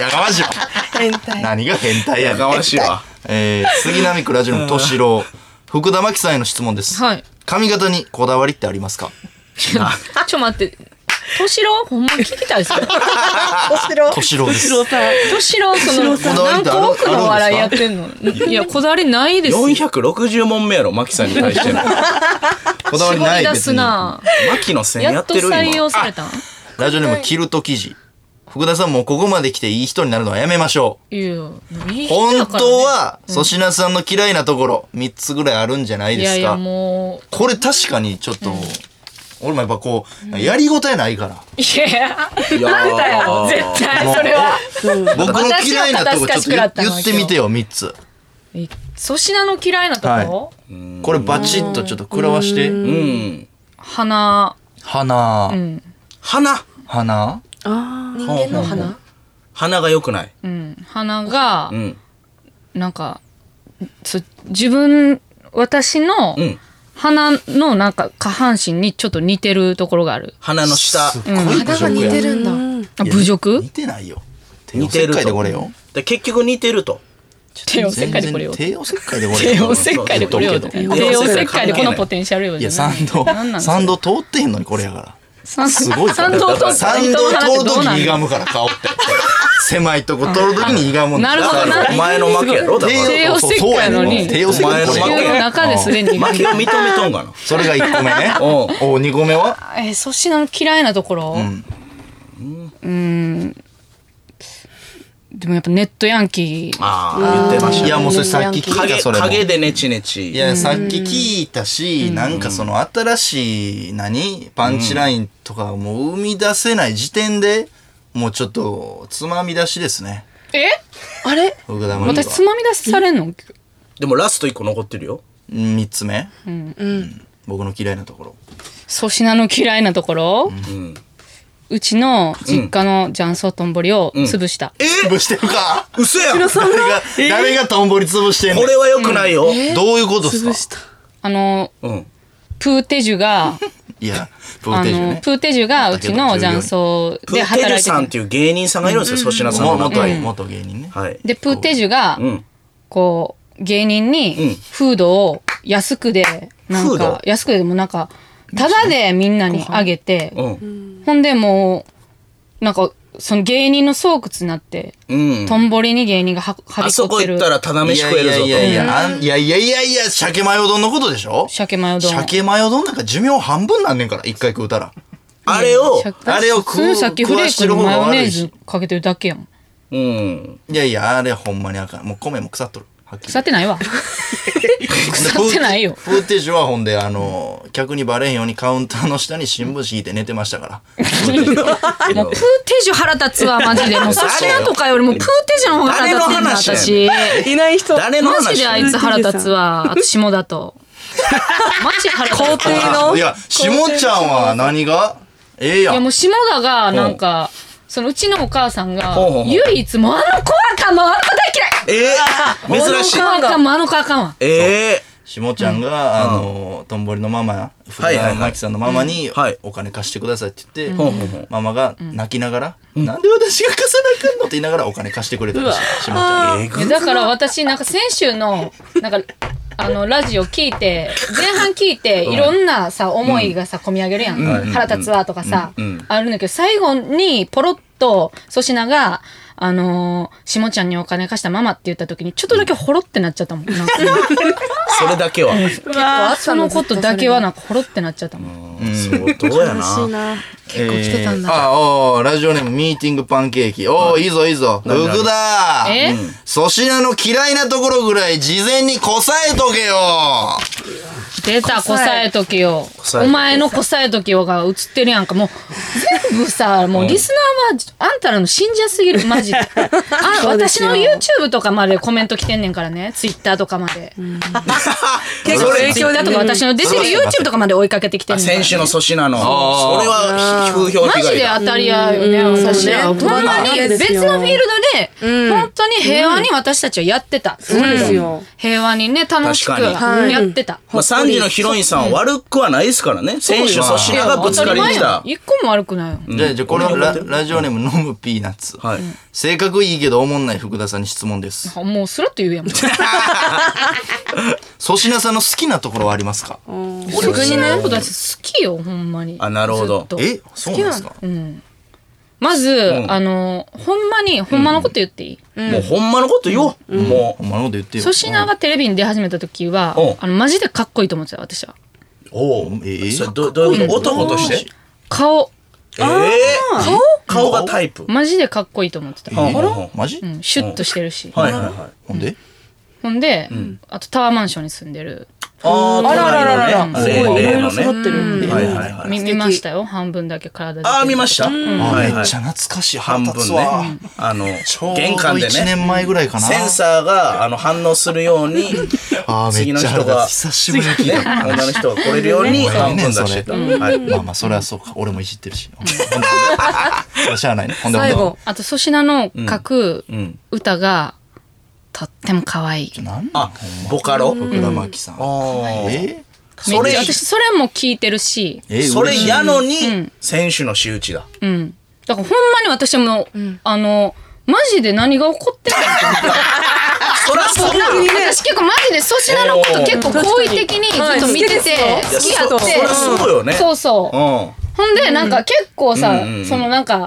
Speaker 1: やかましいわ。
Speaker 6: 変態。
Speaker 1: 何が変態や
Speaker 2: や
Speaker 1: ねん
Speaker 2: かましい
Speaker 4: [LAUGHS]
Speaker 2: わ。
Speaker 1: えー、杉並区ラジオの敏郎。福田真紀さんへの質問です。
Speaker 4: はい
Speaker 1: 髪型にこだわりってありますか
Speaker 4: [LAUGHS] ちょ待って敏郎ほんまに聞きたいですよ
Speaker 1: 敏郎です。
Speaker 5: 黒さ
Speaker 4: 敏郎その
Speaker 1: こだわりっ
Speaker 4: 何
Speaker 1: てある
Speaker 4: 個億の笑いやってんのいやこだわりないですよ
Speaker 2: 460問目やろ、マキさんに対しての。
Speaker 1: こだわり
Speaker 4: 絞
Speaker 1: な
Speaker 4: り
Speaker 1: い
Speaker 4: 出
Speaker 1: 別
Speaker 4: す
Speaker 1: に。
Speaker 4: な
Speaker 2: マキの線
Speaker 4: や
Speaker 2: や
Speaker 4: っ
Speaker 2: っ
Speaker 4: と
Speaker 2: てる
Speaker 4: 採
Speaker 2: 今。
Speaker 4: 用されたん
Speaker 1: ラジオネームキルト記事。福田さんもうここまで来ていい人になるのはやめましょう。
Speaker 4: いやいい人や
Speaker 1: 本
Speaker 4: からね
Speaker 1: 当は粗品さんの嫌いなところ3つぐらいあるんじゃない
Speaker 4: い
Speaker 1: です
Speaker 4: や
Speaker 1: か
Speaker 4: いやも
Speaker 1: これ確かにちょっと、俺もやっぱこうやりごたえないから、
Speaker 4: ういや
Speaker 2: いや
Speaker 4: あんたやろ絶対それは
Speaker 1: 僕の嫌いなとこちょっと言言ってみてよ3つ
Speaker 4: え粗品の嫌いなところ
Speaker 1: これバチッとちょっと食らわして
Speaker 2: うん。
Speaker 4: 鼻
Speaker 1: 鼻、
Speaker 4: うん
Speaker 2: 鼻。
Speaker 1: 鼻
Speaker 5: あ
Speaker 6: 人間の鼻
Speaker 2: 鼻が良くない。
Speaker 4: うん鼻が
Speaker 2: うん。
Speaker 4: なんかそ自分私の
Speaker 2: うん。
Speaker 4: 鼻のなんか下半身にちょっと似てるところがある
Speaker 2: 鼻の下
Speaker 1: す。っ
Speaker 4: うん
Speaker 1: ごい侮
Speaker 6: 鼻が似
Speaker 1: 辱や
Speaker 6: てるんだ。
Speaker 4: あ侮辱
Speaker 1: 似てないよ帝
Speaker 2: 似
Speaker 1: 王切
Speaker 2: てる
Speaker 1: 開で
Speaker 2: と。
Speaker 1: これよ
Speaker 2: で結局似てると。
Speaker 4: 帝王切開でこれよ
Speaker 1: 帝王切開でこれ
Speaker 4: 帝王
Speaker 1: よ
Speaker 4: 切開でこれよって
Speaker 2: 帝
Speaker 4: 帝
Speaker 2: 王
Speaker 4: 王
Speaker 2: 切開
Speaker 4: 切開でこのポテンシャルよ
Speaker 1: い
Speaker 4: じ
Speaker 1: や
Speaker 4: ゃない
Speaker 1: 参道
Speaker 4: なんな
Speaker 1: [LAUGHS]
Speaker 4: んそれ
Speaker 1: 参道通ってんのにこれやから
Speaker 4: 参
Speaker 1: すごいから
Speaker 4: 参道と
Speaker 1: 参道通る
Speaker 4: ど
Speaker 1: 時
Speaker 4: うなん
Speaker 1: に歪むから顔って狭いとこ通る時に歪むんだ
Speaker 4: なるほどな
Speaker 2: お前の負けやろだか
Speaker 4: 帝王
Speaker 2: ら。
Speaker 4: [LAUGHS]
Speaker 1: そうそうそうやねん
Speaker 4: 帝王切開の
Speaker 1: 帝王切
Speaker 4: に
Speaker 1: 開
Speaker 2: お
Speaker 1: こ
Speaker 2: 前
Speaker 1: れ
Speaker 2: の
Speaker 1: よ
Speaker 2: 負け
Speaker 4: 地球の中ですでに歪
Speaker 2: 負
Speaker 4: む
Speaker 2: けを認めとんがな。
Speaker 1: それが1個目ね
Speaker 2: おう
Speaker 1: お2個目は
Speaker 4: えー、粗品の嫌いなところうんでもやっぱネットヤンキー
Speaker 2: ああ、言ってまし
Speaker 1: いやもうそれさっき聞い
Speaker 2: た。
Speaker 1: たそれ
Speaker 2: 影、
Speaker 1: も
Speaker 2: 影
Speaker 1: い
Speaker 2: でねちねち。
Speaker 1: やさっき聞いたしなんかその新しい何パンチラインとかもう生み出せない時点でもうちょっとつまみ出しですね
Speaker 4: え
Speaker 6: あれ
Speaker 1: 福田真
Speaker 4: 私つ
Speaker 1: 紀は
Speaker 4: まみ出しされんの
Speaker 2: でもラスト一個残ってるよ。
Speaker 1: 3つ目
Speaker 6: うん。
Speaker 1: 僕の嫌いなところ
Speaker 4: 粗品の嫌いなところ
Speaker 2: うん。
Speaker 4: うちの実家の雀荘とんぼりを潰した
Speaker 1: 潰してるか
Speaker 2: 嘘やん
Speaker 1: 誰が誰がトンボリ潰してんの
Speaker 2: これは良くないよ。
Speaker 1: どういうことですか
Speaker 5: 潰した
Speaker 4: あの
Speaker 2: うん。
Speaker 4: プーテジュが
Speaker 1: いやプー
Speaker 4: あ
Speaker 1: テージュ
Speaker 4: の
Speaker 1: ね
Speaker 4: プーテジュがうちの雀荘
Speaker 2: プ
Speaker 4: で
Speaker 2: ーテジュ
Speaker 4: 働いて
Speaker 2: さんってていう芸人さんがいるんですよ、粗品さん
Speaker 1: も
Speaker 2: の
Speaker 1: 元
Speaker 2: 中に。
Speaker 1: 元芸人ね
Speaker 2: はい。
Speaker 4: でプーテジュが
Speaker 2: うん。
Speaker 4: こう芸人
Speaker 2: うん
Speaker 4: にフードを安くでなん
Speaker 2: フード
Speaker 4: か安くでもなんかただでみんなにあげて
Speaker 2: うん。
Speaker 4: ほんでもうなんかその芸人の巣窟になって
Speaker 2: うん。
Speaker 4: とんぼりに芸人がは
Speaker 2: あ
Speaker 4: はびこ
Speaker 2: そ
Speaker 4: っ
Speaker 2: こ
Speaker 4: て
Speaker 2: 行
Speaker 4: る
Speaker 2: ったらただ飯食えるぞと。
Speaker 1: いやいやいや、あんいやいやいやいや、鮭マヨ丼のことでしょ
Speaker 4: 鮭マヨ丼
Speaker 1: 鮭マヨ丼なんか寿命半分なんねんから、一回食うたら。
Speaker 2: あれを、
Speaker 1: あれを食う
Speaker 4: 普通さっきフレークにマヨネーズかけてるだけやもん。
Speaker 2: うん。
Speaker 1: いやいや、あれほんまにあかん。もう米も腐っとる。はっきり
Speaker 4: 腐ってないわ。腐ってないよ。
Speaker 1: フーテージはほんで、あの、客にバレへんようにカウンターの下に新聞紙引いて寝てましたから。
Speaker 4: もうプーテージュ腹立つわ、マ
Speaker 2: [LAUGHS]
Speaker 4: ジで。もう粗品とかよりもプーテージュの方が腹立つんだ、私。
Speaker 5: いない人。
Speaker 2: 誰の
Speaker 4: マ
Speaker 2: 話
Speaker 4: ジであいつ腹立
Speaker 2: [LAUGHS]
Speaker 4: つわ。あと下だと。マジ腹立つわ。
Speaker 1: [LAUGHS] いや、しもちゃんは何がええや
Speaker 4: いや
Speaker 1: ん。
Speaker 4: もう下田がなんか、そのうちのお母さんが
Speaker 2: ほうほうほう
Speaker 4: 唯一もうあの子あかんもうあの子大
Speaker 2: え
Speaker 4: 嫌い
Speaker 2: ー、珍しい
Speaker 4: あ。の子あかんもうあの子あかんわ
Speaker 2: え
Speaker 1: しもちゃんが、あの、とんぼりのママや、福
Speaker 2: はいはいは
Speaker 1: 田
Speaker 2: い
Speaker 1: 真紀さんのママに
Speaker 2: うんはい、
Speaker 1: お金貸してくださいって言
Speaker 2: ほう
Speaker 1: っ
Speaker 2: ほうほ
Speaker 1: て
Speaker 2: う、
Speaker 1: ママが泣きながら、なんで私が貸さなあかんのって言いながらお金貸してくれたらしい、しもちゃんに。
Speaker 2: ー、え
Speaker 4: いやだから私なんか先週のなんかあのラジオ聞いて前半聞いていろんなさ思いがさ込み上げるやん、腹立つわとかさ、あるんだけど最後にポロッと粗品が「あのー、しもちゃんにお金貸したママ」って言った時にちょっとだけほろってなっちゃったもんなんか
Speaker 2: それだけは。
Speaker 4: そのことだけはなんかほろってなっちゃったもん
Speaker 2: 相当や
Speaker 5: 悲しい
Speaker 2: な。
Speaker 5: な。
Speaker 1: 結構来てたんだ。あおーラジオネームミーティングパンケーキ。おー、い、いぞいいぞ。ふ
Speaker 2: 何
Speaker 1: くだ
Speaker 4: え
Speaker 1: うん粗品の嫌いなところぐらい事前にこさえとけよ
Speaker 4: 出た、こさえときよ
Speaker 2: さえ。とき
Speaker 4: お前のこさえときよが映ってるやんか。もう、全部さ、もうリスナーは、あんたらの信者すぎる、マジで。あ、
Speaker 5: そうで
Speaker 4: 私
Speaker 5: すよ
Speaker 4: の YouTube とかまでコメント来てんねんからね。Twitter とかまで。
Speaker 6: 結構影響
Speaker 4: Twitter
Speaker 6: だ
Speaker 4: とか私の出てる YouTube とかまで追いかけてきてんねんから
Speaker 2: 先週の粗品の。そ
Speaker 1: あー
Speaker 2: れはひ風評
Speaker 4: マ
Speaker 2: 被
Speaker 4: ジ
Speaker 2: 害
Speaker 4: で
Speaker 2: だ。
Speaker 4: 当たり屋よね、ほんまに
Speaker 5: そうね
Speaker 4: ほんまに別のフィールドで、本当に平和に私たちはやってた。
Speaker 5: そうですよ。
Speaker 4: 平和にね、楽しく
Speaker 2: 確
Speaker 6: に
Speaker 4: やってた。
Speaker 2: まあ、3時のヒロインさんは悪くはないですからね。先週粗品がぶつかりに来た。
Speaker 4: 一個も悪くないよ。
Speaker 1: じゃあ、じゃあこれはララジオネーム飲むピーナッツ。
Speaker 2: はい。
Speaker 1: 性格いいけどおもんない福田さんに質問です。
Speaker 4: もうスラッと
Speaker 2: [LAUGHS]
Speaker 4: 言うやん。
Speaker 1: 粗品さんの好きなところはありますか
Speaker 4: 俺口のことだって好きよほんまに
Speaker 2: あなるほど
Speaker 4: ずっと
Speaker 1: えそうなんですか
Speaker 4: まず、
Speaker 2: ん
Speaker 4: あのほんまにほんまのこと言っていい
Speaker 2: もうほんまのこと言おう。も
Speaker 1: お前のこと言ってよ。
Speaker 4: 粗品、がテレビに出始めた時は
Speaker 2: うん
Speaker 4: あのマジでかっこいいと思ってた私は
Speaker 2: う。おう。
Speaker 1: ええ
Speaker 2: それどどういうこと男として
Speaker 4: 顔
Speaker 2: えー顔がタイプ。
Speaker 4: マジでかっこいいと思ってた、
Speaker 2: あら
Speaker 1: うんマジ、
Speaker 4: うん、シュッとしてるし、
Speaker 2: はいはいはい。
Speaker 1: ほんで
Speaker 4: ほんで、あとタワーマンションに住んでる
Speaker 2: あー、隣のね
Speaker 5: すごい、い
Speaker 2: 例のね
Speaker 5: ろいろ揃ってる。
Speaker 2: うんはいはいはい。
Speaker 4: 見見ましたよ半分だけ体出てる
Speaker 2: ああ、見ました。
Speaker 1: あ
Speaker 2: はい
Speaker 1: め
Speaker 2: は
Speaker 1: っ
Speaker 2: い
Speaker 1: ち。ゃ懐かしい。
Speaker 2: 半分ね。あの
Speaker 1: ちょ、うど
Speaker 2: 玄関で
Speaker 1: 1
Speaker 2: ね。
Speaker 1: 年前ぐらいかな。
Speaker 2: センサーがあの反応するように、
Speaker 1: [LAUGHS] あー
Speaker 2: 次
Speaker 1: めっち
Speaker 2: の
Speaker 1: ゃ
Speaker 2: 人
Speaker 1: 腹
Speaker 2: が
Speaker 1: 立つ。、久しぶりに聞い
Speaker 2: ね、
Speaker 1: た。
Speaker 2: 女の人が来れるように半分出してた。はい。
Speaker 1: まあまあそれはそうか俺もいじってるしそれはしゃあないねほんでほんで
Speaker 6: 最後
Speaker 4: あと粗品の書く
Speaker 2: うん。
Speaker 4: 歌が、とっても可愛い
Speaker 1: なんだ
Speaker 2: あ、ボカロ
Speaker 1: 福田真紀さん
Speaker 2: あー
Speaker 1: え
Speaker 4: め
Speaker 2: そ
Speaker 4: っ
Speaker 2: れ
Speaker 4: ちゃ、私それも聞いてるし
Speaker 1: え
Speaker 2: それやのに
Speaker 4: ん、
Speaker 2: 選手の仕打ちだ。
Speaker 4: うん。だからほんまに私も、あの、マジで何が起こってんのって思って [LAUGHS]
Speaker 2: そらそう
Speaker 4: な
Speaker 2: よ
Speaker 4: んか私結構マジで粗品のこと結構好意的にずっと見てて、好きや
Speaker 2: そ
Speaker 4: って。
Speaker 2: そらそうよね。
Speaker 4: そうそう。
Speaker 2: う
Speaker 4: ほんで、なんか結構さ、
Speaker 2: うんうん
Speaker 4: そのなんか、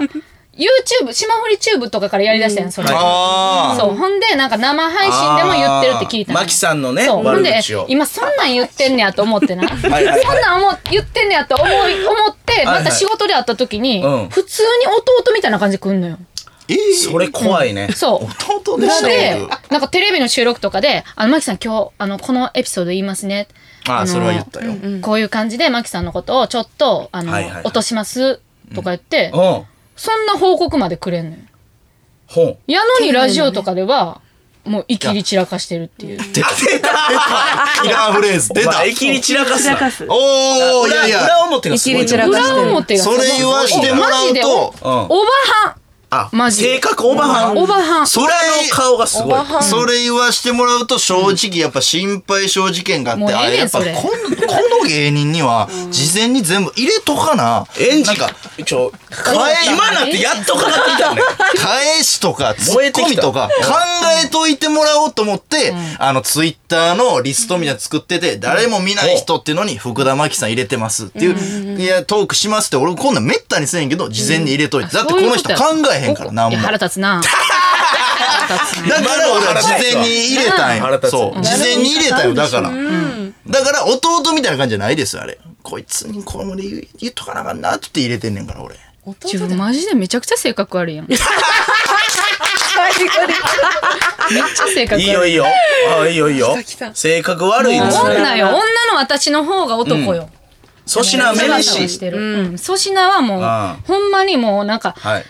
Speaker 4: YouTube、霜降りチューブとかからやりだしたやん、それ。
Speaker 1: あ
Speaker 4: そう。ほんで、なんか生配信でも言ってるって聞いた
Speaker 2: あーマキさんのね
Speaker 4: そうほんで
Speaker 2: 悪口を、
Speaker 4: 今そんなん言ってんねやと思ってな。そん
Speaker 2: いはい
Speaker 4: なん思言ってんねやと思い、思って、
Speaker 2: はい
Speaker 4: また仕事で会った時に
Speaker 2: うん、
Speaker 4: 普通に弟みたいな感じで来んのよ。
Speaker 1: え
Speaker 2: ん。それ怖いね。
Speaker 4: そう。
Speaker 1: 弟で
Speaker 4: な
Speaker 1: し
Speaker 4: の
Speaker 1: た
Speaker 4: で
Speaker 1: 僕、
Speaker 4: なんかテレビの収録とかで、あの、マキさん今日、あの、このエピソード言いますね。
Speaker 1: あ
Speaker 4: の
Speaker 1: それは言ったよ
Speaker 4: うんこういう感じで、マキさんのことをちょっと、あの、
Speaker 2: はいはいはい
Speaker 4: 落としますとか言って、
Speaker 2: うん。
Speaker 4: そんな報告までくれんのよ。
Speaker 2: ほん。
Speaker 4: やのにラジオとかでは、もう、いきり散らかしてるっていう。
Speaker 1: 出た出たキラーフレーズ出
Speaker 2: 出
Speaker 1: た
Speaker 2: た。駅に散らかす
Speaker 5: 散ら
Speaker 2: な
Speaker 5: か。す。
Speaker 1: おおいやいや
Speaker 2: 裏表がすごい
Speaker 6: 生きり散らかす
Speaker 4: 裏表がす
Speaker 1: そ
Speaker 4: ごい。
Speaker 1: れ言わしてもらうと
Speaker 4: おマジでおおば
Speaker 2: あ、
Speaker 4: マジで
Speaker 2: 性格オバハ
Speaker 4: はん。
Speaker 2: ン。
Speaker 4: おばはん。
Speaker 1: それ
Speaker 2: 裏の顔がすごい。
Speaker 1: それ言わしてもらうと正直やっぱ心配性事件があっ
Speaker 4: もう
Speaker 1: てあ
Speaker 4: ええねん
Speaker 1: やっぱこ
Speaker 4: それ
Speaker 1: んこの芸人には事前に全部入れとかな
Speaker 2: エンジンが、ちょ、
Speaker 1: 変え
Speaker 2: 今なってやっとかかってきたね。
Speaker 1: 返しとか、ツ
Speaker 2: 燃え
Speaker 1: ッ
Speaker 2: て
Speaker 1: コ
Speaker 2: き
Speaker 1: ミ
Speaker 2: た
Speaker 1: とか、考えといてもらおうと思って、あの、ツイッターのリストみたいなの作ってて、誰も見ない人っていうのに、福田真紀さん入れてますっていう、いや、トークしますって、俺こんなんめったにせえへんけど、事前に入れといて。だってこの人考えへんから、なん
Speaker 4: い
Speaker 1: も。だ
Speaker 4: や腹
Speaker 1: か
Speaker 4: 立
Speaker 1: [LAUGHS]
Speaker 4: つな。腹立つな。
Speaker 1: ら俺は事前に入れたん
Speaker 2: 腹
Speaker 1: よ
Speaker 2: 立。つ
Speaker 1: そう。
Speaker 2: うん
Speaker 1: 事前に入れたよ、だから。だから弟みたいな感じじゃないですよあれこいつにこれまで言う言っとかなあかんなって入れてんねんから俺
Speaker 4: 自分マジでめちゃくちゃ性格悪いやん。めっちゃ性格悪
Speaker 2: い
Speaker 4: い。
Speaker 2: いよいいよ。あいいよいいよ
Speaker 6: 来た。
Speaker 2: 性格悪いですね。
Speaker 4: 女よ。女の私の方が男よ。
Speaker 2: 粗品めめ
Speaker 4: し
Speaker 2: し。
Speaker 4: てる。うん。粗品はも
Speaker 2: ああ
Speaker 4: う、ほんまにもうなんか、
Speaker 2: はい。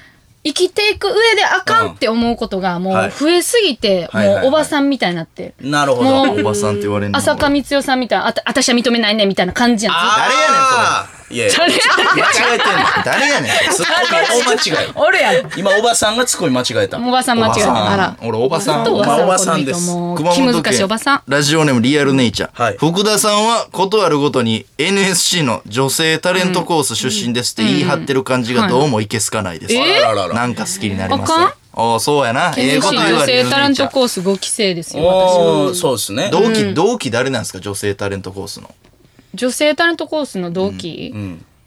Speaker 4: 生きていく上であかんって思うことがも
Speaker 2: はいう
Speaker 4: 増えすぎて、
Speaker 2: はいはい
Speaker 4: も
Speaker 2: はいう
Speaker 4: おばさんみたいになって。
Speaker 2: なるほど。
Speaker 4: もう
Speaker 1: おばさんって言われんの
Speaker 4: 浅香光代さんみたいな、あた、私は認めないねみたいな感じやん。
Speaker 2: あーいやいや
Speaker 4: 誰や [LAUGHS]
Speaker 2: 間違えてんの。
Speaker 1: 誰やねん
Speaker 2: ツッコミ大間違い。
Speaker 4: おるやん。
Speaker 2: 今おばさんがツッコミ間違えた。
Speaker 4: おばさん間違え
Speaker 1: おば
Speaker 4: た。
Speaker 1: さん俺おばさん
Speaker 4: ずっと
Speaker 2: おばさんです
Speaker 4: もう
Speaker 1: 熊
Speaker 4: 気
Speaker 1: 本県
Speaker 4: 難しいおばさん。
Speaker 1: ラジオネームリアルネイチャー、
Speaker 2: はい
Speaker 1: 福田さんはことあるごとに NSC の女性タレントコース出身ですって言い張ってる感じがどうもいけすかないです、
Speaker 4: うんはい
Speaker 2: あららら
Speaker 1: なんか好きになります
Speaker 4: あか
Speaker 1: ね
Speaker 4: ん
Speaker 1: おおそうやなええ
Speaker 4: NSC
Speaker 1: こと言
Speaker 4: 女
Speaker 1: われ
Speaker 4: 性
Speaker 1: る
Speaker 4: タレントコース5期生ですよ、私は。
Speaker 2: おーそうですね。
Speaker 1: 同期、同期誰なんですか女性タレントコースの
Speaker 4: 女性タレントコースの同期、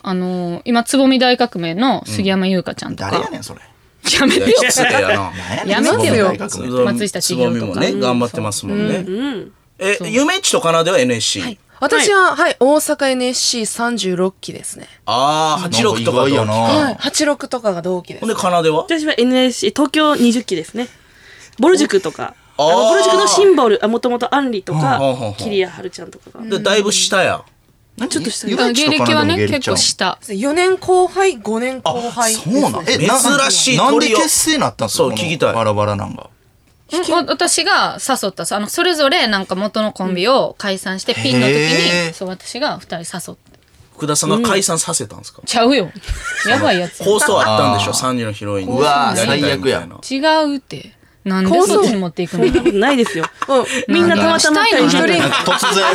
Speaker 4: あのー今、つぼみ大革命の杉山優香ちゃんとか。
Speaker 1: 誰やねんそれ
Speaker 4: やめてよ。
Speaker 2: 失礼やな。
Speaker 4: やめてよ。
Speaker 1: つぼみ
Speaker 4: 松下
Speaker 2: つ
Speaker 4: 千
Speaker 2: ぼ
Speaker 4: 尋
Speaker 2: み
Speaker 4: と
Speaker 2: も
Speaker 4: か。
Speaker 2: ね、頑張ってますもんね。え、ゆめっちとかなでは NSC。
Speaker 6: 私は、はい、大阪 NSC36 期ですね。
Speaker 2: ああ、86とか
Speaker 1: なん意
Speaker 2: 同
Speaker 1: 外
Speaker 2: 期
Speaker 1: やな、
Speaker 6: はい。86とかが同期で
Speaker 2: ほ
Speaker 6: す
Speaker 2: んで、。かなでは
Speaker 5: 私は NSC、東京20期ですね。ボル塾とか。あ
Speaker 2: あー
Speaker 5: のボル塾のシンボル、あもともとアンリとか
Speaker 2: うんうんうんうん、
Speaker 5: キリアハルちゃんとかが。
Speaker 2: で、だいぶ下や。
Speaker 1: 何
Speaker 5: ちょっとした
Speaker 1: ゆ
Speaker 4: あ
Speaker 1: めっち
Speaker 4: 芸
Speaker 1: とか
Speaker 4: 歴
Speaker 1: な
Speaker 4: は
Speaker 1: でも
Speaker 4: ね、
Speaker 1: 芸歴
Speaker 4: 結
Speaker 1: ちゃう
Speaker 4: 構下。
Speaker 6: 4年後輩、5年後輩です、
Speaker 1: そうなんえ
Speaker 2: 珍しい
Speaker 1: ななん
Speaker 2: ト
Speaker 1: で
Speaker 2: リオ
Speaker 1: 結成なったんですか
Speaker 2: そう聞きたい
Speaker 1: このバラバラなんか
Speaker 4: うんわ私が誘った、あの、それぞれなんか元のコンビを解散して、ピンの時
Speaker 1: へー
Speaker 4: に、そう、私が2人誘った。
Speaker 2: 福田さんが解散させたんですか
Speaker 4: ちゃうよ。やばいやつや。
Speaker 2: 放送あったんでしょ ?3 時のヒロインに
Speaker 1: うわー
Speaker 2: やりたいみたい
Speaker 1: 最悪
Speaker 2: な。
Speaker 4: 違うって。なんでそっちに持っていく
Speaker 5: そんな
Speaker 4: の
Speaker 5: ことないですよ。
Speaker 6: うん。
Speaker 5: [LAUGHS] みんなたまたま
Speaker 4: したいの
Speaker 5: 一人
Speaker 4: え
Speaker 1: なんか突然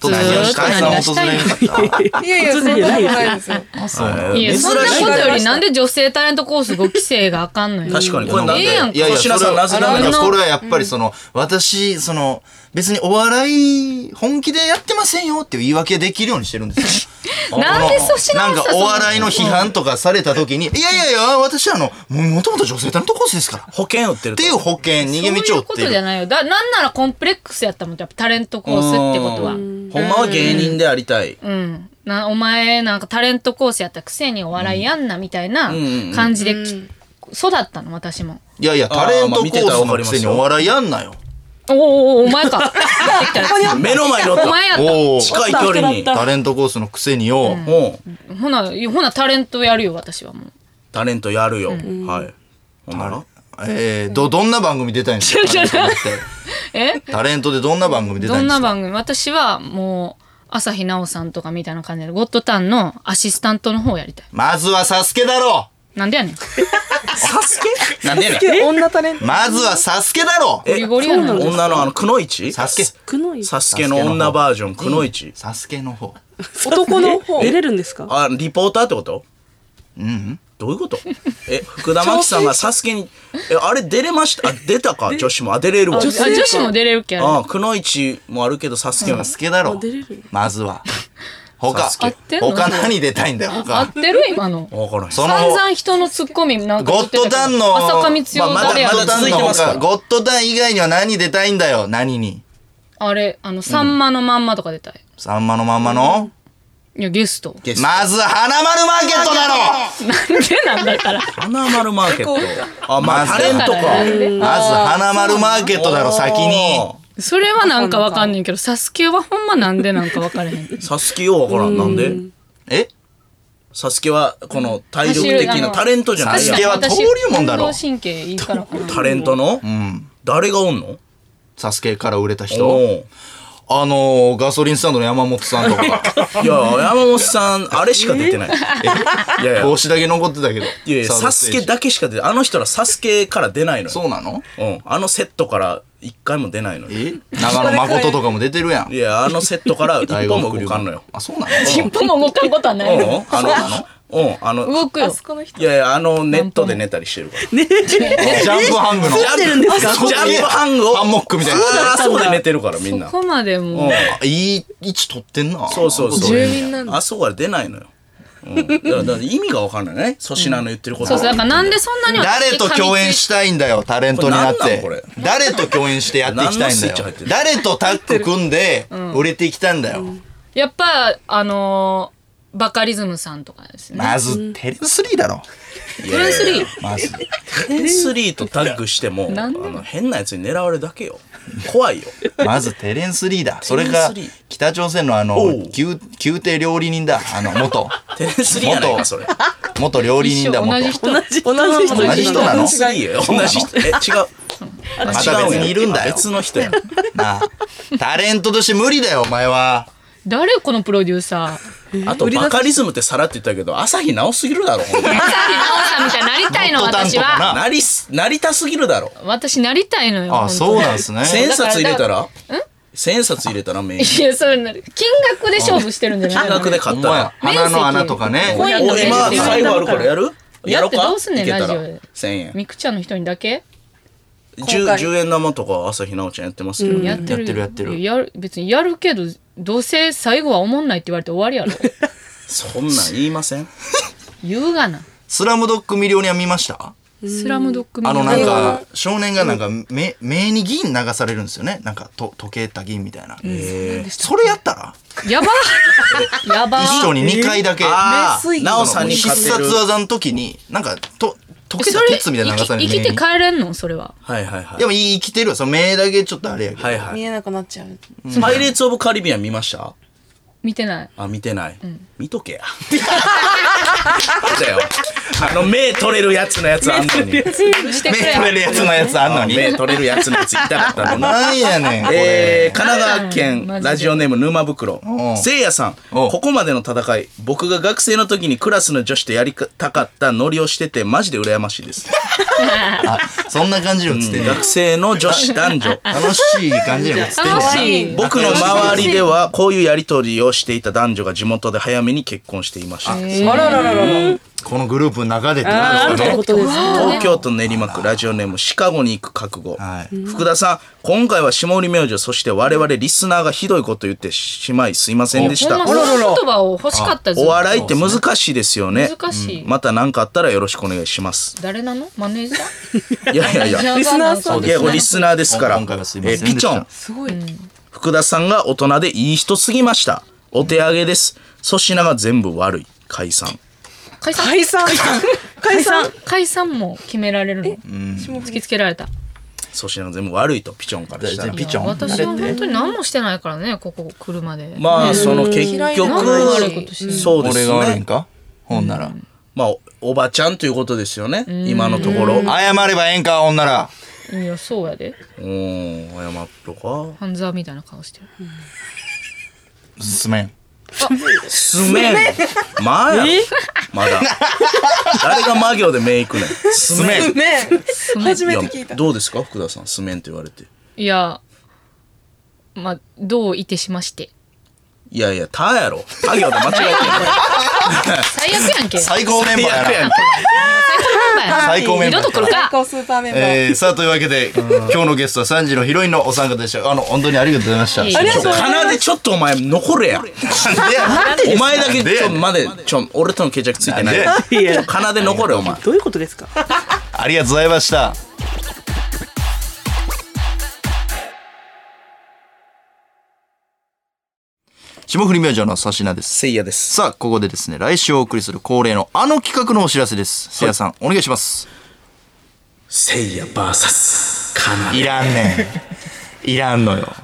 Speaker 1: 突然解散訪れなかった
Speaker 6: いやいや、そんなことないですよ。
Speaker 1: あそうなんや
Speaker 4: いや、
Speaker 2: 珍しい
Speaker 4: そんなことよりなんで女性タレントコース5期生があかんのよ。
Speaker 2: 確かに、これなん
Speaker 4: ええやん
Speaker 1: い
Speaker 2: で、
Speaker 4: か
Speaker 1: やいや、
Speaker 2: 粗品さんなぜ
Speaker 1: それは
Speaker 2: ダメ
Speaker 1: い
Speaker 2: な
Speaker 1: や
Speaker 2: の
Speaker 1: それはやっぱりその、私、その、別にお笑い、本気でやってませんよっていう言い訳できるようにしてるんですよ。
Speaker 4: [LAUGHS] なんで粗品
Speaker 1: なん
Speaker 4: を
Speaker 1: か
Speaker 4: 誘う
Speaker 1: お笑いの批判とかされた時に、いやいやいや、私はあの、ももともと女性タレントコースですから。っ
Speaker 2: 保険売ってると
Speaker 1: ていう保険、逃
Speaker 4: そ
Speaker 1: げ
Speaker 4: うい
Speaker 1: 道を
Speaker 4: う
Speaker 1: っ
Speaker 4: こ
Speaker 1: てい
Speaker 4: とじゃ
Speaker 1: う。
Speaker 4: ないよ。だ、なんならコンプレックスやったもん、やっぱタレントコースってことは。
Speaker 2: う
Speaker 4: うん
Speaker 2: ほんまは芸人でありたい。
Speaker 4: ん。な、お前なんかタレントコースやったくせにお笑いやんな、みたいな感じでき育ったの、私も。
Speaker 1: いやいや、タレントコースのくせにお笑いやんなよ。
Speaker 4: おーおーおーお前か。できたやつ
Speaker 2: 目の前におっ
Speaker 4: お前
Speaker 2: た。
Speaker 4: やっ
Speaker 1: おお。
Speaker 2: 近い距離に。
Speaker 1: タレントコースのくせによ。
Speaker 2: うん。
Speaker 4: た。ほな、ほなタレントやるよ、私はもう。
Speaker 2: タレントやるよ。はい。ほんなら
Speaker 1: えー、ど、どんな番組出たいんですかタレントって
Speaker 4: [LAUGHS] え
Speaker 1: タレントでどんな番組出た
Speaker 4: ど
Speaker 1: いん
Speaker 4: ん
Speaker 1: です
Speaker 4: な
Speaker 1: か
Speaker 4: 番組私はもう、朝日奈央さんとかみたいな感じで、ゴッドタンのアシスタントの方をやりたい。
Speaker 1: まずはサスケだろ
Speaker 4: なんでやねん。
Speaker 2: なんでやねん。
Speaker 6: 女タレント。
Speaker 1: まずはサスケだろ
Speaker 4: ゴリゴリやな
Speaker 2: 女のあの、くのいち
Speaker 1: サスケ
Speaker 5: くのい
Speaker 2: サスケの女バージョン、くのいち。
Speaker 1: サスケの方。
Speaker 5: 男の方出れるんですか
Speaker 2: あ、リポーターってこと
Speaker 1: うん。
Speaker 2: どういうことえ、福田真紀さんがサスケに、え、あれ出れましたあ、出たか、女子も。あ、出れるわ。
Speaker 5: 女
Speaker 4: あ女子も出れるけど。
Speaker 2: ああ、くのいちもあるけど、サスケも
Speaker 1: サ。スケだろ
Speaker 5: あ出れる。
Speaker 1: まずは。他
Speaker 2: サスケ合
Speaker 4: ってんの
Speaker 1: 他何出たいんだよ、
Speaker 4: 合
Speaker 1: 他
Speaker 4: っ。てる今の。
Speaker 2: わからへん。
Speaker 1: その
Speaker 4: 散、々人のツッコミなんか言ってた
Speaker 1: ゴ
Speaker 4: けど
Speaker 1: ッドタンの
Speaker 4: 浅香光代
Speaker 2: まあまだ
Speaker 4: 誰や
Speaker 2: まだ続いてますから
Speaker 1: ゴッドダン以外には何出たいんだよ、何に。
Speaker 4: あれ、あの、さんまのまんまとか出たい。
Speaker 1: さんまのまんまの
Speaker 4: いや、ゲスト。
Speaker 2: ゲスト
Speaker 1: まずは花丸マーケットだろ
Speaker 4: なんでなんだ [LAUGHS] から。
Speaker 2: 花丸マーケット。あ、ま
Speaker 1: ま
Speaker 2: あ、
Speaker 1: ず
Speaker 2: タレント
Speaker 4: だからなん
Speaker 2: か。
Speaker 4: で
Speaker 1: まず花丸マーケットだろ、先に。
Speaker 4: それはなんかわかんねんけど、サスケはほんまなんでなんかわからへん。
Speaker 2: サスケよ、わからん。なんで
Speaker 1: え
Speaker 2: サスケは、この、体力的
Speaker 4: 走るあ
Speaker 2: な
Speaker 4: の
Speaker 2: タレントじゃない
Speaker 1: サ
Speaker 2: や
Speaker 1: ス
Speaker 2: ん
Speaker 1: ケ。は登竜門だろ
Speaker 4: 私運動神経いいからかな。
Speaker 2: タレントの
Speaker 1: うん。
Speaker 2: 誰がおんの
Speaker 1: サスケから売れた人
Speaker 2: お
Speaker 1: あのー、ガソリンスタンドの山本さんと
Speaker 2: [LAUGHS]
Speaker 1: か。
Speaker 2: ういや、山本さん、あれしか出てない。いやいや
Speaker 1: 帽子だけ残ってたけど。
Speaker 2: いやいや、
Speaker 1: サード
Speaker 2: サ
Speaker 1: ス
Speaker 2: ス
Speaker 1: テー
Speaker 2: ケ
Speaker 1: ジ
Speaker 2: だけしか出ない。あの人らサスケから出ないのよ。
Speaker 1: そうなの
Speaker 2: うん。あのセットから一回も出ないのよ。
Speaker 1: え長野誠とかも出てるやん
Speaker 2: い。や、あのセット
Speaker 1: [LAUGHS]
Speaker 2: から一歩も動かんのよ。
Speaker 1: あ、そうなの
Speaker 2: [LAUGHS]
Speaker 4: 尻尾も動かんことはな
Speaker 2: う
Speaker 4: い
Speaker 2: ん
Speaker 4: よ。
Speaker 2: あの、うん、あの、
Speaker 4: 動くよ。
Speaker 2: いやいや、あの、ネットで寝たりしてるから。
Speaker 1: ジャンプハングの。
Speaker 2: ジャンプジャンプハングを。
Speaker 1: ハンモックみたいな
Speaker 2: ずーっとあそこで寝てるから、みんな
Speaker 4: そ。こまでもう
Speaker 2: う
Speaker 1: あ
Speaker 2: ん
Speaker 1: いい位置取ってんな。
Speaker 2: そうそうそう。
Speaker 6: 住民なんだ
Speaker 2: あそこから出ないのよ。うんだからだから意味が分かんないね粗品の言ってること
Speaker 4: そうそう、だからなんでそんなに
Speaker 1: 誰と共演したいんだよ、タレントになっ
Speaker 2: これ
Speaker 1: て
Speaker 2: 何なんこ。
Speaker 1: 誰と共演してやっていきたいんだ
Speaker 2: 何のスイッチ入っ
Speaker 1: よ
Speaker 2: て。る
Speaker 1: 誰とタッグ組んで売れてきたんだよ。
Speaker 4: やっぱ、あのーバカリズムさんとかですね。
Speaker 1: まず、テレスリーだろ。
Speaker 4: トレンスリー。
Speaker 1: まず。
Speaker 2: テンスリーとタッグしてもあ
Speaker 4: なんなん
Speaker 2: の変なやつに狙われるだけよ怖いよ
Speaker 1: まずテレンス・リーだ。それが
Speaker 2: テレンスリー
Speaker 1: 北朝鮮のあの
Speaker 2: おう
Speaker 1: 宮宮廷料理人だ。あの元
Speaker 2: テレスリーやないかそれ
Speaker 1: 元料理人だ
Speaker 4: 一緒
Speaker 1: 元。
Speaker 4: 同じ人。
Speaker 5: 同じ人
Speaker 1: 同じ人なの
Speaker 2: 同じよ同じ人え違う
Speaker 1: また別にいるんだよ。
Speaker 2: 別の人や
Speaker 1: なあタレントとして無理だよお前は。
Speaker 4: 誰このプロデュ
Speaker 1: [LAUGHS]
Speaker 4: ーサー。
Speaker 2: あとバカリズムってさらって言ったけど朝日直すぎるだろほん
Speaker 4: [LAUGHS]
Speaker 2: まに
Speaker 4: 朝日奈央さんみたいになりたいの、
Speaker 1: もっと担
Speaker 4: 私
Speaker 1: 当か
Speaker 4: は。
Speaker 1: な。
Speaker 2: なりすなりたすぎるだろ
Speaker 4: 私なりたいのよ。
Speaker 1: あそうなん
Speaker 4: ん
Speaker 1: ですね。
Speaker 2: 千円札入れたら千円札入れたらメイン
Speaker 4: いや、そうなる。金額で勝負してるんじゃ
Speaker 1: [LAUGHS]
Speaker 4: ない
Speaker 2: 金額で買
Speaker 1: ほ
Speaker 2: っ
Speaker 1: ん
Speaker 2: た
Speaker 1: ま
Speaker 2: ら
Speaker 1: や鼻の穴とかね。
Speaker 4: 面積
Speaker 2: お今
Speaker 4: 面積
Speaker 2: 財布あるからやるやろう
Speaker 4: やって
Speaker 2: か
Speaker 4: どうすんねん
Speaker 2: いけた
Speaker 4: ラジ
Speaker 2: ら
Speaker 4: オで
Speaker 2: 千円
Speaker 4: ミクちゃんの人にだけ
Speaker 2: 十十円玉とか朝日奈央ちゃんやってますけど、
Speaker 4: やって
Speaker 1: や
Speaker 4: る。
Speaker 1: ってるやってる
Speaker 4: いやる別にやるけど、どうせ最後は思んないって言われて終わりやろ。
Speaker 6: [LAUGHS]
Speaker 2: そんなん言いません
Speaker 4: 言うがな。
Speaker 1: スラムドッグミリオネア見ました？
Speaker 4: スラムドッグ
Speaker 1: あのなん
Speaker 4: 見た
Speaker 1: か少年がなんか目目に銀流されるんですよね。なんかと溶けた銀みたいな。それやったら
Speaker 4: やばやば
Speaker 1: 一緒に二回だけ。
Speaker 2: ああ奈央さんに
Speaker 1: 必
Speaker 2: 勝て
Speaker 1: 殺
Speaker 2: る
Speaker 1: 技の時になんかと溶け
Speaker 4: そ
Speaker 1: た
Speaker 4: れ
Speaker 1: 鉄みたいな長さに
Speaker 4: 生き生きて帰れんのそれは。
Speaker 2: はいはいはい
Speaker 1: でもいい生きてるよその目だけちょっとあれやけど、
Speaker 2: はいは
Speaker 6: 見
Speaker 2: い
Speaker 6: えなくなっちゃう。
Speaker 2: パイレーツ・オブ・カリビアン見ました
Speaker 4: 見てない。
Speaker 2: あ見てない、見とけやだよあの目取れるやつのやつあんのに
Speaker 4: して
Speaker 1: 目
Speaker 4: く
Speaker 1: 取
Speaker 4: れ。
Speaker 1: れるやつのやつあんのに
Speaker 2: 目取れるやつのやつ言いたかったのに
Speaker 1: なんやねんこれ、
Speaker 2: えー、神奈川県
Speaker 4: マジで
Speaker 2: ラジオネーム沼袋
Speaker 1: おう
Speaker 2: せいやさん
Speaker 1: おう
Speaker 2: ここまでの戦い僕が学生の時にクラスの女子とやりたかったノリをしててマジで羨ましいです
Speaker 1: あそんな感じの映ってる、
Speaker 2: 学生の女子男女
Speaker 1: 楽しい感じの映ってる
Speaker 4: 楽しい。
Speaker 2: 僕の周りではこういうやり取りをしていた男女が地元で早めに結婚していました
Speaker 6: あららららら。
Speaker 1: このグループの中でって
Speaker 5: あ
Speaker 1: こと
Speaker 5: る
Speaker 1: ですかね
Speaker 5: ということですね。
Speaker 2: 東京都練馬区ラジオネームシカゴに行く覚悟、
Speaker 1: はい
Speaker 2: 福田さん今回は下売り明星そして我々リスナーがひどいこと言ってしまいすいませんでし
Speaker 4: ほ
Speaker 2: た
Speaker 4: んまその言葉を欲しかった
Speaker 2: お笑いって
Speaker 4: ずっ
Speaker 2: 難しいですよね
Speaker 4: と難しい。
Speaker 2: また何かあったらよろしくお願いします
Speaker 4: 誰なのマネージャー
Speaker 2: いやいやいや
Speaker 4: リスナーさ
Speaker 1: ん
Speaker 2: いやこれリスナーですから
Speaker 1: 今回はすいませんでした
Speaker 2: えピチョン
Speaker 6: すごい。
Speaker 2: 福田さんが大人でいい人すぎましたお手上げです粗品が全部悪い解散
Speaker 4: 解散
Speaker 5: 解散解散
Speaker 4: 解散も決められるの突きつけられた。
Speaker 2: 粗品が全部悪いとピチョンからしたら
Speaker 1: ピチョン
Speaker 4: 私は本当に何もしてないからね、ここ来るまで。
Speaker 2: まあその結
Speaker 6: 嫌いな
Speaker 4: 悪
Speaker 2: 局
Speaker 4: いことしてない
Speaker 2: そうで
Speaker 1: 俺
Speaker 2: すね
Speaker 1: が悪いんかほんなら、
Speaker 2: まあ、おおばちゃんということですよね。今のところ。あ
Speaker 1: 謝ればええんかほんなら
Speaker 4: いや、そうやで。
Speaker 2: うーん、謝っとか。
Speaker 4: 半沢みたいな顔してる。
Speaker 1: すめん
Speaker 2: すめん。まあやろまだ。誰が魔行で目いくねん。す
Speaker 1: すめん
Speaker 6: ねえ初めて聞い
Speaker 2: い
Speaker 6: た
Speaker 2: や、。どうですか福田さん。すめんって言われて。
Speaker 4: いや、まあ、どういてしまして。
Speaker 2: いやいや、たやろ。た行で間違
Speaker 4: 最悪やんけ。最
Speaker 1: 最高メ
Speaker 2: えて
Speaker 1: ン
Speaker 2: んの。
Speaker 1: バー
Speaker 2: や
Speaker 1: や
Speaker 2: ん
Speaker 1: な
Speaker 2: け。
Speaker 4: 悪やん。
Speaker 1: 最高メンバー
Speaker 4: 二度と来るか
Speaker 6: 最高スーパーメンバー。
Speaker 1: えー、さあというわけで今日のゲストは3時のヒロインのお三方でしたあの本当にありがとうございました
Speaker 4: いえいえありがとう
Speaker 2: かなでちょっとお前残れや。
Speaker 1: なん [LAUGHS] でや
Speaker 2: お前だけ
Speaker 1: なんで
Speaker 2: ち
Speaker 1: や
Speaker 2: ょ
Speaker 1: ねん
Speaker 2: まで、ちょ、俺との決着ついてない
Speaker 1: なん。
Speaker 5: いや
Speaker 2: かなで残れお前。
Speaker 5: どういうことですか
Speaker 1: ありがとうございました霜降り明星の粗品です
Speaker 2: せいやです。
Speaker 1: さあここでですね来週お送りする恒例のあの企画のお知らせですせいやさん、お願いします
Speaker 2: せいやバーサス、かなで。
Speaker 1: いらんねん [LAUGHS] いらんのよ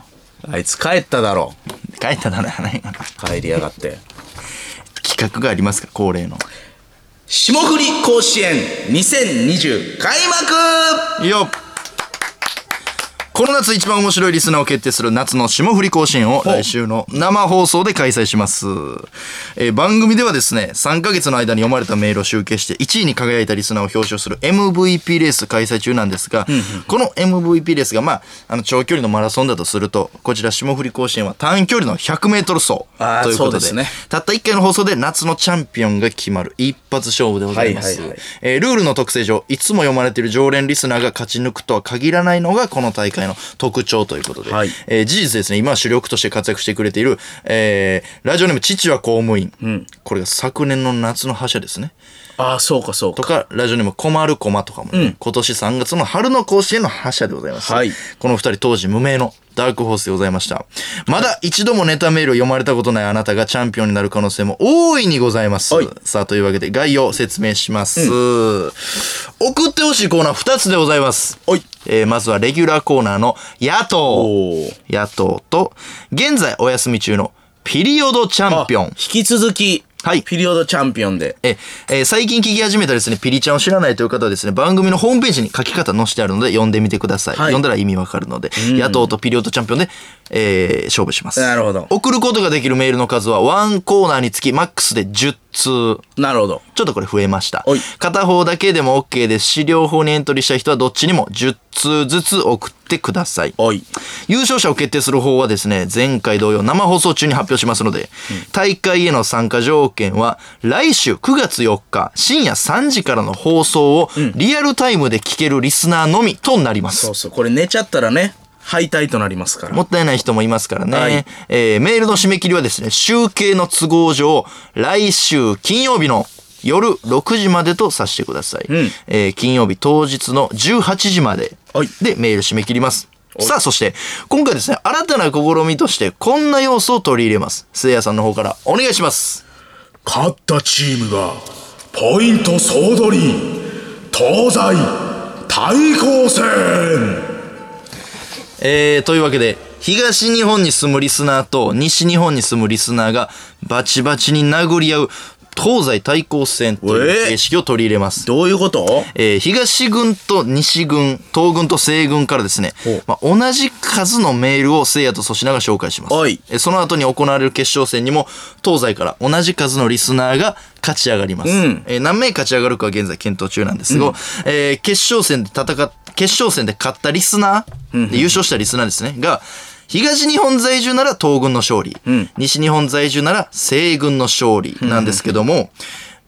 Speaker 2: あいつ帰っただろ。
Speaker 1: 書いたならないかな
Speaker 2: 帰りやがって。
Speaker 1: 企画がありますから恒例の
Speaker 2: 霜降り甲子園2020開幕
Speaker 1: よっこの夏一番面白いリスナーを決定する夏の霜降り甲子園を来週の生放送で開催します。えー番組ではですね、3ヶ月の間に読まれたメールを集計して1位に輝いたリスナーを表彰する MVP レース開催中なんですが、この MVP レースが、まあ、あの長距離のマラソンだとすると、こちら霜降り甲子園は短距離の100メートル走
Speaker 2: あー
Speaker 1: ということで、
Speaker 2: そうですね
Speaker 1: たった1回の放送で夏のチャンピオンが決まる一発勝負でございます。
Speaker 2: はいはいはい
Speaker 1: えールールの特性上いつも読まれている常連リスナーが勝ち抜くとは限らないのがこの大会の特徴ということで、
Speaker 2: はい
Speaker 1: えー事実ですね、今主力として活躍してくれている、えーラジオネーム父は公務員、これが昨年の夏の覇者ですね。
Speaker 2: ああ、そうかそう
Speaker 1: と
Speaker 2: か。
Speaker 1: か、ラジオネーム困る駒とかもね、
Speaker 2: うん
Speaker 1: 今年3月の春の甲子園の覇者でございます。
Speaker 2: はい
Speaker 1: この二人当時無名のダークホースでございました。まだ一度もネタメールを読まれたことないあなたがチャンピオンになる可能性も大いにございます。
Speaker 2: はい
Speaker 1: さあ、というわけで概要を説明します。送ってほしいコーナー二つでございます。
Speaker 2: はい
Speaker 1: えーまずはレギュラーコーナーの野党。
Speaker 2: おー
Speaker 1: 野党と、現在お休み中のピリオドチャンピオ
Speaker 2: あ引
Speaker 1: ン。
Speaker 2: き続き、
Speaker 1: はい
Speaker 2: ピリオドチャンピオンで。
Speaker 1: え、えー最近聞き始めたですね、ピリちゃんを知らないという方はですね、番組のホームページに書き方載してあるので、読んでみてください。
Speaker 2: はい
Speaker 1: 読んだら意味わかるので、野党とピリオドチャンピオンで、えー勝負します。
Speaker 2: なるほど
Speaker 1: 送ることができるメールの数は、1コーナーにつき、マックスで10通。
Speaker 2: なるほど。
Speaker 1: ちょっとこれ増えました
Speaker 2: おい。
Speaker 1: 片方だけでも OK ですし、両方にエントリーした人はどっちにも10通ずつ送ってください。
Speaker 2: おい。
Speaker 1: 優勝者を決定する方はですね、前回同様生放送中に発表しますので、大会への参加条件は、来週9月4日深夜3時からの放送をリアルタイムで聞けるリスナーのみとなります
Speaker 2: そう。そう。これ寝ちゃったらね、敗退となりますか
Speaker 1: [LAUGHS]
Speaker 2: ら。
Speaker 1: もったいない人もいますからね。
Speaker 2: はい
Speaker 1: えーメールの締め切りはですね、集計の都合上、来週金曜日の夜6時までとさせてください。
Speaker 2: ん
Speaker 1: えー金曜日当日の18時まで
Speaker 2: はい
Speaker 1: でメール締め切ります。さあ、そして、今回ですね、新たな試みとして、こんな要素を取り入れます。せいやさんの方からお願いします。
Speaker 7: 勝ったチームがポイント総取り東西対抗戦
Speaker 1: えー、というわけで、東日本に住むリスナーと西日本に住むリスナーがバチバチに殴り合う東西対抗戦という形式を取り入れます。
Speaker 2: どういうこと
Speaker 1: えー東軍と西軍、東軍と西軍からですね
Speaker 2: ほう、
Speaker 1: まあ、同じ数のメールを聖夜と粗品が紹介します。
Speaker 2: はい
Speaker 1: えーその後に行われる決勝戦にも、東西から同じ数のリスナーが勝ち上がります。
Speaker 2: うん
Speaker 1: えー何名勝ち上がるかは現在検討中なんですが、えー決勝戦で戦っ、決勝戦で勝ったリスナー、で優勝したリスナーですね、が、東日本在住なら東軍の勝利、
Speaker 2: ん
Speaker 1: 西日本在住なら西軍の勝利なんですけども、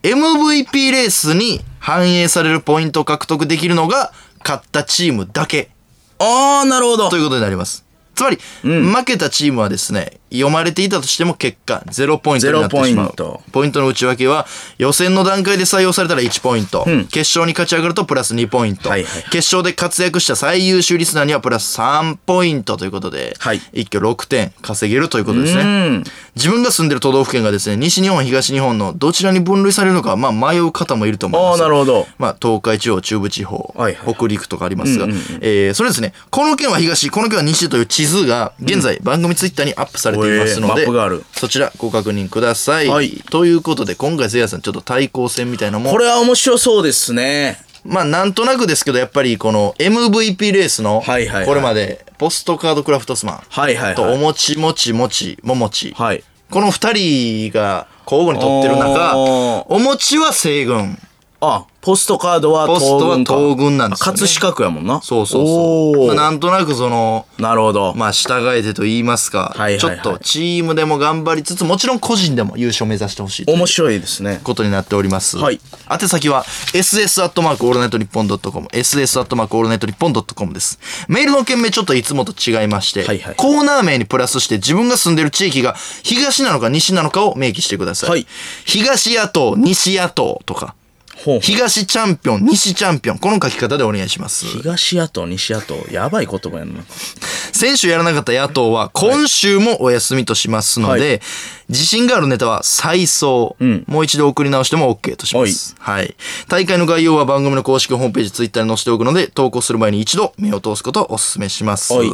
Speaker 1: MVP レースに反映されるポイントを獲得できるのが勝ったチームだけ
Speaker 2: ああ、なるほど
Speaker 1: と。いうことになります。つまり、負けたチームはですね、読まれていたとしても結果0ポイントになってしまう。
Speaker 2: 0ポイント
Speaker 1: ポイントの内訳は、予選の段階で採用されたら1ポイント、決勝に勝ち上がるとプラス2ポイント、
Speaker 2: はいはい
Speaker 1: 決勝で活躍した最優秀リスナーにはプラス3ポイントということで、
Speaker 2: はい
Speaker 1: 一挙6点稼げるということですね。
Speaker 2: うん。
Speaker 1: 自分が住んでる都道府県がですね、西日本、東日本のどちらに分類されるのか、まあ迷う方もいると思います。
Speaker 2: あーなるほど
Speaker 1: まあ東海地方、中部地方、
Speaker 2: はいはい
Speaker 1: 北陸とかありますが、えーそれですね、この県は東、この県は西という地図が現在番組ツイッターにアップされていますの
Speaker 2: おえマ
Speaker 1: で、
Speaker 2: ップがある
Speaker 1: そちらご確認ください。
Speaker 2: はい
Speaker 1: ということで、今回せいやさんちょっと対抗戦みたいなのも
Speaker 2: こ、れは面白そうですね。
Speaker 1: まあなんとなくですけど、やっぱりこの MVP レースの、
Speaker 2: はいはいはい
Speaker 1: これまで、ポストカードクラフトスマン、
Speaker 2: はいはいはい
Speaker 1: と、おもちもちもち、ももち、
Speaker 2: はい。
Speaker 1: この二人が交互に取ってる中、
Speaker 2: お
Speaker 1: お餅は西軍。
Speaker 2: あ、ポストカードは
Speaker 1: ポスト
Speaker 2: 東
Speaker 1: は
Speaker 2: 軍か。
Speaker 1: 東軍なんですよね
Speaker 2: 葛飾区やもんな。
Speaker 1: そうそうそう。ま
Speaker 2: お
Speaker 1: あ
Speaker 2: ー
Speaker 1: なんとなくその、
Speaker 2: なるほど。
Speaker 1: まあ従えてと言いますか、
Speaker 2: はいはいはい
Speaker 1: ちょっとチームでも頑張りつつ、もちろん個人でも優勝目指してほしいという
Speaker 2: 面白いですね。
Speaker 1: ことになっております。
Speaker 2: はい
Speaker 1: 宛先は、ss アットマークオールナイトニッポンドットコム、ss アットマークオールナイトニッポンドットコムです。メールの件名ちょっといつもと違いまして、
Speaker 2: はいはい
Speaker 1: コーナー名にプラスして自分が住んでる地域が東なのか西なのかを明記してください。
Speaker 2: はい
Speaker 1: 東野党、西野党とか、
Speaker 2: ほう
Speaker 1: 東チャンピオン、西チャンピオン、この書き方でお願いします。
Speaker 2: 東野党、西野党、やばい言葉やな。
Speaker 1: 先週やらなかった野党は今週もお休みとしますので、
Speaker 2: はい
Speaker 1: 自信があるネタは再送、
Speaker 2: ん
Speaker 1: もう一度送り直しても OK とします。はい。大会の概要は番組の公式ホームページ、ツイッターに載せておくので、投稿する前に一度目を通すことをお勧めします
Speaker 2: はい。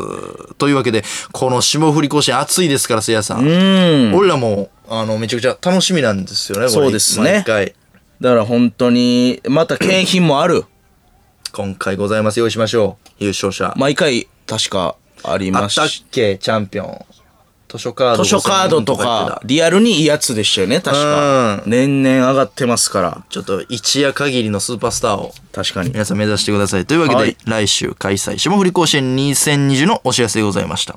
Speaker 1: というわけで、この霜降り甲子園暑いですから、せいやさん。
Speaker 2: うん。
Speaker 1: 俺らも、あの、めちゃくちゃ楽しみなんですよね、これ
Speaker 2: そうですね
Speaker 1: 毎回。
Speaker 2: だから本当に、また景品もある。
Speaker 1: 今回ございます。用意しましょう。優勝者。
Speaker 2: 毎回、確か、あり
Speaker 1: あ
Speaker 2: ま
Speaker 1: ったっ
Speaker 2: し
Speaker 1: けチャンピオン。図書カード。
Speaker 2: 図書カードとか、リアルにいいやつでしたよね、確か。年々上がってますから。
Speaker 1: ちょっと一夜限りのスーパースターを
Speaker 2: 確かに。
Speaker 1: 皆さん目指してください。というわけで、
Speaker 2: はい
Speaker 1: 来週開催、霜降り甲子園2020のお知らせでございました。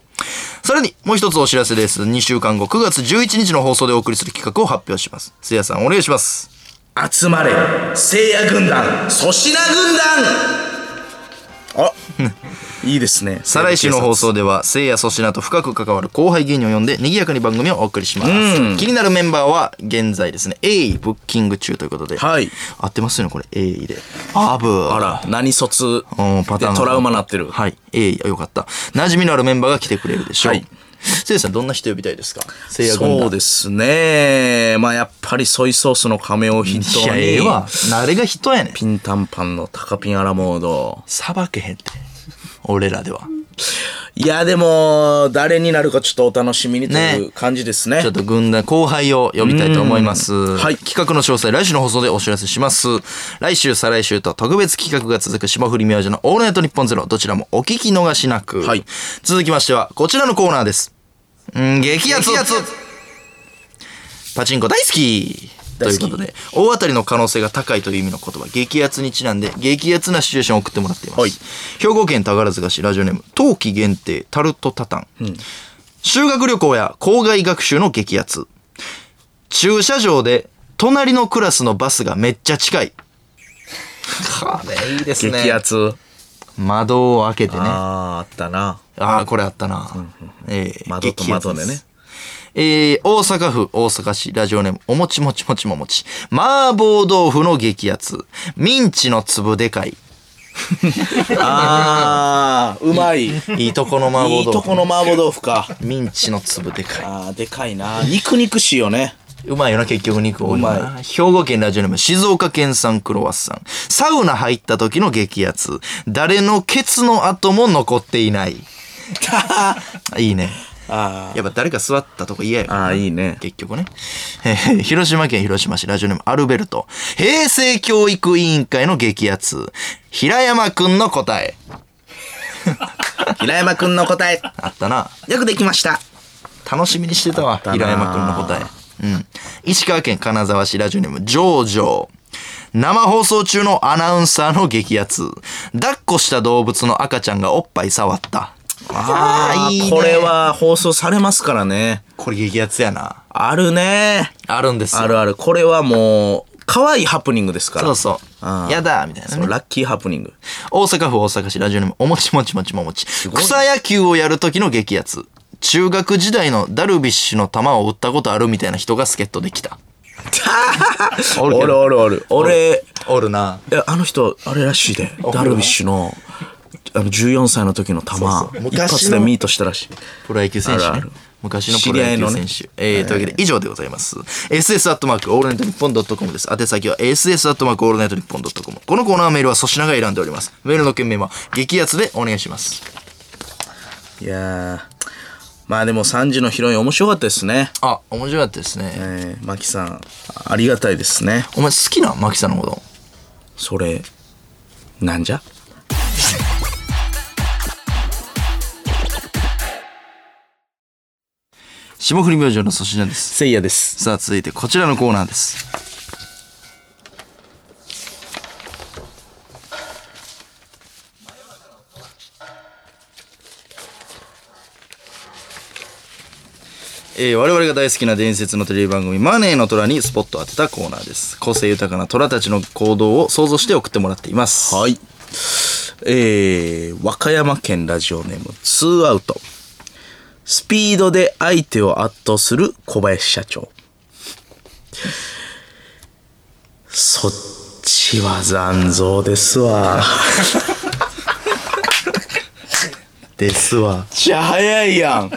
Speaker 1: さらに、もう一つお知らせです。2週間後、9月11日の放送でお送りする企画を発表します。せいやさん、お願いします。
Speaker 2: 集まれ、
Speaker 1: [LAUGHS]
Speaker 2: 聖夜軍団、粗品軍団あいいですね。
Speaker 1: 再来週の放送では、聖夜粗品と深く関わる後輩芸人を呼んで、賑やかに番組をお送りします。
Speaker 2: うん
Speaker 1: 気になるメンバーは、現在ですね、A ブッキング中ということで。
Speaker 2: はい。
Speaker 1: 合ってますよね、これ、A で。アブ。
Speaker 2: あら、何卒
Speaker 1: うん、パターン
Speaker 2: で
Speaker 1: が
Speaker 2: トラウマなってる。
Speaker 1: はい。A、よかった。馴染みのあるメンバーが来てくれるでしょう。
Speaker 2: はい
Speaker 1: せいやさん、どんな人呼びたいですかせいや軍団。
Speaker 2: そうですね。まあやっぱりソイソースの亀を筆
Speaker 1: い
Speaker 2: 頭
Speaker 1: や、
Speaker 2: に。
Speaker 1: ええわ。誰が人やねん。
Speaker 2: ピンタンパンのタカピンアラモード。
Speaker 1: さばけへんって。俺らでは。
Speaker 2: いや、でも、誰になるかちょっとお楽しみにとい
Speaker 1: ね
Speaker 2: う感じですね。
Speaker 1: ちょっと軍団後輩を呼びたいと思います。
Speaker 2: はい
Speaker 1: 企画の詳細、来週の放送でお知らせします。来週、再来週と特別企画が続く霜降り明星のオールナイトニッポンゼロ、どちらもお聞き逃しなく。
Speaker 2: はい
Speaker 1: 続きましては、こちらのコーナーです。うん、激アツパチンコ大好きと
Speaker 2: 大
Speaker 1: い
Speaker 2: 好
Speaker 1: う
Speaker 2: き
Speaker 1: ことで、大当たりの可能性が高いという意味の言葉、激アツにちなんで、激アツなシチュエーションを送ってもらっています。
Speaker 2: はい
Speaker 1: 兵庫県宝塚市ラジオネーム、冬季限定タルトタタン。修学旅行や校外学習の激アツ。駐車場で隣のクラスのバスがめっちゃ近い。これいいですね。
Speaker 2: 激アツ。
Speaker 1: 窓を開けてね。あ
Speaker 2: あーあったな。
Speaker 1: あー、これあったな。ええ
Speaker 2: 窓と窓でね。
Speaker 1: えー、大阪府大阪市ラジオネームおもちもちもちももち麻婆豆腐の激アツミンチの粒でかい
Speaker 2: ああ、うまい。い
Speaker 1: いいとこの麻婆
Speaker 2: いと
Speaker 1: 豆腐
Speaker 2: この麻婆豆腐か。
Speaker 1: ミンチの粒でかい
Speaker 2: ああ、でかいな。肉肉しいよね。
Speaker 1: うまいよな結局肉多いよ
Speaker 2: う
Speaker 1: な兵庫県ラジオネーム静岡県産クロワッサンサウナ入った時の激アツ誰のケツの跡も残っていない
Speaker 2: [LAUGHS]
Speaker 1: いいね
Speaker 2: あ
Speaker 1: やっぱ誰か座ったとこ嫌よ
Speaker 2: あ、ああ、いいね。
Speaker 1: 結局ね、 [LAUGHS] えー広島県広島市ラジオネームアルベルト平成教育委員会の激アツ平山くんの答え
Speaker 2: [LAUGHS] 平山くんの答え、
Speaker 1: あったな
Speaker 2: よくできました。
Speaker 1: 楽しみにしてたわ
Speaker 2: な
Speaker 1: 平山くんの答え、うん、石川県金沢市ラジオネームジョージョー生放送中のアナウンサーの激アツ抱っこした動物の赤ちゃんがおっぱい触ったあ
Speaker 2: あ
Speaker 1: ーいいね
Speaker 2: これは放送されますからね。
Speaker 1: これ激アツやな
Speaker 2: あるね。
Speaker 1: あるんですよ
Speaker 2: あるある。これはもう、可愛いハプニングですから。
Speaker 1: そうそ
Speaker 2: あ
Speaker 1: う
Speaker 2: ー
Speaker 1: やだみたいな
Speaker 2: そ
Speaker 1: ね
Speaker 2: うラッキーハプニング。
Speaker 1: 大阪府大阪市ラジオネームおもちもちもちももち草野球をやる時の激アツ中学時代のダルビッシュの球を打ったことあるみたいな人が助っ人できたおる
Speaker 2: お
Speaker 1: け
Speaker 2: る
Speaker 1: ど
Speaker 2: おるおる。俺、
Speaker 1: おるな
Speaker 2: えあの人、あれらしいで。ダルビッシュの、あの、14歳の時の球、
Speaker 1: そう
Speaker 2: 一
Speaker 1: 昔の
Speaker 2: 発でミートしたらしい。
Speaker 1: プロ野球選手ね
Speaker 2: あるある
Speaker 1: 昔のプロ野球選手
Speaker 2: 知、
Speaker 1: えー、というわけで以上でございます、SS アットマークオールナイトニッポンドットコムです宛先は SS アットマークオールナイトニッポンドットコムこのコーナーメールは粗品が選んでおりますメールの件名は激アツでお願いします
Speaker 2: いやー。まあでも3時のヒロイン面白かったですね。
Speaker 1: あ面白かったですね、
Speaker 2: えー、マキさん、ありがたいですね。
Speaker 1: お前好きなんマキさんのこと
Speaker 2: それ、なんじゃ
Speaker 1: 霜降り明星の粗品です
Speaker 2: せいやです。
Speaker 1: さあ続いてこちらのコーナーですえー我々が大好きな伝説のテレビ番組「マネーの虎」にスポットを当てたコーナーです個性豊かな虎たちの行動を想像して送ってもらっています
Speaker 2: はい。えー、和歌山県ラジオネーム2アウト。スピードで相手を圧倒する小林社長。そっちは残像ですわ。
Speaker 1: ですわ
Speaker 2: じゃ早いや [LAUGHS] ん。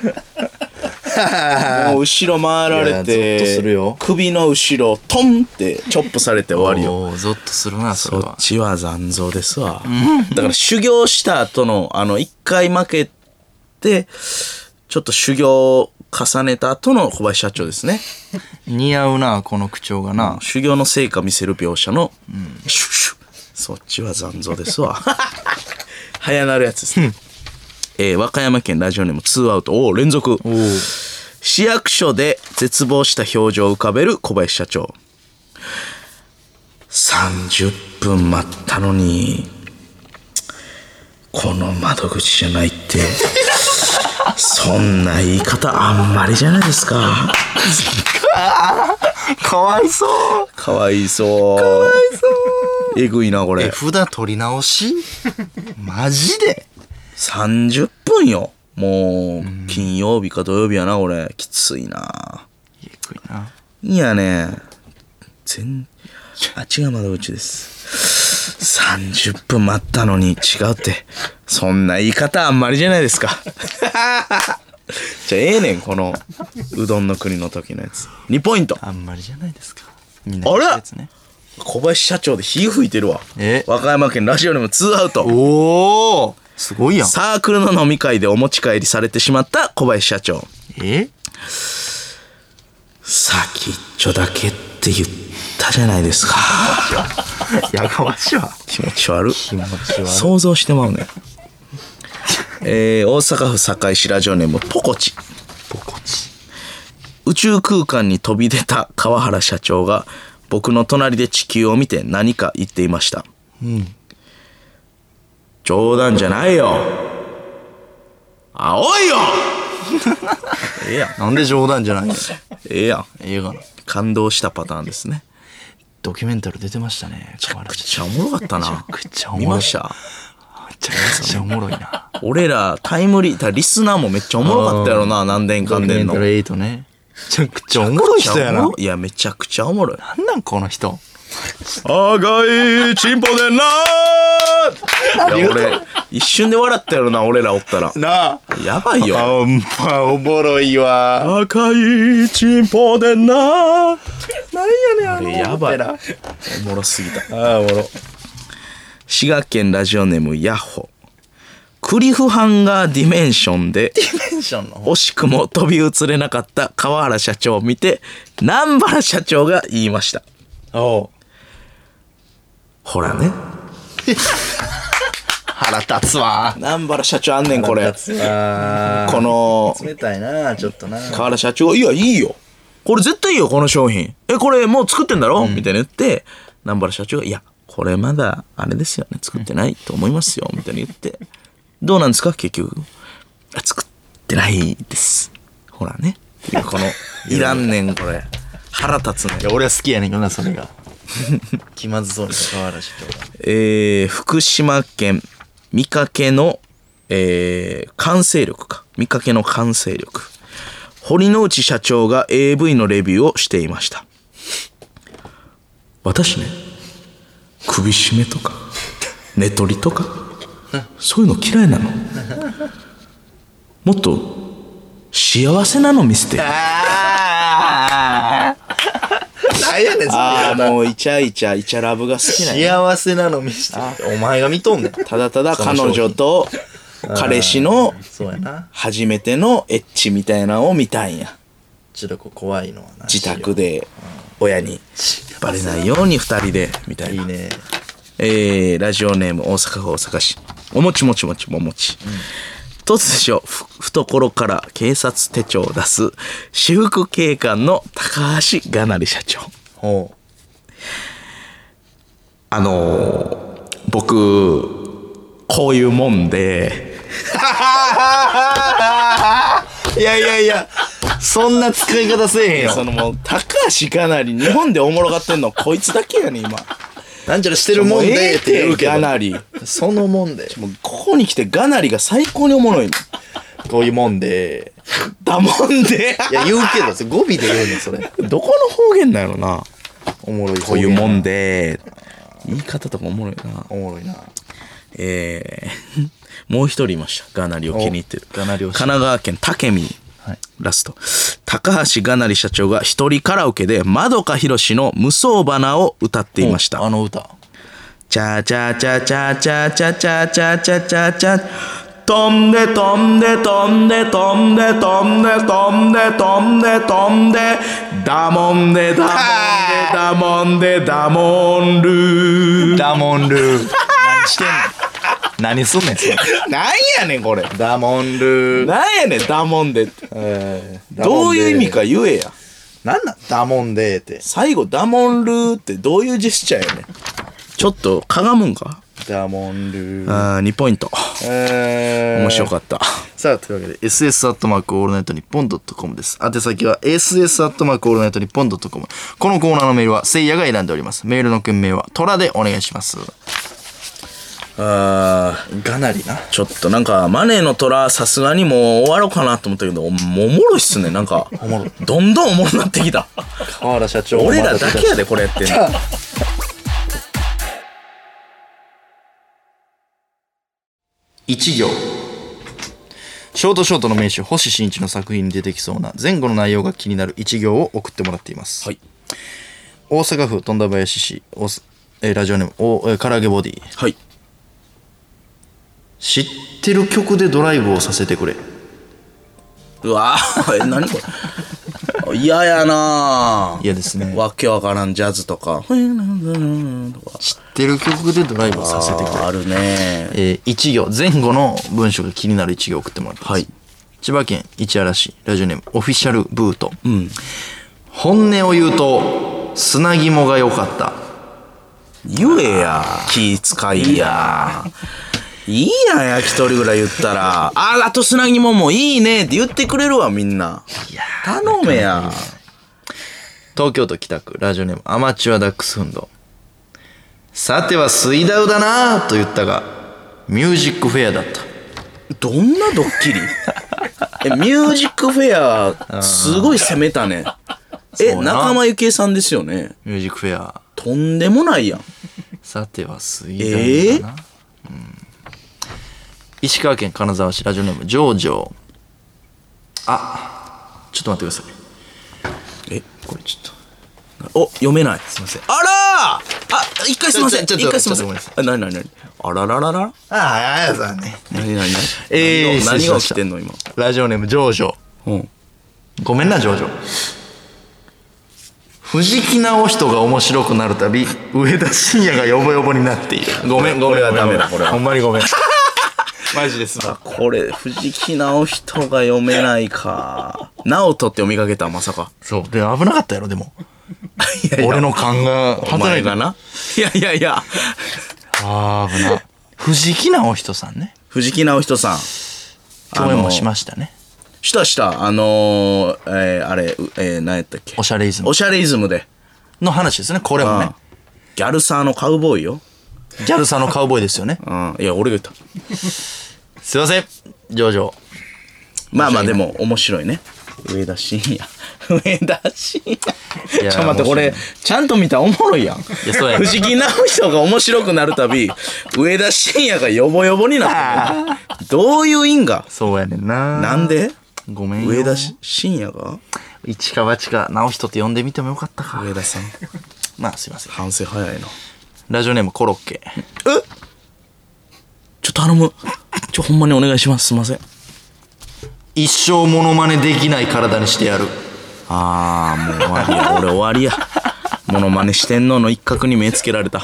Speaker 2: もう後ろ回られ
Speaker 1: いやゾッと
Speaker 2: て
Speaker 1: するよ、
Speaker 2: 首の後ろをトンってチョップされて終わりよ。
Speaker 1: おーゾッとするなそれ
Speaker 2: そっ
Speaker 1: は
Speaker 2: ちは残像ですわ。だから修行した後の、あの、一回負けて、ちょっと修行を重ねた後の小林社長ですね。
Speaker 1: 似合うなこの口調がな
Speaker 2: 修行の成果見せる描写の、シュッシュッそっちは残像ですわ。 [LAUGHS] 早なるやつですね。えー和歌山県ラジオネーム2アウト、おー連続。市役所で絶望した表情を浮かべる小林社長。30分待ったのに、この窓口じゃないって、そんな言い方あんまりじゃないですか。
Speaker 1: かわいそう
Speaker 2: かわいそう。かわいそう。えぐいな、こ
Speaker 1: え [LAUGHS]
Speaker 2: れ。
Speaker 1: 札取り直しマジで
Speaker 2: 30分よ。もう、金曜日か土曜日やな、俺。きついな。
Speaker 1: ゆっくりな。
Speaker 2: いやね、全、あっちが窓口です。30分待ったのに違うって、そんな言い方あんまりじゃないですか。じゃあええねん、この、うどんの国の時のやつ。2ポイント。
Speaker 1: あんまりじゃないですか。みん
Speaker 2: あれ
Speaker 1: 言ったやつね。
Speaker 2: 小林社長で火吹いてるわ。
Speaker 1: え
Speaker 2: 和歌山県ラジオでも2アウト。
Speaker 1: おおすごいやん。
Speaker 2: サークルの飲み会でお持ち帰りされてしまった小林社長。
Speaker 1: え
Speaker 2: 先っちょだけって言ったじゃないですか。
Speaker 1: やかましいわ。
Speaker 2: 気持ち悪い。
Speaker 1: 気持ち悪い。
Speaker 2: 想像してまう [LAUGHS] ね。えー、大阪府堺市ラジオネームポコチ。
Speaker 1: ポコチ。
Speaker 2: 宇宙空間に飛び出た川原社長が僕の隣で地球を見て何か言っていました、冗談じゃない [LAUGHS] よ青 [LAUGHS] いよええやん
Speaker 1: なんで冗談じゃないの
Speaker 2: ええやん
Speaker 1: 映画の。
Speaker 2: 感動したパターンですね
Speaker 1: ドキュメンタル出てましたね。めち
Speaker 2: めちゃおもろかったな
Speaker 1: めちゃくちゃおもろい
Speaker 2: 見ました
Speaker 1: ゃくちゃおもろいな。
Speaker 2: 俺らタイムリーだからリスナーもめっちゃおもろかったやろな何年
Speaker 1: ド
Speaker 2: 間
Speaker 1: キュメ
Speaker 2: で
Speaker 1: ン
Speaker 2: の
Speaker 1: タル8ね。めちゃくちゃおもろい人やな。
Speaker 2: いやめちゃくちゃおもろい
Speaker 1: なんなんこの人。
Speaker 2: 赤いチンポでないや俺一瞬で笑ったやろな俺らおったら
Speaker 1: なあ。
Speaker 2: やばいよ
Speaker 1: あんまおもろいわ。
Speaker 2: 赤いチンポでななんやねんやばいおもろすぎ
Speaker 1: [LAUGHS]
Speaker 2: たあおもろ滋賀県ラジオネームヤッホクリフハンガーディメンションで
Speaker 1: テンションの方
Speaker 2: 惜しくも飛び移れなかった川原社長を見て南原社長が言いました
Speaker 1: おう
Speaker 2: ほらね
Speaker 1: [LAUGHS] 腹立つわ。
Speaker 2: 南原社長あんねんこれ
Speaker 1: あ
Speaker 2: この
Speaker 1: 冷たいな、ちょっとな。
Speaker 2: 河原社長、いや、いいよ。これ絶対いいよ、この商品。え、これもう作ってんだろ、みたいな言って、南原社長が、いや、これまだ、あれですよね、作ってないと思いますよ、みたいな言って、どうなんですか、結局。あ作ってないです。ほらね。っていうこ [LAUGHS] の、いらんねん、これ。腹立つね
Speaker 1: い。や、俺は好きやねんけどな、それが。 [LAUGHS] 気まずそうに関わらしと。
Speaker 2: えー、福島県見かけの、えー、完成力か。見かけの完成力。堀之内社長が AV のレビューをしていました。私ね、首絞めとか、寝取りとか、そういうの嫌いなの。もっと、幸せなの見せて。
Speaker 1: ああ何やねん、そ
Speaker 2: ああ、もうイチャイチャ、イチャラブが好きなんや
Speaker 1: 幸せなの見せて。お前が見とんねん。
Speaker 2: ただただ
Speaker 1: その
Speaker 2: 彼
Speaker 1: 商品
Speaker 2: 女と彼氏の
Speaker 1: そうやな。
Speaker 2: 初めてのエッチみたいなのを見たんや
Speaker 1: ちょっとこう怖いのはな。
Speaker 2: 自宅で親にバレないように二人でみたい
Speaker 1: い
Speaker 2: ない
Speaker 1: ね。
Speaker 2: えー、ラジオネーム大阪府大阪市おもちもちもちももち、突如ふ懐から警察手帳を出す私服警官の高橋がなり社長
Speaker 1: ほう。
Speaker 2: あのー、僕こういうもんで
Speaker 1: いやいやいや、そんな使い方せえへん
Speaker 2: そ
Speaker 1: よ。
Speaker 2: のもう高橋がなり日本でおもろがってんのこいつだけやね今
Speaker 1: なんちゃらしてるもんでって言うけ
Speaker 2: [LAUGHS] もえ
Speaker 1: ど。
Speaker 2: えてがなり
Speaker 1: そのもんで。
Speaker 2: もうここに来てガナリが最高におもろいの。
Speaker 1: こういうもんで。
Speaker 2: だもんで。
Speaker 1: いや、言うけど、それ語尾で言うねん、それ。
Speaker 2: どこの方言だろうな。
Speaker 1: おもろい。
Speaker 2: こういうもんで。言い方とかおもろいな。
Speaker 1: おもろいな。
Speaker 2: えー、もう一人いました。ガナリを気に入ってる。
Speaker 1: おガナリを
Speaker 2: 神奈川県武見。
Speaker 1: はい
Speaker 2: ラスト。高橋ガナリ社長が一人カラオケで、まどかひろしの無双花を歌っていました。
Speaker 1: あの歌。
Speaker 2: チャチャチャチャチャチャチャチャチャチャチャ飛んで飛んで飛んで飛んで飛んで飛んで飛んで飛んでダモンでダモンでダモンでダモンルー
Speaker 1: ダモンルー。何してんの何すんねん、それ。
Speaker 2: なんやねんこれ
Speaker 1: ダモンルー。
Speaker 2: なんやねんダモンでって
Speaker 1: えー
Speaker 2: どういう意味。か言えや
Speaker 1: なんなんダモンでーって。
Speaker 2: 最後ダモンルーってどういうジェスチャーやねんちょっとかがむんか
Speaker 1: ダモンルー。
Speaker 2: あー2ポイント
Speaker 1: えー
Speaker 2: 面白かった
Speaker 1: さあ、というわけで、ss アットマークオールナイトニッポンドットコムです。宛先は ss アットマークオールナイトニッポンドットコム。このコーナーのメールは、せいやが選んでおります。メールの件名は、トラでお願いします。
Speaker 2: あー
Speaker 1: がなりな。
Speaker 2: ちょっとなんか、マネーの虎、さすがにもう終わろうかなと思ったけど、もうおもろいっすね。なんか、どんどんおもろなってきた。
Speaker 1: 河原社長
Speaker 2: 俺らだけやで、これって。
Speaker 1: 一行ショートショートの名手星新一の作品に出てきそうな前後の内容が気になる一行を送ってもらっています、
Speaker 2: はい
Speaker 1: 大阪府富田林市おすえーラジオネームお、えー、唐揚げボディ
Speaker 2: はい。
Speaker 1: 知ってる曲でドライブをさせてくれ
Speaker 2: うわぁ、え何これ。嫌やなぁ。
Speaker 1: 嫌ですね
Speaker 2: わけわからんジャズとか。ふぇなんだなんだとか
Speaker 1: 知ってる曲でドライブをさせてくれ
Speaker 2: あるね
Speaker 1: えー一行前後の文章が気になる一行を送ってもらってます、
Speaker 2: はい
Speaker 1: 千葉県市原市ラジオネームオフィシャルブート、
Speaker 2: ん
Speaker 1: 本音を言うと砂肝が良かった
Speaker 2: 言えや。気使いや。いいやん、焼き鳥ぐらい言ったら。あ、あと砂肝もいいねって言ってくれるわ、みんな。頼めや。
Speaker 1: 東京都北区ラジオネームアマチュアダックスフンドさてはスイダウだなぁと言ったがミュージックフェアだった
Speaker 2: どんなドッ
Speaker 1: [LAUGHS]
Speaker 2: キリえ、ミュージックフェア、すごい攻めたね。え、
Speaker 1: そうな
Speaker 2: 仲間由紀恵さんですよね。
Speaker 1: ミュージックフェア
Speaker 2: とんでもないやん。
Speaker 1: さてはスイ
Speaker 2: ええ
Speaker 1: ダウだな、うん石川県金沢市ラジオネームジョージョあちょっと待ってください
Speaker 2: え
Speaker 1: これちょっ
Speaker 2: お、読めない。すい
Speaker 1: ません
Speaker 2: あらーあ、一回すいません。
Speaker 1: ちょち
Speaker 2: 一
Speaker 1: ょちょ
Speaker 2: 回すいませ
Speaker 1: ちょ
Speaker 2: ん。
Speaker 1: っとごめんなさい
Speaker 2: あ、なになになにあらららら
Speaker 1: とああやだね
Speaker 2: なになになに
Speaker 1: えー、
Speaker 2: 何が何が起き
Speaker 1: 失
Speaker 2: て
Speaker 1: 礼
Speaker 2: ん
Speaker 1: し
Speaker 2: の
Speaker 1: まし
Speaker 2: 今。
Speaker 1: たラジオネームジョージョ
Speaker 2: うん。
Speaker 1: ごめんな、ジョージョ。藤木直人が面白くなるたび、上田晋也がヨボヨボになっている。ごめん、ごめん、
Speaker 2: これはダメだ
Speaker 1: ごめ
Speaker 2: こ
Speaker 1: ん
Speaker 2: れは
Speaker 1: ほんまにごめん。 [LAUGHS] マジです
Speaker 2: あ、これ、藤木直人が読めないか。直人って読みかけた、まさか。
Speaker 1: そう。で、危なかったやろ、でも。俺の勘が
Speaker 2: お
Speaker 1: 働
Speaker 2: 前
Speaker 1: いた
Speaker 2: が
Speaker 1: な。
Speaker 2: な。いやいやいや。
Speaker 1: あー危な。藤木直人さんね。
Speaker 2: 藤木直人さん。
Speaker 1: 共演もしましたね。
Speaker 2: したした、あのー、えー、あれ、うえー、何やったっけ
Speaker 1: おしゃれイズム
Speaker 2: おしゃれイズムで。
Speaker 1: の話ですね、これもね
Speaker 2: あ。ギャルサーのカウボーイよ。
Speaker 1: ギャルさんのカウボーイですよね。
Speaker 2: うん。いや、俺が言った。
Speaker 1: すいません、ジョージョ。
Speaker 2: まあまあ、でも、面白いね。上田晋也。 [LAUGHS] 上田晋
Speaker 1: い
Speaker 2: 也。
Speaker 1: や
Speaker 2: ちょ、待って、これ、ちゃんと見たらおもろいやん。
Speaker 1: いやそうやね
Speaker 2: 藤木直人が面白くなるたび、上田晋也がヨボヨボになってる。どういう因果
Speaker 1: そうやねんな。
Speaker 2: なんで
Speaker 1: ごめんよ。
Speaker 2: 上田し晋也が
Speaker 1: 一か八か直人って呼んでみてもよかったか。
Speaker 2: 上田さん。
Speaker 1: まあ、すいません。
Speaker 2: 反省早いな。
Speaker 1: ラジオネームコロッケ。
Speaker 2: ちょ、頼む。ちょ、ほんまにお願いします。すいません。
Speaker 1: 一生モノマネできない体にしてやる。
Speaker 2: あー、もう終わりや。俺終わりや。モノマネしてんのの一角に目つけられた。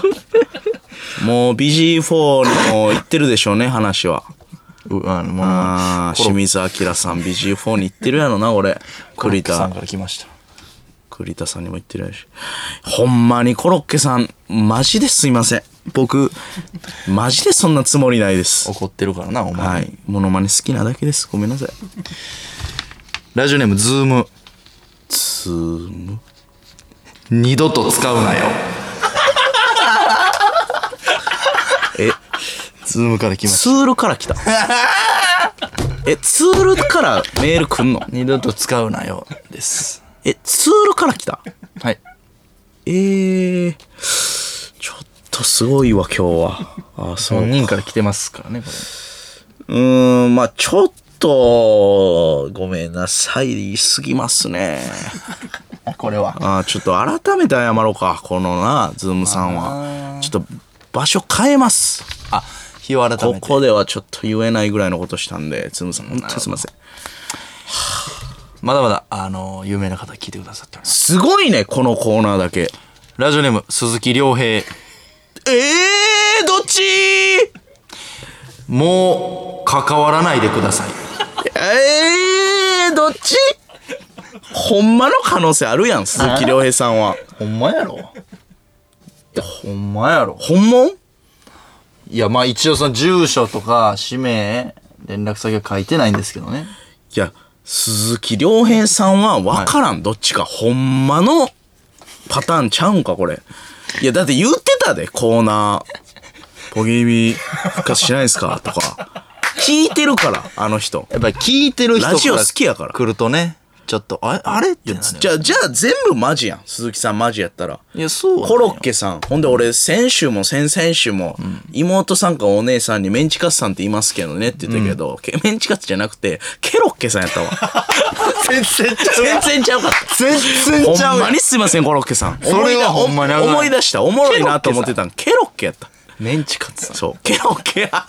Speaker 2: もう BG4 の言ってるでしょうね、話は。
Speaker 1: うあの、もう
Speaker 2: あー、清水明さん BG4 に言ってるやろな、俺。栗
Speaker 1: さ
Speaker 2: 田
Speaker 1: んか、ら来ました。
Speaker 2: 栗田さんにも言ってるやろし。ほんまにコロッケさん、マジですいません。僕、マジでそんなつもりないです。
Speaker 1: 怒ってるからな、お前。
Speaker 2: はい。モノマネ好きなだけです。ごめんなさい。
Speaker 1: ラジオネームズーム。
Speaker 2: つーむ。
Speaker 1: 二度と使うな [LAUGHS] よ。
Speaker 2: え、
Speaker 1: ズームから来まし
Speaker 2: ツールから来た。え、ツールからメール来んの
Speaker 1: た。二度と使うなよ。です。
Speaker 2: え、ツールから来た
Speaker 1: はい。
Speaker 2: えー、ちょっとすごいわ、今日は。あ、そう。
Speaker 1: 本
Speaker 2: う
Speaker 1: 人から来てますからね、これ。
Speaker 2: ーん、まあちょっと、ごめんなさい、言い過ぎますね。
Speaker 1: これは。
Speaker 2: あちょっと改めて謝ろうか、このな、ズームさんは。ちょっと場所変えます。
Speaker 1: あ、日を改め
Speaker 2: こ
Speaker 1: て。
Speaker 2: こではちょっと言えないぐらいのことしたんで、ズームさん、本当にすいません。
Speaker 1: まだまだ、あの、有名な方聞いてくださっております。
Speaker 2: すごいね、このコーナーだけ。
Speaker 1: ラジオネーム鈴木亮平。
Speaker 2: ええー、どっちえ
Speaker 1: もう、関わらないでください。
Speaker 2: えー、どっちほんまの可能性あるやん、鈴木亮平さんは。
Speaker 1: ほんまやろ。いや、ほんまやろ。
Speaker 2: 本物
Speaker 1: いや、まあ一応その住所とか氏名、連絡先は書いてないんですけどね。
Speaker 2: いや、鈴木亮平さんは分からん、どっちか。ほんまのパターンちゃうんか、これ。いや、だって言ってたで、コーナー。ボギーミ復活しないですかとか。聞いてるから、あの人。
Speaker 1: やっぱり聞いてる人
Speaker 2: ラジオ好きやから
Speaker 1: 来るとね、ちょっと、あれあれってなる
Speaker 2: じゃあ、じゃあ全部マジやん。鈴木さんマジやったら。
Speaker 1: いや、そう。
Speaker 2: コロッ。ケさん。ほんで俺、先週も先々週も、妹さんかお姉さんにメンチカツさんって言いますけどねって言ったけど、けメンチカツじゃなくて、ケロッケさんやったわ。
Speaker 1: 全然ちゃう
Speaker 2: 全然ちゃうかった。
Speaker 1: 全然
Speaker 2: ほ
Speaker 1: ちゃ
Speaker 2: ん
Speaker 1: う
Speaker 2: まにすいません、コロッケさん。
Speaker 1: それはほんまにあかん
Speaker 2: 思い出した。おもろいなと思ってたん。ケロッケやった。
Speaker 1: メンチカツさん。
Speaker 2: そう。ケロッケや。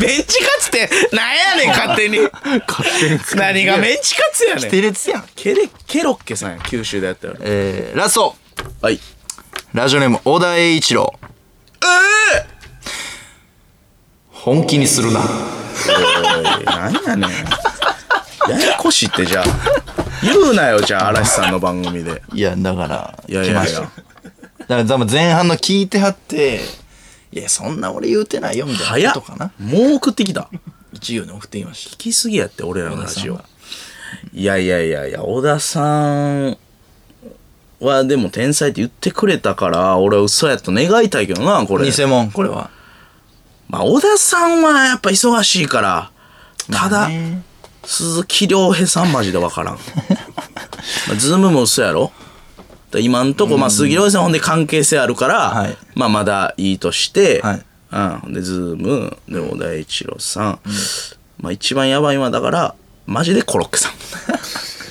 Speaker 2: メンチカツって、なんやねん、勝手に。何がメンチカツやねん。
Speaker 1: テレツやん。
Speaker 2: ケレ、ケロッケさんや、九州でやったら。
Speaker 1: えー、ラスト
Speaker 2: はい。
Speaker 1: ラジオネーム、小田栄一郎。ええ本気にするな。
Speaker 2: なんやねん。ややこしいって、じゃあ。言うなよ、じゃあ、嵐さんの番組で。
Speaker 1: いや、だから、
Speaker 2: いやい
Speaker 1: 来
Speaker 2: や
Speaker 1: ま
Speaker 2: い
Speaker 1: した
Speaker 2: や。
Speaker 1: だから多分前半の聞いてはって、いや、そんな俺言うてないよ、みたい
Speaker 2: 早
Speaker 1: な
Speaker 2: っ
Speaker 1: ことかな。。
Speaker 2: もう送ってきた。
Speaker 1: 一行に送ってきまし
Speaker 2: 聞きすぎやって、俺らのラジ
Speaker 1: 小
Speaker 2: オ
Speaker 1: 田。
Speaker 2: いやいやいやいや、小田さんはでも天才って言ってくれたから、俺は嘘やと願いたいけどな、こ
Speaker 1: た。
Speaker 2: れ。
Speaker 1: 偽物、これは。
Speaker 2: まあ、小田さんはやっぱ忙しいから、ただ、鈴木亮平さんマジでわ [LAUGHS] からん。まあ、ズームも嘘やろだ今んとこ、まあ、鈴木亮平さんほんで関係性あるから、
Speaker 1: はい
Speaker 2: まあ、まだいいとして、
Speaker 1: はい
Speaker 2: うん。で、ズーム、で、小田栄一郎さん。まあ、一番やばいのは、だから、マジでコロッケさ [LAUGHS] ん。コ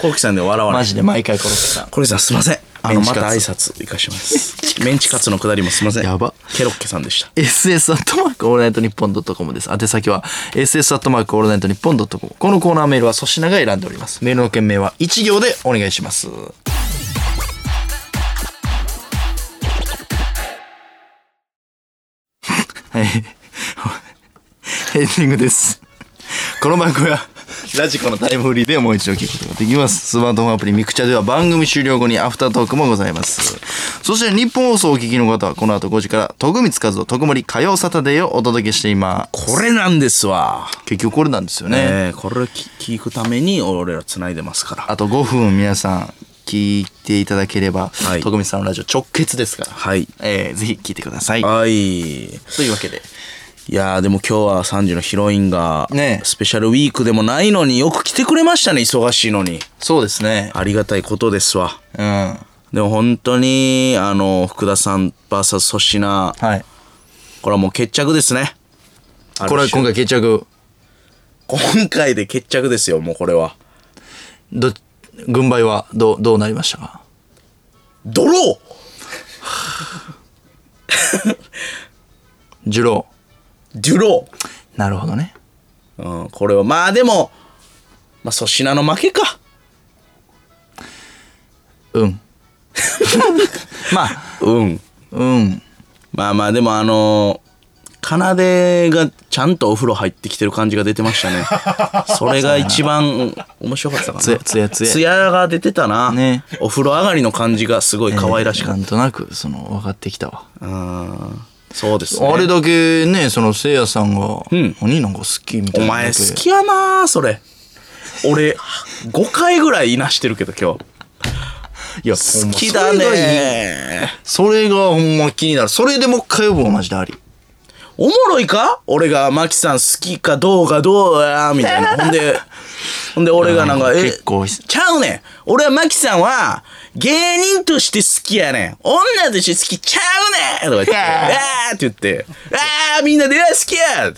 Speaker 2: ロッケさんで笑わない。
Speaker 1: マジで毎回殺すさ
Speaker 2: コロッケさん、すいません。あ
Speaker 1: メ
Speaker 2: の、
Speaker 1: ンチ
Speaker 2: ま
Speaker 1: カツ
Speaker 2: た挨拶行かします。 [LAUGHS] メンチカツのくだりもすいません。
Speaker 1: やば。
Speaker 2: ケロッケさんでした。
Speaker 1: SS アットマークオールナイトニッポンドットコムです。宛先は SS アットマークオールナイトニッポンドットコム。このコーナーメールは粗品が選んでおります。メールの件名は一行でお願いします。はい。 [LAUGHS] エンディングです。この番組は、ラジコのタイムフリーでもう一度聞くことができます。スマートフォンアプリミクチャでは番組終了後にアフタートークもございます。そして日本放送をお聞きの方は、この後5時から、徳光和夫徳森火曜サタデーをお届けしています。
Speaker 2: これなんですわ。
Speaker 1: 結局これなんですよね。
Speaker 2: ねえ、これをき聞くために俺ら繋いでますから。
Speaker 1: あと5分皆さん聞いていただければ、
Speaker 2: はい
Speaker 1: 徳光さんのラジオ直結ですから、
Speaker 2: はい。
Speaker 1: えーぜひ聞いてください。
Speaker 2: はい。い
Speaker 1: というわけで、
Speaker 2: やーでも今日は3時のヒロインが、
Speaker 1: ねえ
Speaker 2: スペシャルウィークでもないのによく来てくれましたね、忙しいのに。
Speaker 1: そうですね。
Speaker 2: ありがたいことですわ。
Speaker 1: うん。は
Speaker 2: でも本当に、あの、福田さん VS 粗品、
Speaker 1: い。
Speaker 2: これはもう決着ですね。
Speaker 1: これは今
Speaker 2: 回。
Speaker 1: 回決着、
Speaker 2: 今回で決着ですよ、もうこれは。
Speaker 1: ど、軍配はどう、どうなりましたか
Speaker 2: ドロー
Speaker 1: ジュロ
Speaker 2: デュロー
Speaker 1: ー。なるほどね。
Speaker 2: うん、これは、まあでも、まあ粗品の負けか。
Speaker 1: うん。まあ、
Speaker 2: うん。
Speaker 1: うん。
Speaker 2: まあまあでもあのかなでがちゃんとお風呂入ってきてる感じが出て
Speaker 1: [LAUGHS]
Speaker 2: ましたね。それが一番面白かったかな。
Speaker 1: つやつやつや
Speaker 2: つやが出てたな。
Speaker 1: ね
Speaker 2: お風呂上がりの感じがすごい可愛らしか
Speaker 1: な
Speaker 2: っ
Speaker 1: んとなく、その、分かってきたわ。
Speaker 2: た。うん。そうですね。
Speaker 1: あれだけね、その、せいやさんが、
Speaker 2: ん
Speaker 1: 何なんか好きみたい
Speaker 2: お
Speaker 1: な。
Speaker 2: 前好きやなそれ。
Speaker 1: [LAUGHS]
Speaker 2: 俺、5回ぐらいいなしてるけど今日。
Speaker 1: いや、
Speaker 2: 好きだ
Speaker 1: ほんまそれがいい
Speaker 2: ね
Speaker 1: それがほんま気になる。それでもう一回呼ぶわ、マジであり。
Speaker 2: おもろいか俺がマキさん好きかどうかどうやみたいな。ほんで、ほんで俺がなんか、
Speaker 1: いや
Speaker 2: え、
Speaker 1: 結構
Speaker 2: ちゃうねん。俺はマキさんは芸人として好きやねん。女として好きちゃうねんとか言って、あーって言って、あーみんなでうわ好きや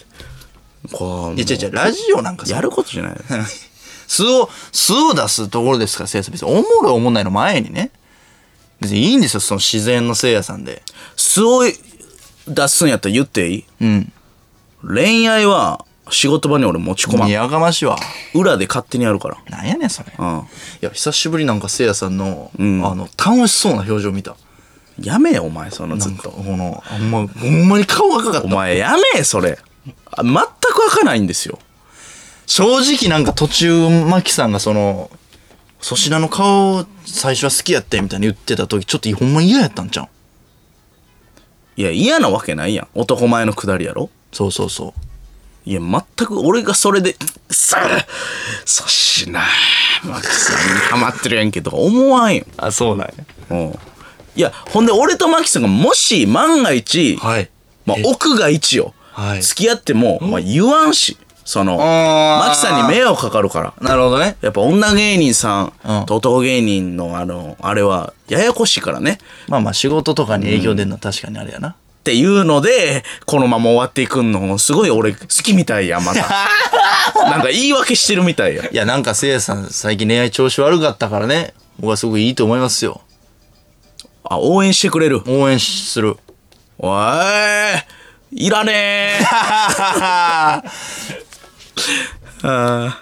Speaker 2: こう、
Speaker 1: いや、違う違う、ラジオなんか
Speaker 2: や
Speaker 1: さ、
Speaker 2: ることじゃない。
Speaker 1: 素を、素を出すところですから、せいやさん。別に、おもろいおもんないの前にね。別にいいんですよ、その自然のせいやさんで。
Speaker 2: すごい出すんやったら言っていい
Speaker 1: うん。
Speaker 2: 恋愛は仕事場に俺持ち込ま
Speaker 1: い
Speaker 2: ん。
Speaker 1: やがましいわ。
Speaker 2: 裏で勝手にやるから。
Speaker 1: なんやねん、それ。
Speaker 2: うん。
Speaker 1: いや、久しぶりなんかせいやさんの、
Speaker 2: ん
Speaker 1: あの、楽しそうな表情見た。
Speaker 2: やめよ、お前、そのず
Speaker 1: な
Speaker 2: っ
Speaker 1: ん
Speaker 2: と
Speaker 1: か、。この、ほんま、ほんまに顔赤かっ
Speaker 2: お
Speaker 1: た。
Speaker 2: 前やめえそれあ全く開かないんですよ
Speaker 1: 正直なんか途中、マキさんがその、粗品の顔、最初は好きやって、みたいに言ってた時、ちょっとほんま嫌やったんちゃう
Speaker 2: いや嫌なわけないやん男前のくだりやろ
Speaker 1: そうそうそう。
Speaker 2: いや全く俺がそれで「さあ粗品マキさんにハマってるやんけ」とか思わんよ、
Speaker 1: あ、そうなんや。
Speaker 2: うん、いやほんで俺とマキさんがもし万が一
Speaker 1: はい。
Speaker 2: まあ、奥が一よ、
Speaker 1: はい
Speaker 2: 付き合っても、まあ、言わんしその
Speaker 1: あー
Speaker 2: マキさんに迷惑かかるから
Speaker 1: なるほどね。
Speaker 2: やっぱ女芸人さ
Speaker 1: うん
Speaker 2: んと男芸人のあのあれはややこしいからね
Speaker 1: まあまあ仕事とかに影響出るのは確かにあれやな。
Speaker 2: っていうのでこのまま終わっていくのすごい俺好きみたいやま
Speaker 1: [LAUGHS]
Speaker 2: たなんか言い訳してるみたいや
Speaker 1: いや、なんかせいやさん最近恋愛調子悪かったからね。僕はすごくいいと思いますよ。
Speaker 2: あ応援してくれる
Speaker 1: 応援する。
Speaker 2: おーいいらねえあー